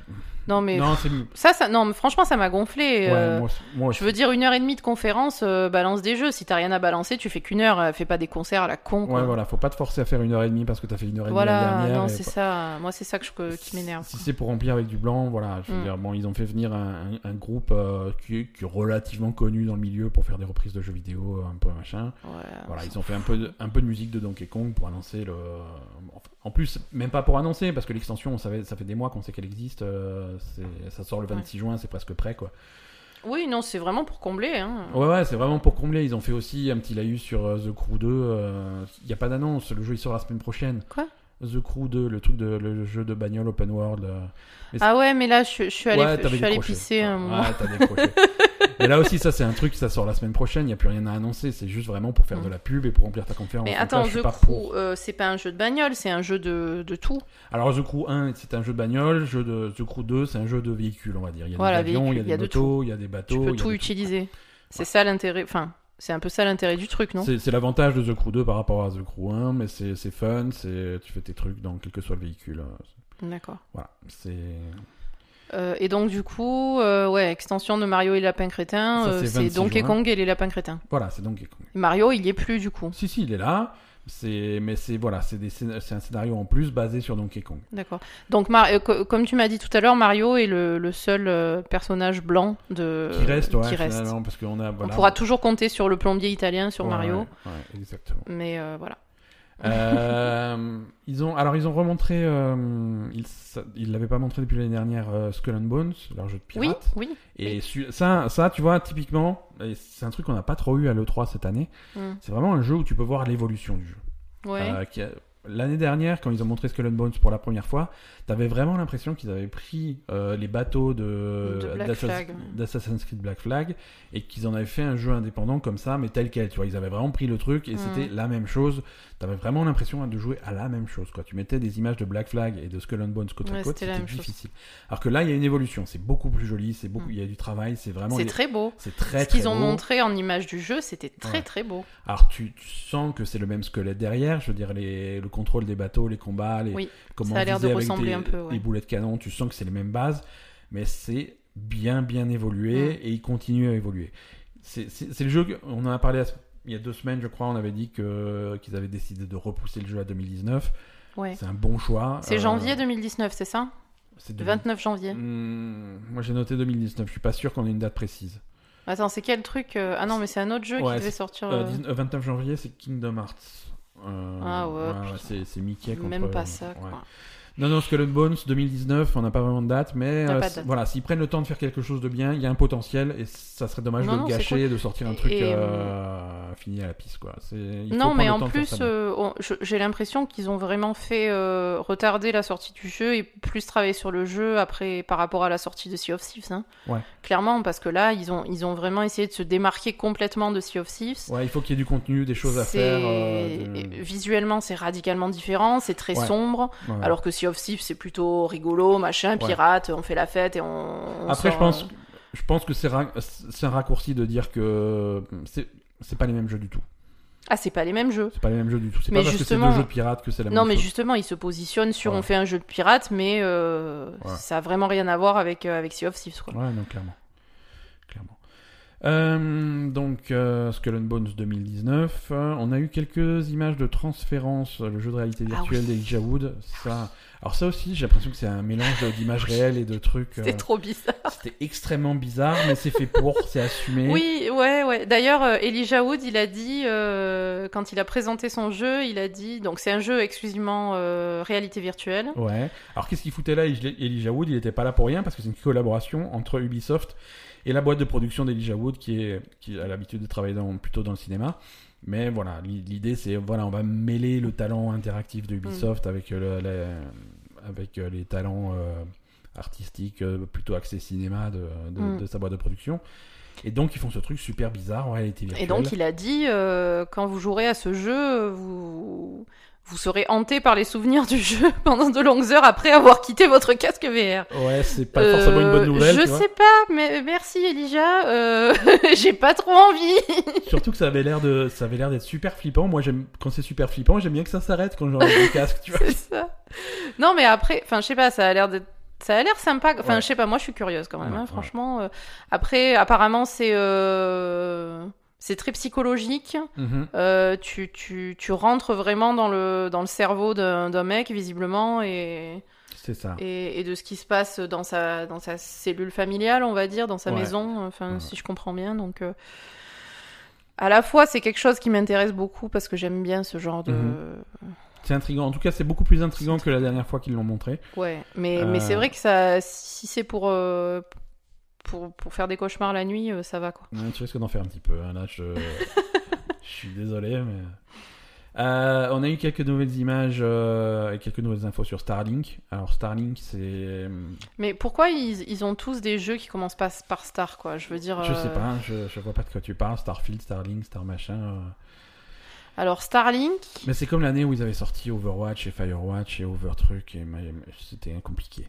[SPEAKER 2] Non, mais
[SPEAKER 1] Non, c'est mieux.
[SPEAKER 2] ça, ça, non, mais franchement, ça m'a gonflé.
[SPEAKER 1] Ouais,
[SPEAKER 2] euh,
[SPEAKER 1] moi, aussi- moi aussi.
[SPEAKER 2] Je veux dire, une heure et demie de conférence, euh, balance des jeux. Si t'as rien à balancer, tu fais qu'une heure. euh, Fais pas des concerts à la con. quoi.
[SPEAKER 1] Ouais, voilà, faut pas te forcer à faire une heure et demie parce que t'as fait une heure et demie la
[SPEAKER 2] Voilà,
[SPEAKER 1] dernière.
[SPEAKER 2] non,
[SPEAKER 1] et
[SPEAKER 2] c'est
[SPEAKER 1] pas-
[SPEAKER 2] ça. Moi, c'est ça que je- que- euh, qui m'énerve.
[SPEAKER 1] Si c'est pour remplir avec du blanc, voilà. Je veux
[SPEAKER 2] Mm.
[SPEAKER 1] dire, bon, ils ont fait venir un, un- un groupe euh, qui, est, qui est relativement connu dans le milieu pour faire des reprises de jeux vidéo, euh, un peu machin.
[SPEAKER 2] quoi. Ouais.
[SPEAKER 1] Voilà, ils ont fait un peu, de, un peu de musique de Donkey Kong pour annoncer le. enfin, En plus, même pas pour annoncer, parce que l'extension, on savait, ça fait des mois qu'on sait qu'elle existe. euh, c'est- ça sort le 26 juin, c'est presque prêt, quoi.
[SPEAKER 2] Oui, non, c'est vraiment pour combler. hein.
[SPEAKER 1] Ouais, ouais, c'est vraiment pour combler. Ils ont fait aussi un petit laïus sur euh, The Crew 2. Il n'y a pas d'annonce, le jeu il sort la semaine prochaine.
[SPEAKER 2] Quoi
[SPEAKER 1] The Crew 2, le truc de le jeu de bagnole open world. euh.
[SPEAKER 2] Ah ouais, mais là, je, je suis allée,
[SPEAKER 1] ouais,
[SPEAKER 2] je
[SPEAKER 1] t'avais
[SPEAKER 2] suis allée
[SPEAKER 1] décroché.
[SPEAKER 2] pisser un moment.
[SPEAKER 1] Ouais, Ah t'as
[SPEAKER 2] (laughs)
[SPEAKER 1] décroché. Et là aussi, ça c'est un truc, ça sort la semaine prochaine, il n'y a plus rien à annoncer, c'est juste vraiment pour faire de la pub et pour remplir ta conférence.
[SPEAKER 2] Mm. Mais
[SPEAKER 1] Donc là,
[SPEAKER 2] attends,
[SPEAKER 1] je suis
[SPEAKER 2] The
[SPEAKER 1] pas
[SPEAKER 2] Crew,
[SPEAKER 1] pour.
[SPEAKER 2] euh, c'est pas un jeu de bagnole, c'est un jeu de, de tout.
[SPEAKER 1] Alors The Crew 1, c'est un jeu de bagnole, jeu de The Crew 2, c'est un jeu de véhicules, on va dire. Il y a
[SPEAKER 2] Voilà,
[SPEAKER 1] des avions, il y a
[SPEAKER 2] véhicules,
[SPEAKER 1] des
[SPEAKER 2] il y a de
[SPEAKER 1] motos, il y a des
[SPEAKER 2] Tu
[SPEAKER 1] bateaux. il y
[SPEAKER 2] peux
[SPEAKER 1] a
[SPEAKER 2] tout
[SPEAKER 1] des-
[SPEAKER 2] utiliser. C'est ça l'intérêt. Enfin, c'est un peu ça l'intérêt du truc, non
[SPEAKER 1] C'est c'est l'avantage de The Crew 2 par rapport à The Crew 1, mais c'est c'est fun, c'est tu fais tes trucs dans quel que soit le véhicule. euh,
[SPEAKER 2] D'accord.
[SPEAKER 1] Voilà, c'est
[SPEAKER 2] Euh, et donc, du coup, euh, ouais, extension de Mario et les lapins crétins,
[SPEAKER 1] Ça,
[SPEAKER 2] euh,
[SPEAKER 1] c'est
[SPEAKER 2] c'est
[SPEAKER 1] 26
[SPEAKER 2] Donkey
[SPEAKER 1] juin.
[SPEAKER 2] Kong et les lapins crétins.
[SPEAKER 1] voilà, c'est Donkey Kong.
[SPEAKER 2] Mario, il y est plus du coup.
[SPEAKER 1] Si si, il est là, c'est mais c'est voilà, c'est des scén- c'est un scénario en plus basé sur Donkey Kong.
[SPEAKER 2] D'accord. Donc, Mar- euh, co- comme tu m'as dit tout à l'heure, Mario est le, le seul euh, personnage blanc de.
[SPEAKER 1] qui reste, ouais,
[SPEAKER 2] euh, qui reste.
[SPEAKER 1] finalement, parce qu'on a voilà,
[SPEAKER 2] On pourra toujours compter sur le plombier italien, sur
[SPEAKER 1] Ouais,
[SPEAKER 2] Mario,
[SPEAKER 1] ouais, ouais, exactement.
[SPEAKER 2] mais euh, voilà.
[SPEAKER 1] Euh, ils ont, alors ils ont remontré, euh, ils ça- ils l'avaient pas montré depuis l'année dernière, euh, Skull and Bones, leur jeu de
[SPEAKER 2] Oui,
[SPEAKER 1] pirate.
[SPEAKER 2] oui.
[SPEAKER 1] Et su- ça, ça, tu vois, typiquement, et c'est un truc qu'on n'a pas trop eu à l'E3 cette année.
[SPEAKER 2] Mm.
[SPEAKER 1] C'est vraiment un jeu où tu peux voir l'évolution du jeu.
[SPEAKER 2] Ouais.
[SPEAKER 1] Euh, qui a- L'année dernière, quand ils ont montré Skull and Bones pour la première fois, t'avais vraiment l'impression qu'ils avaient pris euh, les bateaux de,
[SPEAKER 2] De Black
[SPEAKER 1] d'Assassin-
[SPEAKER 2] Flag.
[SPEAKER 1] d'Assassin's Creed Black Flag et qu'ils en avaient fait un jeu indépendant comme ça, mais tel quel. Tu vois, ils avaient vraiment pris le truc et
[SPEAKER 2] Mm.
[SPEAKER 1] c'était la même chose. T'avais vraiment l'impression hein, de jouer à la même chose. Quoi. Tu mettais des images de Black Flag et de Skull and Bones côte à
[SPEAKER 2] Ouais,
[SPEAKER 1] côte,
[SPEAKER 2] c'était la
[SPEAKER 1] c'était
[SPEAKER 2] même chose.
[SPEAKER 1] difficile. Alors que là, il y a une évolution. C'est beaucoup plus joli. C'est beaucoup.
[SPEAKER 2] Mm.
[SPEAKER 1] Il y a du travail. C'est vraiment.
[SPEAKER 2] c'est
[SPEAKER 1] il y a-
[SPEAKER 2] très beau.
[SPEAKER 1] C'est très.
[SPEAKER 2] Ce qu'ils
[SPEAKER 1] très
[SPEAKER 2] ont
[SPEAKER 1] beau.
[SPEAKER 2] montré en image du jeu, c'était très
[SPEAKER 1] Ouais.
[SPEAKER 2] très beau.
[SPEAKER 1] Alors tu, tu sens que c'est le même squelette derrière, je veux dire les, le contrôle des bateaux, les combats, les,
[SPEAKER 2] Oui,
[SPEAKER 1] comment
[SPEAKER 2] ça a l'air de
[SPEAKER 1] viser avec
[SPEAKER 2] ressembler
[SPEAKER 1] des-
[SPEAKER 2] un peu, ouais.
[SPEAKER 1] les boulets de canon, tu sens que c'est les mêmes bases, mais c'est bien bien évolué
[SPEAKER 2] Mm.
[SPEAKER 1] et il continue à évoluer. C'est c'est- c'est le jeu, que- on en a parlé la se- il y a deux semaines je crois, on avait dit que qu'ils avaient décidé de repousser le jeu à 2019,
[SPEAKER 2] Ouais.
[SPEAKER 1] c'est un bon choix.
[SPEAKER 2] C'est
[SPEAKER 1] Euh,
[SPEAKER 2] janvier 2019, c'est ça
[SPEAKER 1] c'est
[SPEAKER 2] Le
[SPEAKER 1] deux-
[SPEAKER 2] 29 janvier.
[SPEAKER 1] Hmm, moi j'ai noté 2019, je suis pas sûr qu'on ait une date précise.
[SPEAKER 2] Attends, c'est quel truc euh, Ah non, mais c'est un autre jeu
[SPEAKER 1] Ouais,
[SPEAKER 2] qui devait
[SPEAKER 1] c'est-
[SPEAKER 2] sortir.
[SPEAKER 1] Euh,
[SPEAKER 2] euh,
[SPEAKER 1] 19 euh, 29 janvier, c'est Kingdom Hearts. Euh,
[SPEAKER 2] Ah ouais, putain.
[SPEAKER 1] c'est, c'est Mickey contre... euh,
[SPEAKER 2] Même pas ça,
[SPEAKER 1] ouais.
[SPEAKER 2] quoi.
[SPEAKER 1] Non, non, Skull and Bones 2019, on n'a pas vraiment de date, mais
[SPEAKER 2] On n'a
[SPEAKER 1] euh,
[SPEAKER 2] pas de
[SPEAKER 1] c'est-
[SPEAKER 2] date.
[SPEAKER 1] voilà, s'ils prennent le temps de faire quelque chose de bien, il y a un potentiel et ça serait dommage
[SPEAKER 2] Non,
[SPEAKER 1] de
[SPEAKER 2] non,
[SPEAKER 1] le
[SPEAKER 2] c'est
[SPEAKER 1] gâcher et de sortir un
[SPEAKER 2] Et-
[SPEAKER 1] truc
[SPEAKER 2] et,
[SPEAKER 1] euh, fini à la piste, quoi. C'est, il faut
[SPEAKER 2] Non, mais
[SPEAKER 1] prendre le temps
[SPEAKER 2] en
[SPEAKER 1] de faire
[SPEAKER 2] plus,
[SPEAKER 1] ça bien.
[SPEAKER 2] euh, on- je- j'ai l'impression qu'ils ont vraiment fait euh, retarder la sortie du jeu et plus travailler sur le jeu après par rapport à la sortie de Sea of Thieves. hein.
[SPEAKER 1] Ouais.
[SPEAKER 2] Clairement, parce que là, ils ont, ils ont vraiment essayé de se démarquer complètement de Sea of Thieves.
[SPEAKER 1] Ouais, il faut qu'il y ait du contenu, des choses à
[SPEAKER 2] C'est-
[SPEAKER 1] faire. euh, de-
[SPEAKER 2] et Visuellement, c'est radicalement différent, c'est très
[SPEAKER 1] Ouais.
[SPEAKER 2] sombre.
[SPEAKER 1] ouais.
[SPEAKER 2] Alors que Sea of Thieves, c'est plutôt rigolo, machin,
[SPEAKER 1] Ouais.
[SPEAKER 2] pirate, on fait la fête et on. on
[SPEAKER 1] Après,
[SPEAKER 2] sort,
[SPEAKER 1] je pense,
[SPEAKER 2] euh,
[SPEAKER 1] je pense que c'est, ra- c'est un raccourci de dire que euh, c'est, c'est pas les mêmes jeux du tout.
[SPEAKER 2] Ah, c'est pas les mêmes jeux.
[SPEAKER 1] C'est pas les mêmes jeux du tout. C'est
[SPEAKER 2] Mais
[SPEAKER 1] pas parce que c'est
[SPEAKER 2] justement-
[SPEAKER 1] deux jeux de pirates que c'est la
[SPEAKER 2] Non,
[SPEAKER 1] même
[SPEAKER 2] mais
[SPEAKER 1] chose.
[SPEAKER 2] justement, ils se positionnent sur
[SPEAKER 1] Ouais.
[SPEAKER 2] on fait un jeu de pirate, mais euh,
[SPEAKER 1] Ouais.
[SPEAKER 2] ça a vraiment rien à voir avec, euh, avec Sea of Thieves, quoi.
[SPEAKER 1] Ouais, non, clairement. clairement. Euh, donc, euh, Skull and Bones 2019. euh, on a eu quelques images de Transférence, euh, le jeu de réalité
[SPEAKER 2] Ah
[SPEAKER 1] virtuelle
[SPEAKER 2] oui.
[SPEAKER 1] d'Elijah Wood. Ça... Alors, ça aussi, j'ai l'impression que c'est un mélange de- d'images réelles et de trucs. euh,
[SPEAKER 2] (laughs) Ah C'était trop bizarre.
[SPEAKER 1] C'était extrêmement bizarre, mais c'est fait pour, c'est assumé.
[SPEAKER 2] Oui, ouais, ouais. D'ailleurs, euh, Elijah Wood, il a dit, euh, quand il a présenté son jeu, il a dit, donc c'est un jeu exclusivement euh, réalité virtuelle.
[SPEAKER 1] Ouais. Alors, qu'est-ce qu'il foutait là, Elijah Elijah Wood Il n'était pas là pour rien parce que c'est une collaboration entre Ubisoft et la boîte de production d'Elijah Wood qui, est, qui a l'habitude de travailler dans, plutôt dans le cinéma. Mais voilà, l'i- l'idée c'est voilà, on va mêler le talent interactif de Ubisoft
[SPEAKER 2] Mm.
[SPEAKER 1] avec, euh, le- la- avec euh, les talents euh, artistiques euh, plutôt axés cinéma de, de-
[SPEAKER 2] Mm.
[SPEAKER 1] de sa boîte de production. Et donc ils font ce truc super bizarre en réalité virtuelle.
[SPEAKER 2] Et donc, il a dit, euh, quand vous jouerez à ce jeu, vous, vous serez hanté par les souvenirs du jeu (laughs) pendant de longues heures après avoir quitté votre casque VR.
[SPEAKER 1] Ouais, c'est pas forcément une bonne nouvelle.
[SPEAKER 2] Euh, Je
[SPEAKER 1] tu vois.
[SPEAKER 2] sais pas, mais merci Elijah. euh, (laughs) J'ai pas trop envie. (laughs)
[SPEAKER 1] Surtout que ça avait l'air de, ça avait l'air d'être super flippant. Moi, j'aime quand c'est super flippant, j'aime bien que ça s'arrête quand j'enlève le casque,
[SPEAKER 2] (laughs)
[SPEAKER 1] tu vois.
[SPEAKER 2] C'est ça. Non, mais après, enfin, je sais pas, ça a l'air d'être. Ça a l'air sympa. Enfin,
[SPEAKER 1] Ouais.
[SPEAKER 2] je sais pas, moi je suis curieuse quand même,
[SPEAKER 1] Ouais,
[SPEAKER 2] hein,
[SPEAKER 1] ouais.
[SPEAKER 2] franchement. euh. Après, apparemment, c'est. euh, C'est très psychologique.
[SPEAKER 1] Mhm.
[SPEAKER 2] Euh, tu, tu, tu rentres vraiment dans le, dans le cerveau d'un d'un mec, visiblement, et,
[SPEAKER 1] C'est ça.
[SPEAKER 2] et, et de ce qui se passe dans sa, dans sa cellule familiale, on va dire, dans sa
[SPEAKER 1] Ouais.
[SPEAKER 2] maison, enfin,
[SPEAKER 1] Ouais.
[SPEAKER 2] si je comprends bien. Donc, euh, à la fois, c'est quelque chose qui m'intéresse beaucoup parce que j'aime bien ce genre de.
[SPEAKER 1] Mhm. C'est intriguant. En tout cas, c'est beaucoup plus intriguant que la dernière fois qu'ils l'ont montré.
[SPEAKER 2] Ouais, mais,
[SPEAKER 1] Euh.
[SPEAKER 2] mais c'est vrai que ça, si c'est pour, euh, pour, pour faire des cauchemars la nuit, euh, ça va quoi.
[SPEAKER 1] Ouais, tu risques d'en faire un petit peu. hein. Là, je... je suis désolé, mais. Euh, on a eu quelques nouvelles images euh, et quelques nouvelles infos sur Starlink. Alors, Starlink, c'est.
[SPEAKER 2] Mais pourquoi ils, ils ont tous des jeux qui commencent pas par Star quoi Je veux dire.
[SPEAKER 1] Je sais
[SPEAKER 2] euh,
[SPEAKER 1] pas, hein, je, je vois pas de quoi tu parles. Starfield, Starlink, Star machin. euh.
[SPEAKER 2] Alors Starlink,
[SPEAKER 1] Mais c'est comme l'année où ils avaient sorti Overwatch et Firewatch et Overtruck et ma- c'était compliqué.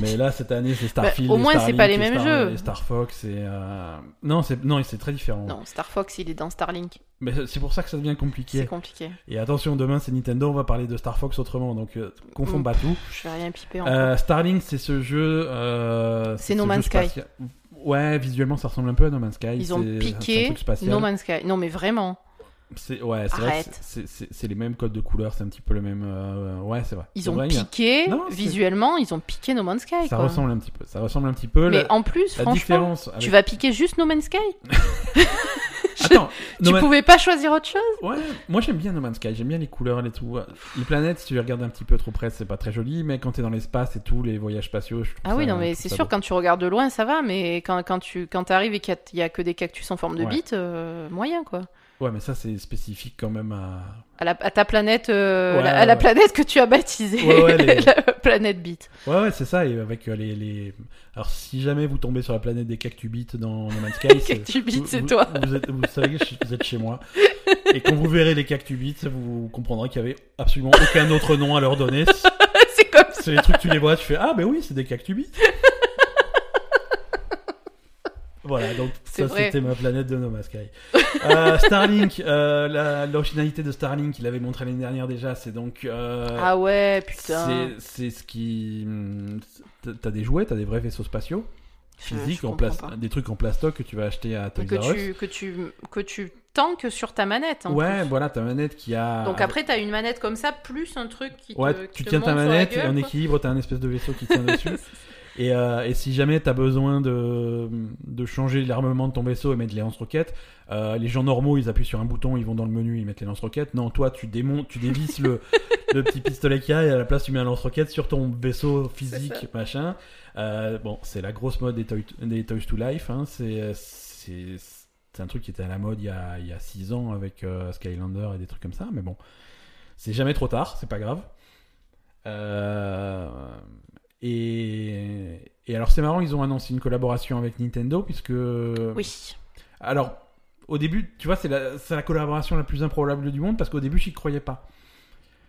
[SPEAKER 1] Mais là cette année c'est Starfield.
[SPEAKER 2] Bah, au
[SPEAKER 1] et
[SPEAKER 2] moins, c'est
[SPEAKER 1] Starlink
[SPEAKER 2] pas les
[SPEAKER 1] et
[SPEAKER 2] mêmes
[SPEAKER 1] Star-
[SPEAKER 2] jeux.
[SPEAKER 1] et Star Fox et euh, non c'est non c'est très différent.
[SPEAKER 2] non, Star Fox il est dans Starlink,
[SPEAKER 1] Mais c'est- c'est pour ça que ça devient
[SPEAKER 2] c'est
[SPEAKER 1] compliqué.
[SPEAKER 2] compliqué.
[SPEAKER 1] Et attention demain c'est Nintendo on va parler de Star Fox autrement donc euh, confond
[SPEAKER 2] Mm.
[SPEAKER 1] pas tout.
[SPEAKER 2] Je vais rien piper encore.
[SPEAKER 1] Euh, Starlink c'est ce jeu. euh,
[SPEAKER 2] C'est
[SPEAKER 1] ce
[SPEAKER 2] No
[SPEAKER 1] jeu
[SPEAKER 2] Man's Sky.
[SPEAKER 1] spatial. Ouais visuellement ça ressemble un peu à No Man's Sky.
[SPEAKER 2] Ils ont
[SPEAKER 1] c'est- c'est un
[SPEAKER 2] piqué
[SPEAKER 1] truc spatial.
[SPEAKER 2] No Man's Sky. Non mais vraiment,
[SPEAKER 1] C'est ouais, c'est vrai. que
[SPEAKER 2] Arrête.
[SPEAKER 1] C'est c'est- c'est les mêmes codes de couleurs, c'est un petit peu le même. euh, ouais, c'est vrai.
[SPEAKER 2] ils
[SPEAKER 1] C'est
[SPEAKER 2] ont
[SPEAKER 1] vrai, il y a-
[SPEAKER 2] piqué
[SPEAKER 1] Non, c'est-
[SPEAKER 2] visuellement, ils ont piqué No Man's Sky.
[SPEAKER 1] Ça
[SPEAKER 2] quoi.
[SPEAKER 1] ressemble un petit peu. Ça ressemble un petit peu.
[SPEAKER 2] Mais
[SPEAKER 1] la
[SPEAKER 2] en plus,
[SPEAKER 1] la
[SPEAKER 2] franchement,
[SPEAKER 1] différence. avec-
[SPEAKER 2] tu vas piquer juste No Man's Sky
[SPEAKER 1] Attends. No
[SPEAKER 2] (laughs) Tu
[SPEAKER 1] Man-
[SPEAKER 2] pouvais pas choisir autre chose
[SPEAKER 1] Ouais, moi j'aime bien No Man's Sky. J'aime bien les couleurs, les tout. Les planètes, si tu les regardes un petit peu trop près, c'est pas très joli. Mais quand t'es dans l'espace et tout, les voyages spatiaux, je trouve
[SPEAKER 2] Ah oui,
[SPEAKER 1] ça-
[SPEAKER 2] non, mais
[SPEAKER 1] je trouve
[SPEAKER 2] c'est
[SPEAKER 1] ça
[SPEAKER 2] sûr,
[SPEAKER 1] beau.
[SPEAKER 2] quand tu regardes de loin, ça va, mais quand, quand tu quand arrives et qu'il n'y a, que des cactus en forme de
[SPEAKER 1] Ouais.
[SPEAKER 2] bite, euh, moyen, quoi.
[SPEAKER 1] Ouais, mais ça c'est spécifique quand même à.
[SPEAKER 2] À la, à ta planète, euh,
[SPEAKER 1] Ouais,
[SPEAKER 2] la- à la
[SPEAKER 1] ouais.
[SPEAKER 2] planète que tu as baptisée,
[SPEAKER 1] Ouais, ouais, les-
[SPEAKER 2] (laughs) la planète bite. (laughs)
[SPEAKER 1] Ouais, ouais, c'est ça. Et avec euh, les, les. Alors si jamais vous tombez sur la planète des cactubites dans No
[SPEAKER 2] (laughs)
[SPEAKER 1] Man's Sky, c'est-
[SPEAKER 2] Cactubites,
[SPEAKER 1] Vous-
[SPEAKER 2] c'est
[SPEAKER 1] vous-
[SPEAKER 2] toi.
[SPEAKER 1] Vous, êtes- vous savez que je- vous êtes chez
[SPEAKER 2] (laughs)
[SPEAKER 1] moi. Et quand vous verrez les cactubites, vous comprendrez qu'il y avait absolument aucun autre nom à leur donner.
[SPEAKER 2] c'est comme ça.
[SPEAKER 1] C'est les trucs, tu les vois, tu fais Ah, ben oui, c'est des cactubites. Voilà, donc
[SPEAKER 2] C'est
[SPEAKER 1] ça
[SPEAKER 2] vrai.
[SPEAKER 1] c'était ma planète de No Man's Sky. Euh, Starlink, euh, la- l'originalité de Starlink, il avait montré l'année dernière déjà, c'est donc. euh,
[SPEAKER 2] Ah ouais, putain.
[SPEAKER 1] c'est c'est ce qui. t'as- T'as des jouets, t'as des vrais vaisseaux spatiaux,
[SPEAKER 2] Ah, Je- je
[SPEAKER 1] physiques, en
[SPEAKER 2] comprends
[SPEAKER 1] plas-
[SPEAKER 2] pas.
[SPEAKER 1] des trucs en plastoc que tu vas acheter à Toys
[SPEAKER 2] Que
[SPEAKER 1] R Us.
[SPEAKER 2] tu, que, tu, que tu tanques sur ta manette, en
[SPEAKER 1] Ouais,
[SPEAKER 2] plus.
[SPEAKER 1] voilà, ta manette qui a.
[SPEAKER 2] Donc après, t'as une manette comme ça, plus un truc qui
[SPEAKER 1] Ah, Ouais,
[SPEAKER 2] te, qui
[SPEAKER 1] tu
[SPEAKER 2] te
[SPEAKER 1] tiens ta
[SPEAKER 2] monte sur la
[SPEAKER 1] manette
[SPEAKER 2] gueule,
[SPEAKER 1] et en
[SPEAKER 2] quoi.
[SPEAKER 1] équilibre, t'as un espèce de vaisseau
[SPEAKER 2] (laughs)
[SPEAKER 1] qui tient dessus. Et, euh, et si jamais t'as besoin de, de changer l'armement de ton vaisseau et mettre les lance-roquettes, euh, les gens normaux ils appuient sur un bouton, ils vont dans le menu, ils mettent les lance-roquettes. Non, toi tu démontes, tu dévisses le, le petit pistolet qu'il y a et à la place tu mets un lance-roquette sur ton vaisseau physique, machin. Euh, bon, c'est la grosse mode des, Toy- des Toys to Life, hein. c'est. c'est- c'est un truc qui était à la mode il y a, il y a 6 ans avec euh, Skylander et des trucs comme ça, mais bon, c'est jamais trop tard, c'est pas grave. Euh, et, et alors c'est marrant, ils ont annoncé une collaboration avec Nintendo, puisque...
[SPEAKER 2] Oui.
[SPEAKER 1] Alors, au début, tu vois, c'est la, c'est la collaboration la plus improbable du monde, parce qu'au début, j'y croyais pas.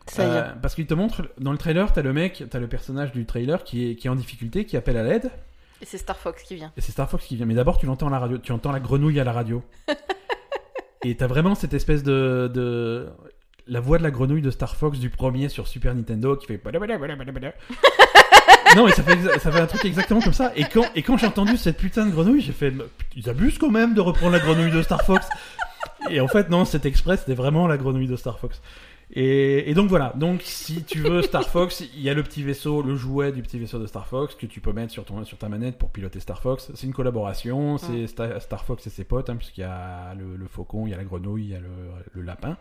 [SPEAKER 2] Ça y est.
[SPEAKER 1] Euh, parce qu'ils te montrent, dans le trailer, t'as le mec, t'as le personnage du trailer qui est, qui est en difficulté, qui appelle à l'aide,
[SPEAKER 2] Et c'est Star Fox qui vient.
[SPEAKER 1] et c'est Star Fox qui vient. Mais d'abord, tu l'entends à la radio. Tu entends la grenouille à la radio. et t'as vraiment cette espèce de, de- La voix de la grenouille de Star Fox du premier sur Super Nintendo qui fait. badabadabadabada. non, mais ça fait, ça fait un truc exactement comme ça. Et quand, et quand j'ai entendu cette putain de grenouille, j'ai fait. Ils abusent quand même de reprendre la grenouille de Star Fox. Et en fait, non, cet express, c'était vraiment la grenouille de Star Fox. Et, et donc voilà, donc si tu veux Star Fox, il y a le petit vaisseau, le jouet du petit vaisseau de Star Fox que tu peux mettre sur, ton, sur ta manette pour piloter Star Fox. C'est une collaboration, c'est Sta- Star Fox et ses potes, hein, puisqu'il y a le, le faucon, il y a la grenouille, il y a le, le lapin.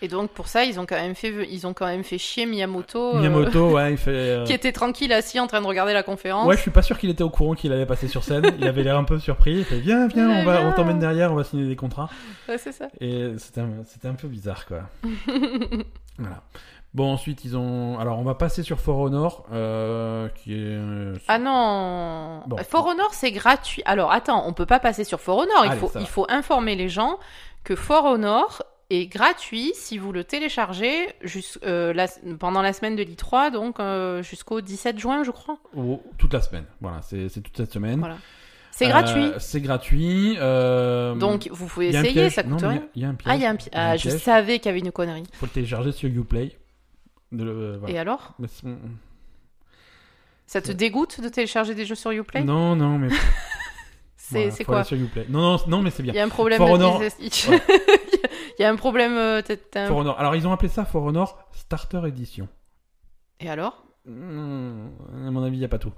[SPEAKER 2] Et donc pour ça, ils ont quand même fait, ils ont quand même fait chier Miyamoto, euh,
[SPEAKER 1] Miyamoto, ouais, il fait... euh,
[SPEAKER 2] (laughs) qui était tranquille assis en train de regarder la conférence.
[SPEAKER 1] Ouais, je suis pas sûr qu'il était au courant qu'il allait passer sur scène. Il avait l'air un peu surpris. Il fait viens, viens, on va, on t'emmène derrière, on va signer des contrats.
[SPEAKER 2] Ouais, c'est ça.
[SPEAKER 1] Et c'était un, c'était un peu bizarre, quoi. voilà. Bon, ensuite, ils ont. Alors, on va passer sur For Honor, euh, qui est. euh,
[SPEAKER 2] Ah non. Euh,
[SPEAKER 1] Bon.
[SPEAKER 2] For Honor, c'est gratuit. Alors attends, on peut pas passer sur For Honor. Il
[SPEAKER 1] Allez,
[SPEAKER 2] faut,
[SPEAKER 1] ça va.
[SPEAKER 2] il faut informer les gens que For Honor est gratuit si vous le téléchargez jus- euh, la- pendant la semaine de l'I3, donc euh, jusqu'au 17 juin, je crois.
[SPEAKER 1] Oh, toute la semaine. Voilà, c'est c'est toute cette semaine.
[SPEAKER 2] Voilà. C'est
[SPEAKER 1] Euh,
[SPEAKER 2] gratuit.
[SPEAKER 1] C'est gratuit. euh,
[SPEAKER 2] Donc vous pouvez
[SPEAKER 1] il y a un
[SPEAKER 2] essayer,
[SPEAKER 1] piège.
[SPEAKER 2] ça coûte
[SPEAKER 1] Non, mais
[SPEAKER 2] rien.
[SPEAKER 1] Il y a- il y a un piège.
[SPEAKER 2] Ah, il y a un pi-
[SPEAKER 1] y a un
[SPEAKER 2] ah, je
[SPEAKER 1] piège.
[SPEAKER 2] savais qu'il y avait une connerie.
[SPEAKER 1] faut le télécharger sur Uplay. De le- euh, voilà.
[SPEAKER 2] Et euh, alors
[SPEAKER 1] Mais c'est-
[SPEAKER 2] Ça te
[SPEAKER 1] Ouais.
[SPEAKER 2] dégoûte de télécharger des jeux sur Uplay
[SPEAKER 1] Non, non,
[SPEAKER 2] (laughs)
[SPEAKER 1] mais
[SPEAKER 2] C'est
[SPEAKER 1] voilà,
[SPEAKER 2] c'est
[SPEAKER 1] faut aller
[SPEAKER 2] quoi
[SPEAKER 1] sur Uplay. Non, non, non, mais c'est
[SPEAKER 2] Il
[SPEAKER 1] bien.
[SPEAKER 2] y a un problème
[SPEAKER 1] For
[SPEAKER 2] de
[SPEAKER 1] Honor.
[SPEAKER 2] PlayStation. (laughs) Il y a un problème. euh, t'as- t'as un-
[SPEAKER 1] For Honor. Alors, ils ont appelé ça For Honor Starter Edition.
[SPEAKER 2] Et alors
[SPEAKER 1] Hmm, à mon avis, il n'y a pas tout.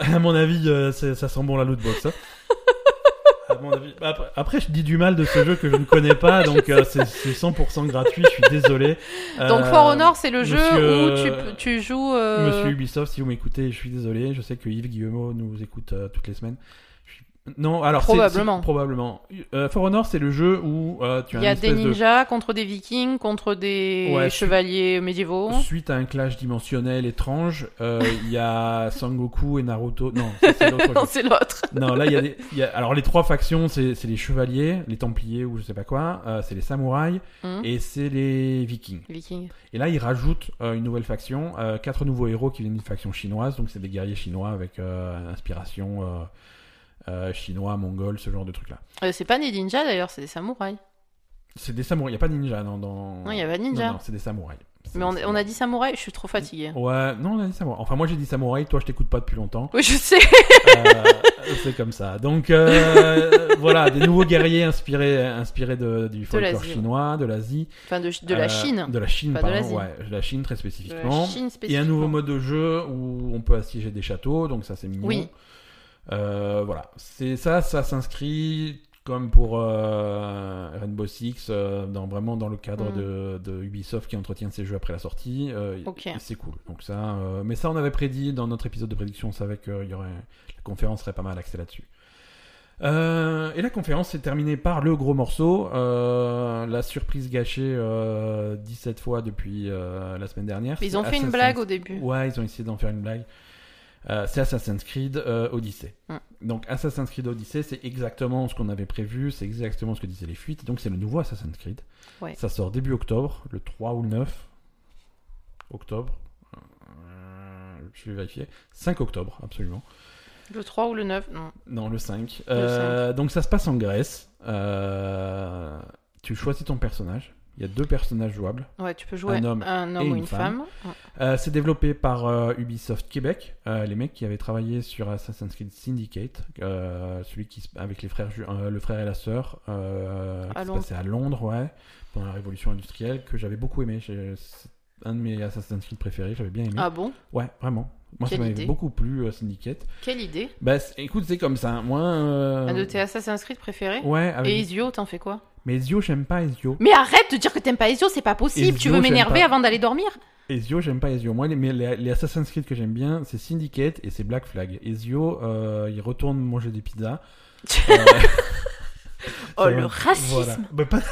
[SPEAKER 1] à mon avis, euh, c'est- ça sent bon la lootbox. hein. à mon avis. bah, Après, après, je dis du mal de ce jeu que je ne connais pas, donc euh, c'est c'est 100% gratuit, je suis désolé.
[SPEAKER 2] (laughs) Donc
[SPEAKER 1] Euh,
[SPEAKER 2] For Honor, c'est le jeu
[SPEAKER 1] monsieur-
[SPEAKER 2] où tu, tu joues. euh,
[SPEAKER 1] Monsieur Ubisoft, si vous m'écoutez, je suis désolé. Je sais que Yves Guillemot nous écoute euh, toutes les semaines. Je suis- Non, alors c'est-
[SPEAKER 2] Probablement.
[SPEAKER 1] c'est- probablement. Euh, For Honor, c'est le jeu où euh, tu as
[SPEAKER 2] Il y a
[SPEAKER 1] une
[SPEAKER 2] des
[SPEAKER 1] espèce de
[SPEAKER 2] ninjas contre des vikings, contre des
[SPEAKER 1] Ouais,
[SPEAKER 2] chevaliers médiévaux.
[SPEAKER 1] suite à un clash dimensionnel étrange. euh, Il y a Sangoku et Naruto. Non, ça, c'est
[SPEAKER 2] (laughs)
[SPEAKER 1] l'autre
[SPEAKER 2] Non,
[SPEAKER 1] jeu.
[SPEAKER 2] c'est l'autre.
[SPEAKER 1] Non, là, il y, a des- il y a. Alors, les trois factions, c'est c'est les chevaliers, les templiers ou je sais pas quoi, euh, c'est les samouraïs
[SPEAKER 2] Hum,
[SPEAKER 1] et c'est les vikings.
[SPEAKER 2] Viking.
[SPEAKER 1] Et là, ils rajoutent euh, une nouvelle faction, euh, quatre nouveaux héros qui viennent d'une faction chinoise, donc c'est des guerriers chinois avec euh, inspiration euh, euh, chinois, mongol, ce genre de truc-là.
[SPEAKER 2] Euh, c'est pas des ninjas d'ailleurs, c'est des samouraïs.
[SPEAKER 1] C'est des samouraïs, il a pas de ninja non, dans...
[SPEAKER 2] Non, il y a pas de
[SPEAKER 1] Non,
[SPEAKER 2] ninja.
[SPEAKER 1] non, c'est des samouraïs. C'est
[SPEAKER 2] Mais on,
[SPEAKER 1] des
[SPEAKER 2] on a dit samouraï, je suis trop fatiguée.
[SPEAKER 1] Ouais, non, on a dit samouraï. Enfin, moi j'ai dit samouraï, toi je t'écoute pas depuis longtemps.
[SPEAKER 2] Oui, je sais. (laughs)
[SPEAKER 1] Euh, c'est comme ça. Donc euh, voilà, des nouveaux guerriers inspirés, inspirés de, du folklore
[SPEAKER 2] l'Asie, ouais.
[SPEAKER 1] chinois, de l'Asie.
[SPEAKER 2] Enfin, de, de la
[SPEAKER 1] euh,
[SPEAKER 2] Chine.
[SPEAKER 1] De la Chine,
[SPEAKER 2] Pas de
[SPEAKER 1] pardon,
[SPEAKER 2] l'Asie.
[SPEAKER 1] ouais, de la Chine très
[SPEAKER 2] De la
[SPEAKER 1] spécifiquement.
[SPEAKER 2] Euh, Chine
[SPEAKER 1] Et
[SPEAKER 2] spécifiquement.
[SPEAKER 1] un nouveau mode de jeu où on peut assiéger des châteaux, donc ça c'est mignon.
[SPEAKER 2] Oui.
[SPEAKER 1] Euh, voilà, c'est ça, ça s'inscrit comme pour euh, Rainbow Six, euh, dans, vraiment dans le cadre
[SPEAKER 2] Mm.
[SPEAKER 1] de, de Ubisoft qui entretient ses jeux après la sortie. euh,
[SPEAKER 2] Ok.
[SPEAKER 1] et C'est cool. Donc ça, euh, mais ça on avait prédit dans notre épisode de prédiction, on savait que il y aurait, la conférence serait pas mal axée là-dessus. Euh, et la conférence s'est terminée par le gros morceau, euh, la surprise gâchée euh, 17 fois depuis euh, la semaine dernière.
[SPEAKER 2] Mais Ils ont
[SPEAKER 1] c'est
[SPEAKER 2] fait une
[SPEAKER 1] Assassin's
[SPEAKER 2] blague au début.
[SPEAKER 1] Ouais, ils ont essayé d'en faire une blague. Euh, c'est Assassin's Creed euh, Odyssey.
[SPEAKER 2] Mm.
[SPEAKER 1] Donc Assassin's Creed Odyssey, c'est exactement ce qu'on avait prévu, c'est exactement ce que disaient les fuites. Donc c'est le nouveau Assassin's Creed.
[SPEAKER 2] Ouais.
[SPEAKER 1] Ça sort début octobre, le 3 ou le 9 octobre. Euh, Je vais vérifier. 5 octobre, absolument.
[SPEAKER 2] Le 3 ou le 9, non.
[SPEAKER 1] Non, le 5. Euh, Donc ça se passe en Grèce. Euh, tu choisis ton personnage. Il y a deux personnages jouables.
[SPEAKER 2] Ouais, tu peux jouer
[SPEAKER 1] Un homme et
[SPEAKER 2] ou
[SPEAKER 1] une
[SPEAKER 2] une femme.
[SPEAKER 1] Euh, c'est développé par euh, Ubisoft Québec, euh, les mecs qui avaient travaillé sur Assassin's Creed Syndicate, euh, celui qui se- avec les frères, ju- euh, le frère et la sœur, euh,
[SPEAKER 2] À
[SPEAKER 1] qui se
[SPEAKER 2] Londres.
[SPEAKER 1] passait à Londres, ouais, pendant la Révolution industrielle, que j'avais beaucoup aimé. J'ai- C'est un de mes Assassin's Creed préférés, j'avais bien aimé.
[SPEAKER 2] Ah bon
[SPEAKER 1] Ouais, vraiment. Moi,
[SPEAKER 2] Quelle
[SPEAKER 1] ça m'avait
[SPEAKER 2] idée.
[SPEAKER 1] beaucoup plu, euh, Syndicate.
[SPEAKER 2] Quelle idée
[SPEAKER 1] Bah, c'est- écoute, c'est comme ça. Moi, euh,
[SPEAKER 2] Un de tes Assassin's Creed préférés
[SPEAKER 1] ouais, avec-
[SPEAKER 2] Et Ezio, t'en fais quoi
[SPEAKER 1] mais Ezio, j'aime pas Ezio.
[SPEAKER 2] Mais arrête de dire que t'aimes pas Ezio, c'est pas possible. tu
[SPEAKER 1] Ezio,
[SPEAKER 2] veux
[SPEAKER 1] j'aime
[SPEAKER 2] m'énerver
[SPEAKER 1] pas.
[SPEAKER 2] avant d'aller dormir
[SPEAKER 1] Ezio, j'aime pas Ezio. Moi, les, mais les, les Assassin's Creed que j'aime bien, c'est Syndicate et c'est Black Flag. Ezio, euh, il retourne manger des
[SPEAKER 2] (laughs)
[SPEAKER 1] pizzas. Euh,
[SPEAKER 2] Oh,
[SPEAKER 1] c'est
[SPEAKER 2] le
[SPEAKER 1] vrai.
[SPEAKER 2] racisme
[SPEAKER 1] Voilà. Bah, pas-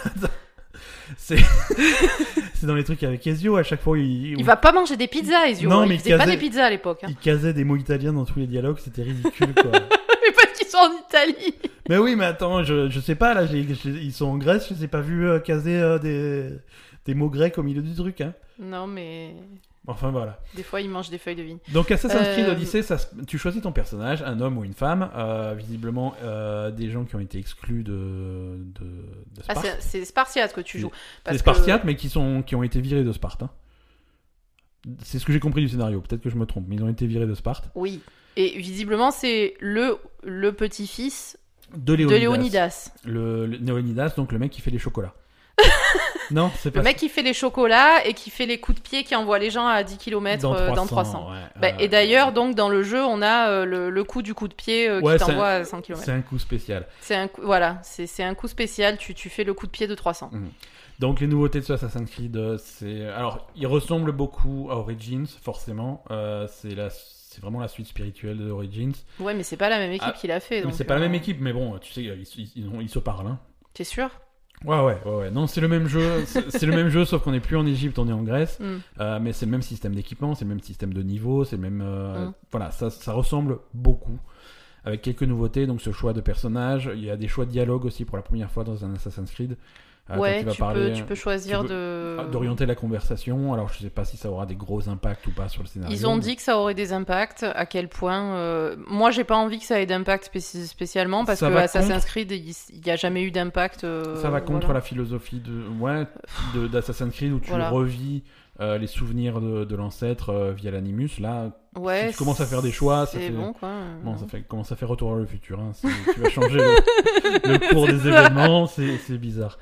[SPEAKER 1] (laughs) C'est (laughs) c'est dans les trucs avec Ezio, à chaque fois, il,
[SPEAKER 2] Il va pas manger des pizzas, Ezio.
[SPEAKER 1] Non,
[SPEAKER 2] hein.
[SPEAKER 1] mais
[SPEAKER 2] il
[SPEAKER 1] il
[SPEAKER 2] faisait pas
[SPEAKER 1] casait-
[SPEAKER 2] des pizzas à l'époque. hein.
[SPEAKER 1] il casait des mots italiens dans tous les dialogues, c'était ridicule,
[SPEAKER 2] (laughs)
[SPEAKER 1] quoi.
[SPEAKER 2] mais parce qu'ils sont en Italie.
[SPEAKER 1] mais oui, mais attends, je, je sais pas, là, j'ai- j'ai- ils sont en Grèce, je les ai pas vus euh, caser euh, des, des mots grecs au milieu du truc, hein.
[SPEAKER 2] Non, mais
[SPEAKER 1] Enfin, voilà.
[SPEAKER 2] des fois, ils mangent des feuilles de vigne.
[SPEAKER 1] Donc Assassin's Creed
[SPEAKER 2] Euh,
[SPEAKER 1] Odyssey, ça se- tu choisis ton personnage, un homme ou une femme, euh, visiblement euh, des gens qui ont été exclus de, de, de
[SPEAKER 2] Ah,
[SPEAKER 1] Sparte.
[SPEAKER 2] c'est c'est Spartiate que tu joues.
[SPEAKER 1] des
[SPEAKER 2] Parce que-
[SPEAKER 1] Spartiates, mais qui, sont, qui ont été virés de Sparte. hein. C'est ce que j'ai compris du scénario, peut-être que je me trompe, mais ils ont été virés de Sparte.
[SPEAKER 2] Oui. Et visiblement, c'est le, le petit-fils
[SPEAKER 1] De
[SPEAKER 2] de
[SPEAKER 1] Léonidas.
[SPEAKER 2] Léonidas.
[SPEAKER 1] Le, le- Léonidas, donc le mec qui fait les
[SPEAKER 2] (laughs)
[SPEAKER 1] chocolats. non, c'est pas
[SPEAKER 2] Le mec qui fait les chocolats et qui fait les coups de pied qui envoie les gens à 10 km euh, dans 300.
[SPEAKER 1] ouais.
[SPEAKER 2] Bah,
[SPEAKER 1] Euh,
[SPEAKER 2] et d'ailleurs, donc dans le jeu, on a euh, le, le coup du coup de pied euh,
[SPEAKER 1] Ouais,
[SPEAKER 2] qui
[SPEAKER 1] c'est
[SPEAKER 2] t'envoie
[SPEAKER 1] un-
[SPEAKER 2] à 100 km.
[SPEAKER 1] c'est un coup spécial.
[SPEAKER 2] C'est un coup, voilà, c'est c'est un coup spécial. Tu, tu fais le coup de pied de 300.
[SPEAKER 1] Donc les nouveautés de ce Assassin's Creed, euh, c'est alors il ressemble beaucoup à Origins forcément. Euh, c'est la c'est vraiment la suite spirituelle de Origins.
[SPEAKER 2] Ouais, mais c'est pas la même équipe
[SPEAKER 1] Ah,
[SPEAKER 2] qui l'a fait.
[SPEAKER 1] Mais
[SPEAKER 2] donc,
[SPEAKER 1] c'est pas la
[SPEAKER 2] euh,
[SPEAKER 1] même équipe, mais bon, tu sais, ils, ils- ils ont- ils se parlent. Hein.
[SPEAKER 2] T'es sûr
[SPEAKER 1] Ouais, ouais, ouais, ouais. Non, c'est le même jeu. C'est c'est le même jeu, sauf qu'on n'est plus en Égypte, on est en Grèce.
[SPEAKER 2] Mm.
[SPEAKER 1] Euh, mais c'est le même système d'équipement, c'est le même système de niveau, c'est le même. euh,
[SPEAKER 2] Mm.
[SPEAKER 1] Voilà, ça, ça ressemble beaucoup. Avec quelques nouveautés, donc ce choix de personnage. Il y a des choix de dialogue aussi pour la première fois dans un Assassin's Creed. euh, quand
[SPEAKER 2] ouais,
[SPEAKER 1] il va
[SPEAKER 2] tu,
[SPEAKER 1] parler,
[SPEAKER 2] peux, tu peux choisir
[SPEAKER 1] tu
[SPEAKER 2] de.
[SPEAKER 1] euh, d'orienter la conversation. Alors, je sais pas si ça aura des gros impacts ou pas sur le scénario.
[SPEAKER 2] Ils ont
[SPEAKER 1] mais-
[SPEAKER 2] dit que ça aurait des impacts. À quel point euh, Moi, j'ai pas envie que ça ait d'impact spéci- spécialement parce
[SPEAKER 1] Ça
[SPEAKER 2] que
[SPEAKER 1] va
[SPEAKER 2] Assassin's
[SPEAKER 1] contre-
[SPEAKER 2] Creed, il il y a jamais eu d'impact. euh,
[SPEAKER 1] Ça va contre
[SPEAKER 2] voilà.
[SPEAKER 1] la philosophie de ouais de- d'Assassin's Creed où tu
[SPEAKER 2] Voilà.
[SPEAKER 1] revis euh, les souvenirs de, de l'ancêtre euh, via l'animus. Là,
[SPEAKER 2] Ouais,
[SPEAKER 1] si tu commences à faire des choix, ça
[SPEAKER 2] c'est
[SPEAKER 1] fait-
[SPEAKER 2] bon quoi.
[SPEAKER 1] bon, ça fait comment ça fait retour vers le futur. hein, c'est- tu vas changer le,
[SPEAKER 2] (laughs)
[SPEAKER 1] le cours des
[SPEAKER 2] C'est ça.
[SPEAKER 1] événements, c'est c'est bizarre.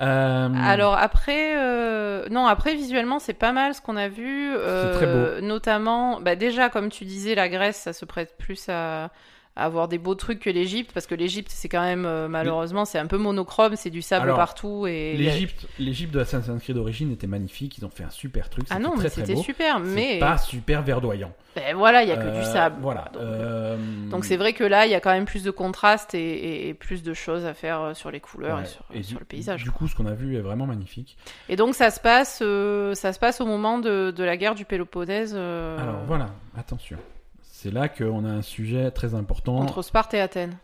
[SPEAKER 1] Euh,
[SPEAKER 2] Alors après, euh, non, après visuellement c'est pas mal ce qu'on a vu, euh,
[SPEAKER 1] très beau.
[SPEAKER 2] notamment, bah déjà comme tu disais, la Grèce ça se prête plus à, à avoir des beaux trucs que l'Égypte parce que l'Égypte c'est quand même euh, malheureusement c'est un peu monochrome, c'est du sable
[SPEAKER 1] Alors,
[SPEAKER 2] partout et
[SPEAKER 1] l'Égypte, l'Égypte de Assassin's Creed d'origine était magnifique. Ils ont fait un super truc.
[SPEAKER 2] ah
[SPEAKER 1] c'était
[SPEAKER 2] non
[SPEAKER 1] très,
[SPEAKER 2] mais
[SPEAKER 1] très
[SPEAKER 2] c'était
[SPEAKER 1] beau.
[SPEAKER 2] super,
[SPEAKER 1] C'est
[SPEAKER 2] mais
[SPEAKER 1] pas super verdoyant.
[SPEAKER 2] ben voilà il y a que
[SPEAKER 1] Euh,
[SPEAKER 2] du sable.
[SPEAKER 1] Voilà.
[SPEAKER 2] Donc,
[SPEAKER 1] euh,
[SPEAKER 2] Donc c'est vrai que là il y a quand même plus de contraste et, et- et plus de choses à faire euh, sur les couleurs
[SPEAKER 1] ouais,
[SPEAKER 2] et, sur,
[SPEAKER 1] et du-
[SPEAKER 2] sur le paysage.
[SPEAKER 1] Du coup, ce qu'on a vu est vraiment magnifique.
[SPEAKER 2] Et donc ça se passe, euh, ça se passe au moment de, de la guerre du Péloponnèse. euh,
[SPEAKER 1] Alors voilà, attention. C'est là qu'on a un sujet très important.
[SPEAKER 2] Entre Sparte et Athènes.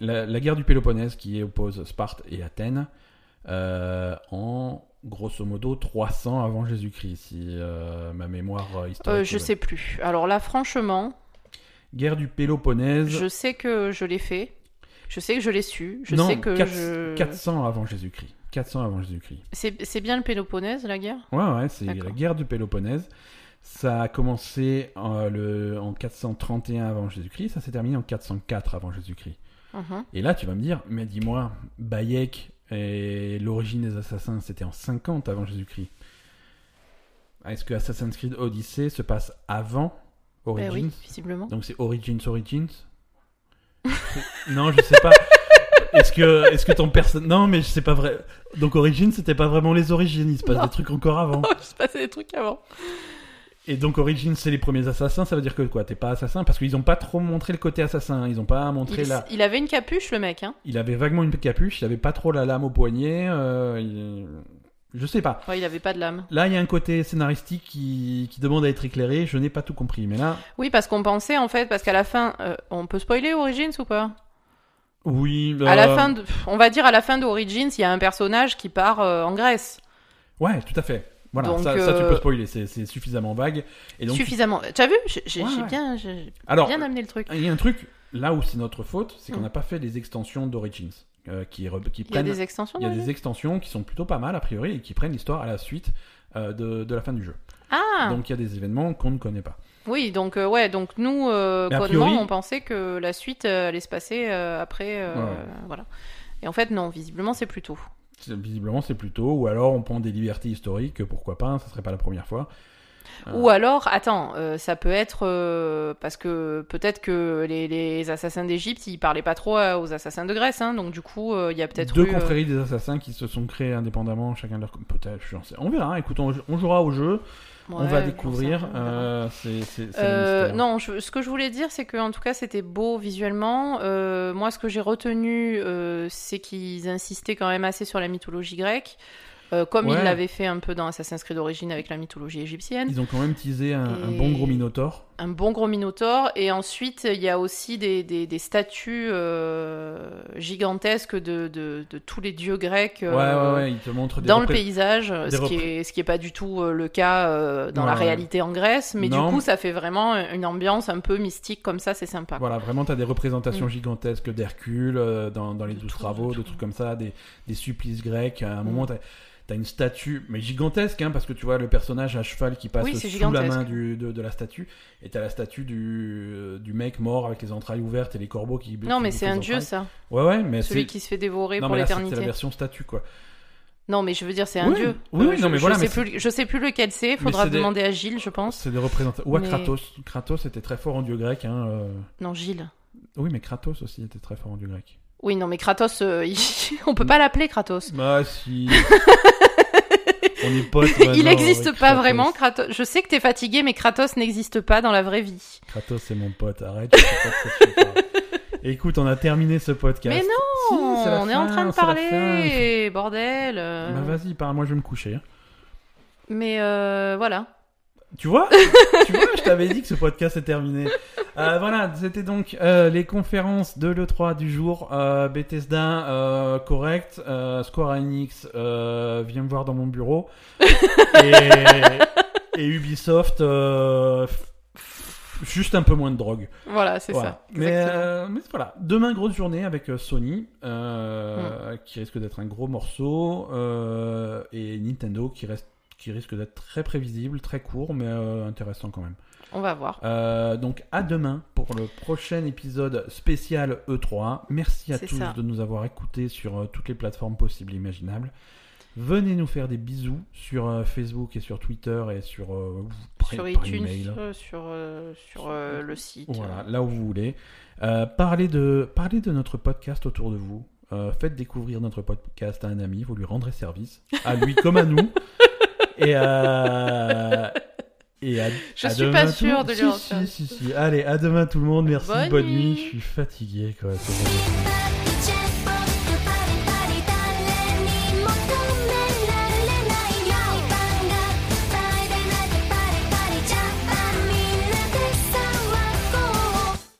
[SPEAKER 1] La, la guerre du Péloponnèse qui oppose Sparte et Athènes euh, en grosso modo 300 avant Jésus-Christ, si euh, ma mémoire euh, historique.
[SPEAKER 2] Euh,
[SPEAKER 1] est
[SPEAKER 2] je
[SPEAKER 1] bonne.
[SPEAKER 2] sais plus. Alors là, franchement,
[SPEAKER 1] Guerre du Péloponnèse.
[SPEAKER 2] je sais que je l'ai fait. Je sais que je l'ai su. Je
[SPEAKER 1] non,
[SPEAKER 2] sais que
[SPEAKER 1] quatre-
[SPEAKER 2] je.
[SPEAKER 1] 400 avant Jésus-Christ. 400 avant Jésus-Christ.
[SPEAKER 2] C'est c'est bien le Péloponnèse, la guerre
[SPEAKER 1] Ouais, ouais, c'est la
[SPEAKER 2] D'accord.
[SPEAKER 1] guerre du Péloponnèse. Ça a commencé euh, le, en 431 avant Jésus-Christ, ça s'est terminé en 404 avant Jésus-Christ.
[SPEAKER 2] Mhm.
[SPEAKER 1] Et là, tu vas me dire, mais dis-moi, Bayek et l'origine des assassins, c'était en 50 avant Jésus-Christ. Est-ce que Assassin's Creed Odyssey se passe avant
[SPEAKER 2] Ben
[SPEAKER 1] Origins
[SPEAKER 2] oui, visiblement.
[SPEAKER 1] Donc c'est Origins
[SPEAKER 2] (laughs)
[SPEAKER 1] Origins Non, je sais pas. Est-ce que, est-ce que ton personnage... Non, mais c'est pas vrai. Donc Origins, c'était pas vraiment les origines, il se passe
[SPEAKER 2] Non.
[SPEAKER 1] des trucs encore avant.
[SPEAKER 2] (laughs) il se passait des trucs avant.
[SPEAKER 1] Et donc Origins, c'est les premiers assassins, ça veut dire que quoi T'es pas assassin Parce qu'ils ont pas trop montré le côté assassin, ils ont pas montré
[SPEAKER 2] Il,
[SPEAKER 1] la...
[SPEAKER 2] il avait une capuche, le mec. Hein.
[SPEAKER 1] Il avait vaguement une capuche, il avait pas trop la lame au poignet. euh, il- Je sais pas.
[SPEAKER 2] Ouais, il avait pas de lame.
[SPEAKER 1] Là, il y a un côté scénaristique qui, qui demande à être éclairé. Je n'ai pas tout compris, mais là,
[SPEAKER 2] Oui, parce qu'on pensait en fait, parce qu'à la fin, euh, on peut spoiler Origins ou pas
[SPEAKER 1] oui.
[SPEAKER 2] À la
[SPEAKER 1] euh,
[SPEAKER 2] fin, de, pff, on va dire à la fin d'Origins, il y a un personnage qui part euh, en Grèce.
[SPEAKER 1] Ouais, tout à fait. Voilà,
[SPEAKER 2] Donc,
[SPEAKER 1] ça, ça, tu
[SPEAKER 2] euh,
[SPEAKER 1] peux spoiler. C'est c'est suffisamment vague. Et donc,
[SPEAKER 2] Suffisamment. T'as vu J'ai j'ai-
[SPEAKER 1] Ouais,
[SPEAKER 2] j'ai
[SPEAKER 1] ouais. euh,
[SPEAKER 2] bien, j'ai
[SPEAKER 1] alors,
[SPEAKER 2] bien amené le truc.
[SPEAKER 1] il y a un truc là où c'est notre faute, c'est qu'on
[SPEAKER 2] Mm.
[SPEAKER 1] n'a pas fait les extensions d'Origins euh, qui, re- qui
[SPEAKER 2] Il y a
[SPEAKER 1] prennent.
[SPEAKER 2] des extensions.
[SPEAKER 1] il y a
[SPEAKER 2] dans le
[SPEAKER 1] des
[SPEAKER 2] jeu
[SPEAKER 1] extensions qui sont plutôt pas mal a priori et qui prennent l'histoire à la suite euh, de, de la fin du jeu.
[SPEAKER 2] Ah.
[SPEAKER 1] Donc il y a des événements qu'on ne connaît pas.
[SPEAKER 2] Oui, donc euh, ouais, donc nous, euh,
[SPEAKER 1] Mais a
[SPEAKER 2] connement,
[SPEAKER 1] priori-
[SPEAKER 2] on pensait que la suite euh, allait se passer euh, après, euh,
[SPEAKER 1] Ouais.
[SPEAKER 2] voilà. Et en fait, non, visiblement, c'est plus tôt.
[SPEAKER 1] C'est- Visiblement, c'est plutôt. Ou alors, on prend des libertés historiques, pourquoi pas, hein, ça serait pas la première fois. Euh,
[SPEAKER 2] Ou alors, attends, euh, ça peut être euh, parce que peut-être que les, les assassins d'Égypte, ils parlaient pas trop euh, aux assassins de Grèce, hein, donc du coup, euh, il y a peut-être
[SPEAKER 1] Deux
[SPEAKER 2] eu, euh,
[SPEAKER 1] confréries des assassins qui se sont créées indépendamment, chacun de leur. Peut-être, je sais- On verra, hein, écoute, on, on jouera au jeu, on
[SPEAKER 2] euh, ouais,
[SPEAKER 1] va
[SPEAKER 2] j'en sais
[SPEAKER 1] découvrir.
[SPEAKER 2] rien, on verra.
[SPEAKER 1] euh, c'est- c'est- c'est le
[SPEAKER 2] Euh,
[SPEAKER 1] mystère.
[SPEAKER 2] non, je- ce que je voulais dire, c'est que en tout cas, c'était beau visuellement. Euh, moi, ce que j'ai retenu, euh, c'est qu'ils insistaient quand même assez sur la mythologie grecque, euh, comme
[SPEAKER 1] Ouais.
[SPEAKER 2] ils l'avaient fait un peu dans Assassin's Creed d'origine avec la mythologie égyptienne.
[SPEAKER 1] Ils ont quand même teasé un, un
[SPEAKER 2] Et-
[SPEAKER 1] bon gros minotaure.
[SPEAKER 2] Un bon gros minotaure, et ensuite, il y a aussi des, des- des statues euh, gigantesques de, de- de tous les dieux grecs.
[SPEAKER 1] Ouais, ouais,
[SPEAKER 2] euh,
[SPEAKER 1] ouais, ils te montrent des
[SPEAKER 2] Dans le
[SPEAKER 1] repré-
[SPEAKER 2] paysage, euh, ce qui,
[SPEAKER 1] repré-
[SPEAKER 2] est, ce qui est pas du tout euh, le cas euh, dans la
[SPEAKER 1] Ouais, ouais.
[SPEAKER 2] réalité en Grèce, mais
[SPEAKER 1] Non.
[SPEAKER 2] du coup ça fait vraiment euh, une ambiance un peu mystique comme ça, c'est sympa.
[SPEAKER 1] Voilà, vraiment, t'as des représentations
[SPEAKER 2] Mm.
[SPEAKER 1] gigantesques d'Hercule euh, dans, dans les
[SPEAKER 2] De
[SPEAKER 1] douze
[SPEAKER 2] tout,
[SPEAKER 1] travaux,
[SPEAKER 2] de
[SPEAKER 1] des
[SPEAKER 2] tout.
[SPEAKER 1] trucs comme ça, des, des supplices grecs. À un
[SPEAKER 2] Mm.
[SPEAKER 1] moment, t'as as une statue, mais gigantesque, hein, parce que tu vois le personnage à cheval qui passe
[SPEAKER 2] Oui, c'est
[SPEAKER 1] sous la
[SPEAKER 2] gigantesque.
[SPEAKER 1] main du- de, de la statue, et t'as la statue du, euh, du mec mort avec les entrailles ouvertes et les corbeaux qui.
[SPEAKER 2] Non,
[SPEAKER 1] qui
[SPEAKER 2] mais
[SPEAKER 1] bouffent
[SPEAKER 2] c'est
[SPEAKER 1] les
[SPEAKER 2] un dieu,
[SPEAKER 1] entrailles.
[SPEAKER 2] ça.
[SPEAKER 1] Ouais, ouais, mais
[SPEAKER 2] Celui
[SPEAKER 1] c'est.
[SPEAKER 2] qui se fait dévorer
[SPEAKER 1] Non,
[SPEAKER 2] pour
[SPEAKER 1] mais là, c'est c'est la
[SPEAKER 2] l'éternité.
[SPEAKER 1] version statue, quoi.
[SPEAKER 2] Non, mais je veux dire, c'est un
[SPEAKER 1] Oui,
[SPEAKER 2] dieu. Euh,
[SPEAKER 1] oui, oui,
[SPEAKER 2] je,
[SPEAKER 1] non, mais
[SPEAKER 2] je
[SPEAKER 1] voilà,
[SPEAKER 2] sais
[SPEAKER 1] mais
[SPEAKER 2] plus, je sais plus lequel c'est. Faudra
[SPEAKER 1] c'est des-
[SPEAKER 2] demander à Gilles, je pense.
[SPEAKER 1] C'est des représentations. Ouais,
[SPEAKER 2] Mais-
[SPEAKER 1] Kratos. Kratos était très fort en dieu grec. Hein, euh.
[SPEAKER 2] Non, Gilles.
[SPEAKER 1] Oui, mais Kratos aussi était très fort en dieu grec.
[SPEAKER 2] Oui, non, mais Kratos, euh, (laughs) il- on
[SPEAKER 1] Mm.
[SPEAKER 2] peut pas l'appeler Kratos.
[SPEAKER 1] Bah,
[SPEAKER 2] (laughs)
[SPEAKER 1] si. On est potes.
[SPEAKER 2] il
[SPEAKER 1] maintenant,
[SPEAKER 2] n'existe
[SPEAKER 1] avec
[SPEAKER 2] pas
[SPEAKER 1] Kratos.
[SPEAKER 2] vraiment, Kratos. Je sais que t'es fatigué, mais Kratos n'existe pas dans la vraie vie.
[SPEAKER 1] Kratos, c'est mon pote, arrête. je sais pas de quoi tu
[SPEAKER 2] (laughs)
[SPEAKER 1] parles. Écoute, on a terminé ce podcast.
[SPEAKER 2] Mais
[SPEAKER 1] Si,
[SPEAKER 2] on
[SPEAKER 1] Oh, c'est la
[SPEAKER 2] est en
[SPEAKER 1] fin,
[SPEAKER 2] train de
[SPEAKER 1] c'est la Bah, fin, il
[SPEAKER 2] parler, bordel. euh.
[SPEAKER 1] hein. faut- Bah, vas-y, parle, moi je vais me coucher.
[SPEAKER 2] mais euh, voilà.
[SPEAKER 1] Tu vois Tu vois, je t'avais dit que ce podcast est terminé. Euh, voilà, c'était donc euh, les conférences de l'E3 du jour. Euh, Bethesda, euh, correct. Euh, Square Enix, euh, viens me voir dans mon bureau. Et, et Ubisoft, euh, f- f- juste un peu moins de drogue.
[SPEAKER 2] Voilà, c'est
[SPEAKER 1] Voilà.
[SPEAKER 2] ça.
[SPEAKER 1] Mais,
[SPEAKER 2] exactement.
[SPEAKER 1] euh, mais voilà, demain grosse journée avec euh, Sony
[SPEAKER 2] Hmm.
[SPEAKER 1] euh, qui risque d'être un gros morceau euh, et Nintendo qui reste qui risque d'être très prévisible, très court, mais euh, intéressant quand même.
[SPEAKER 2] On va voir.
[SPEAKER 1] Euh, donc à demain pour le prochain épisode spécial E3. Merci à
[SPEAKER 2] C'est
[SPEAKER 1] tous
[SPEAKER 2] ça.
[SPEAKER 1] de nous avoir écoutés sur euh, toutes les plateformes possibles et imaginables. Venez nous faire des bisous sur euh, Facebook et sur Twitter et sur, euh, par-
[SPEAKER 2] sur
[SPEAKER 1] par
[SPEAKER 2] iTunes,
[SPEAKER 1] email.
[SPEAKER 2] euh, sur, euh, sur euh, le site.
[SPEAKER 1] Voilà, là où vous voulez. Euh, parlez, de, parlez de notre podcast autour de vous. Euh, faites découvrir notre podcast à un ami, vous lui rendrez service, à lui comme à
[SPEAKER 2] (laughs)
[SPEAKER 1] nous. Et, euh, et à,
[SPEAKER 2] Je
[SPEAKER 1] à
[SPEAKER 2] suis
[SPEAKER 1] demain
[SPEAKER 2] pas
[SPEAKER 1] tout-
[SPEAKER 2] sûre de lui
[SPEAKER 1] Si,
[SPEAKER 2] rendre
[SPEAKER 1] si,
[SPEAKER 2] service.
[SPEAKER 1] si, si. Allez, à demain tout le monde, merci,
[SPEAKER 2] Bonne
[SPEAKER 1] bonne, nuit.
[SPEAKER 2] nuit.
[SPEAKER 1] je suis fatigué. Quoi. c'est bon.
[SPEAKER 3] Everybody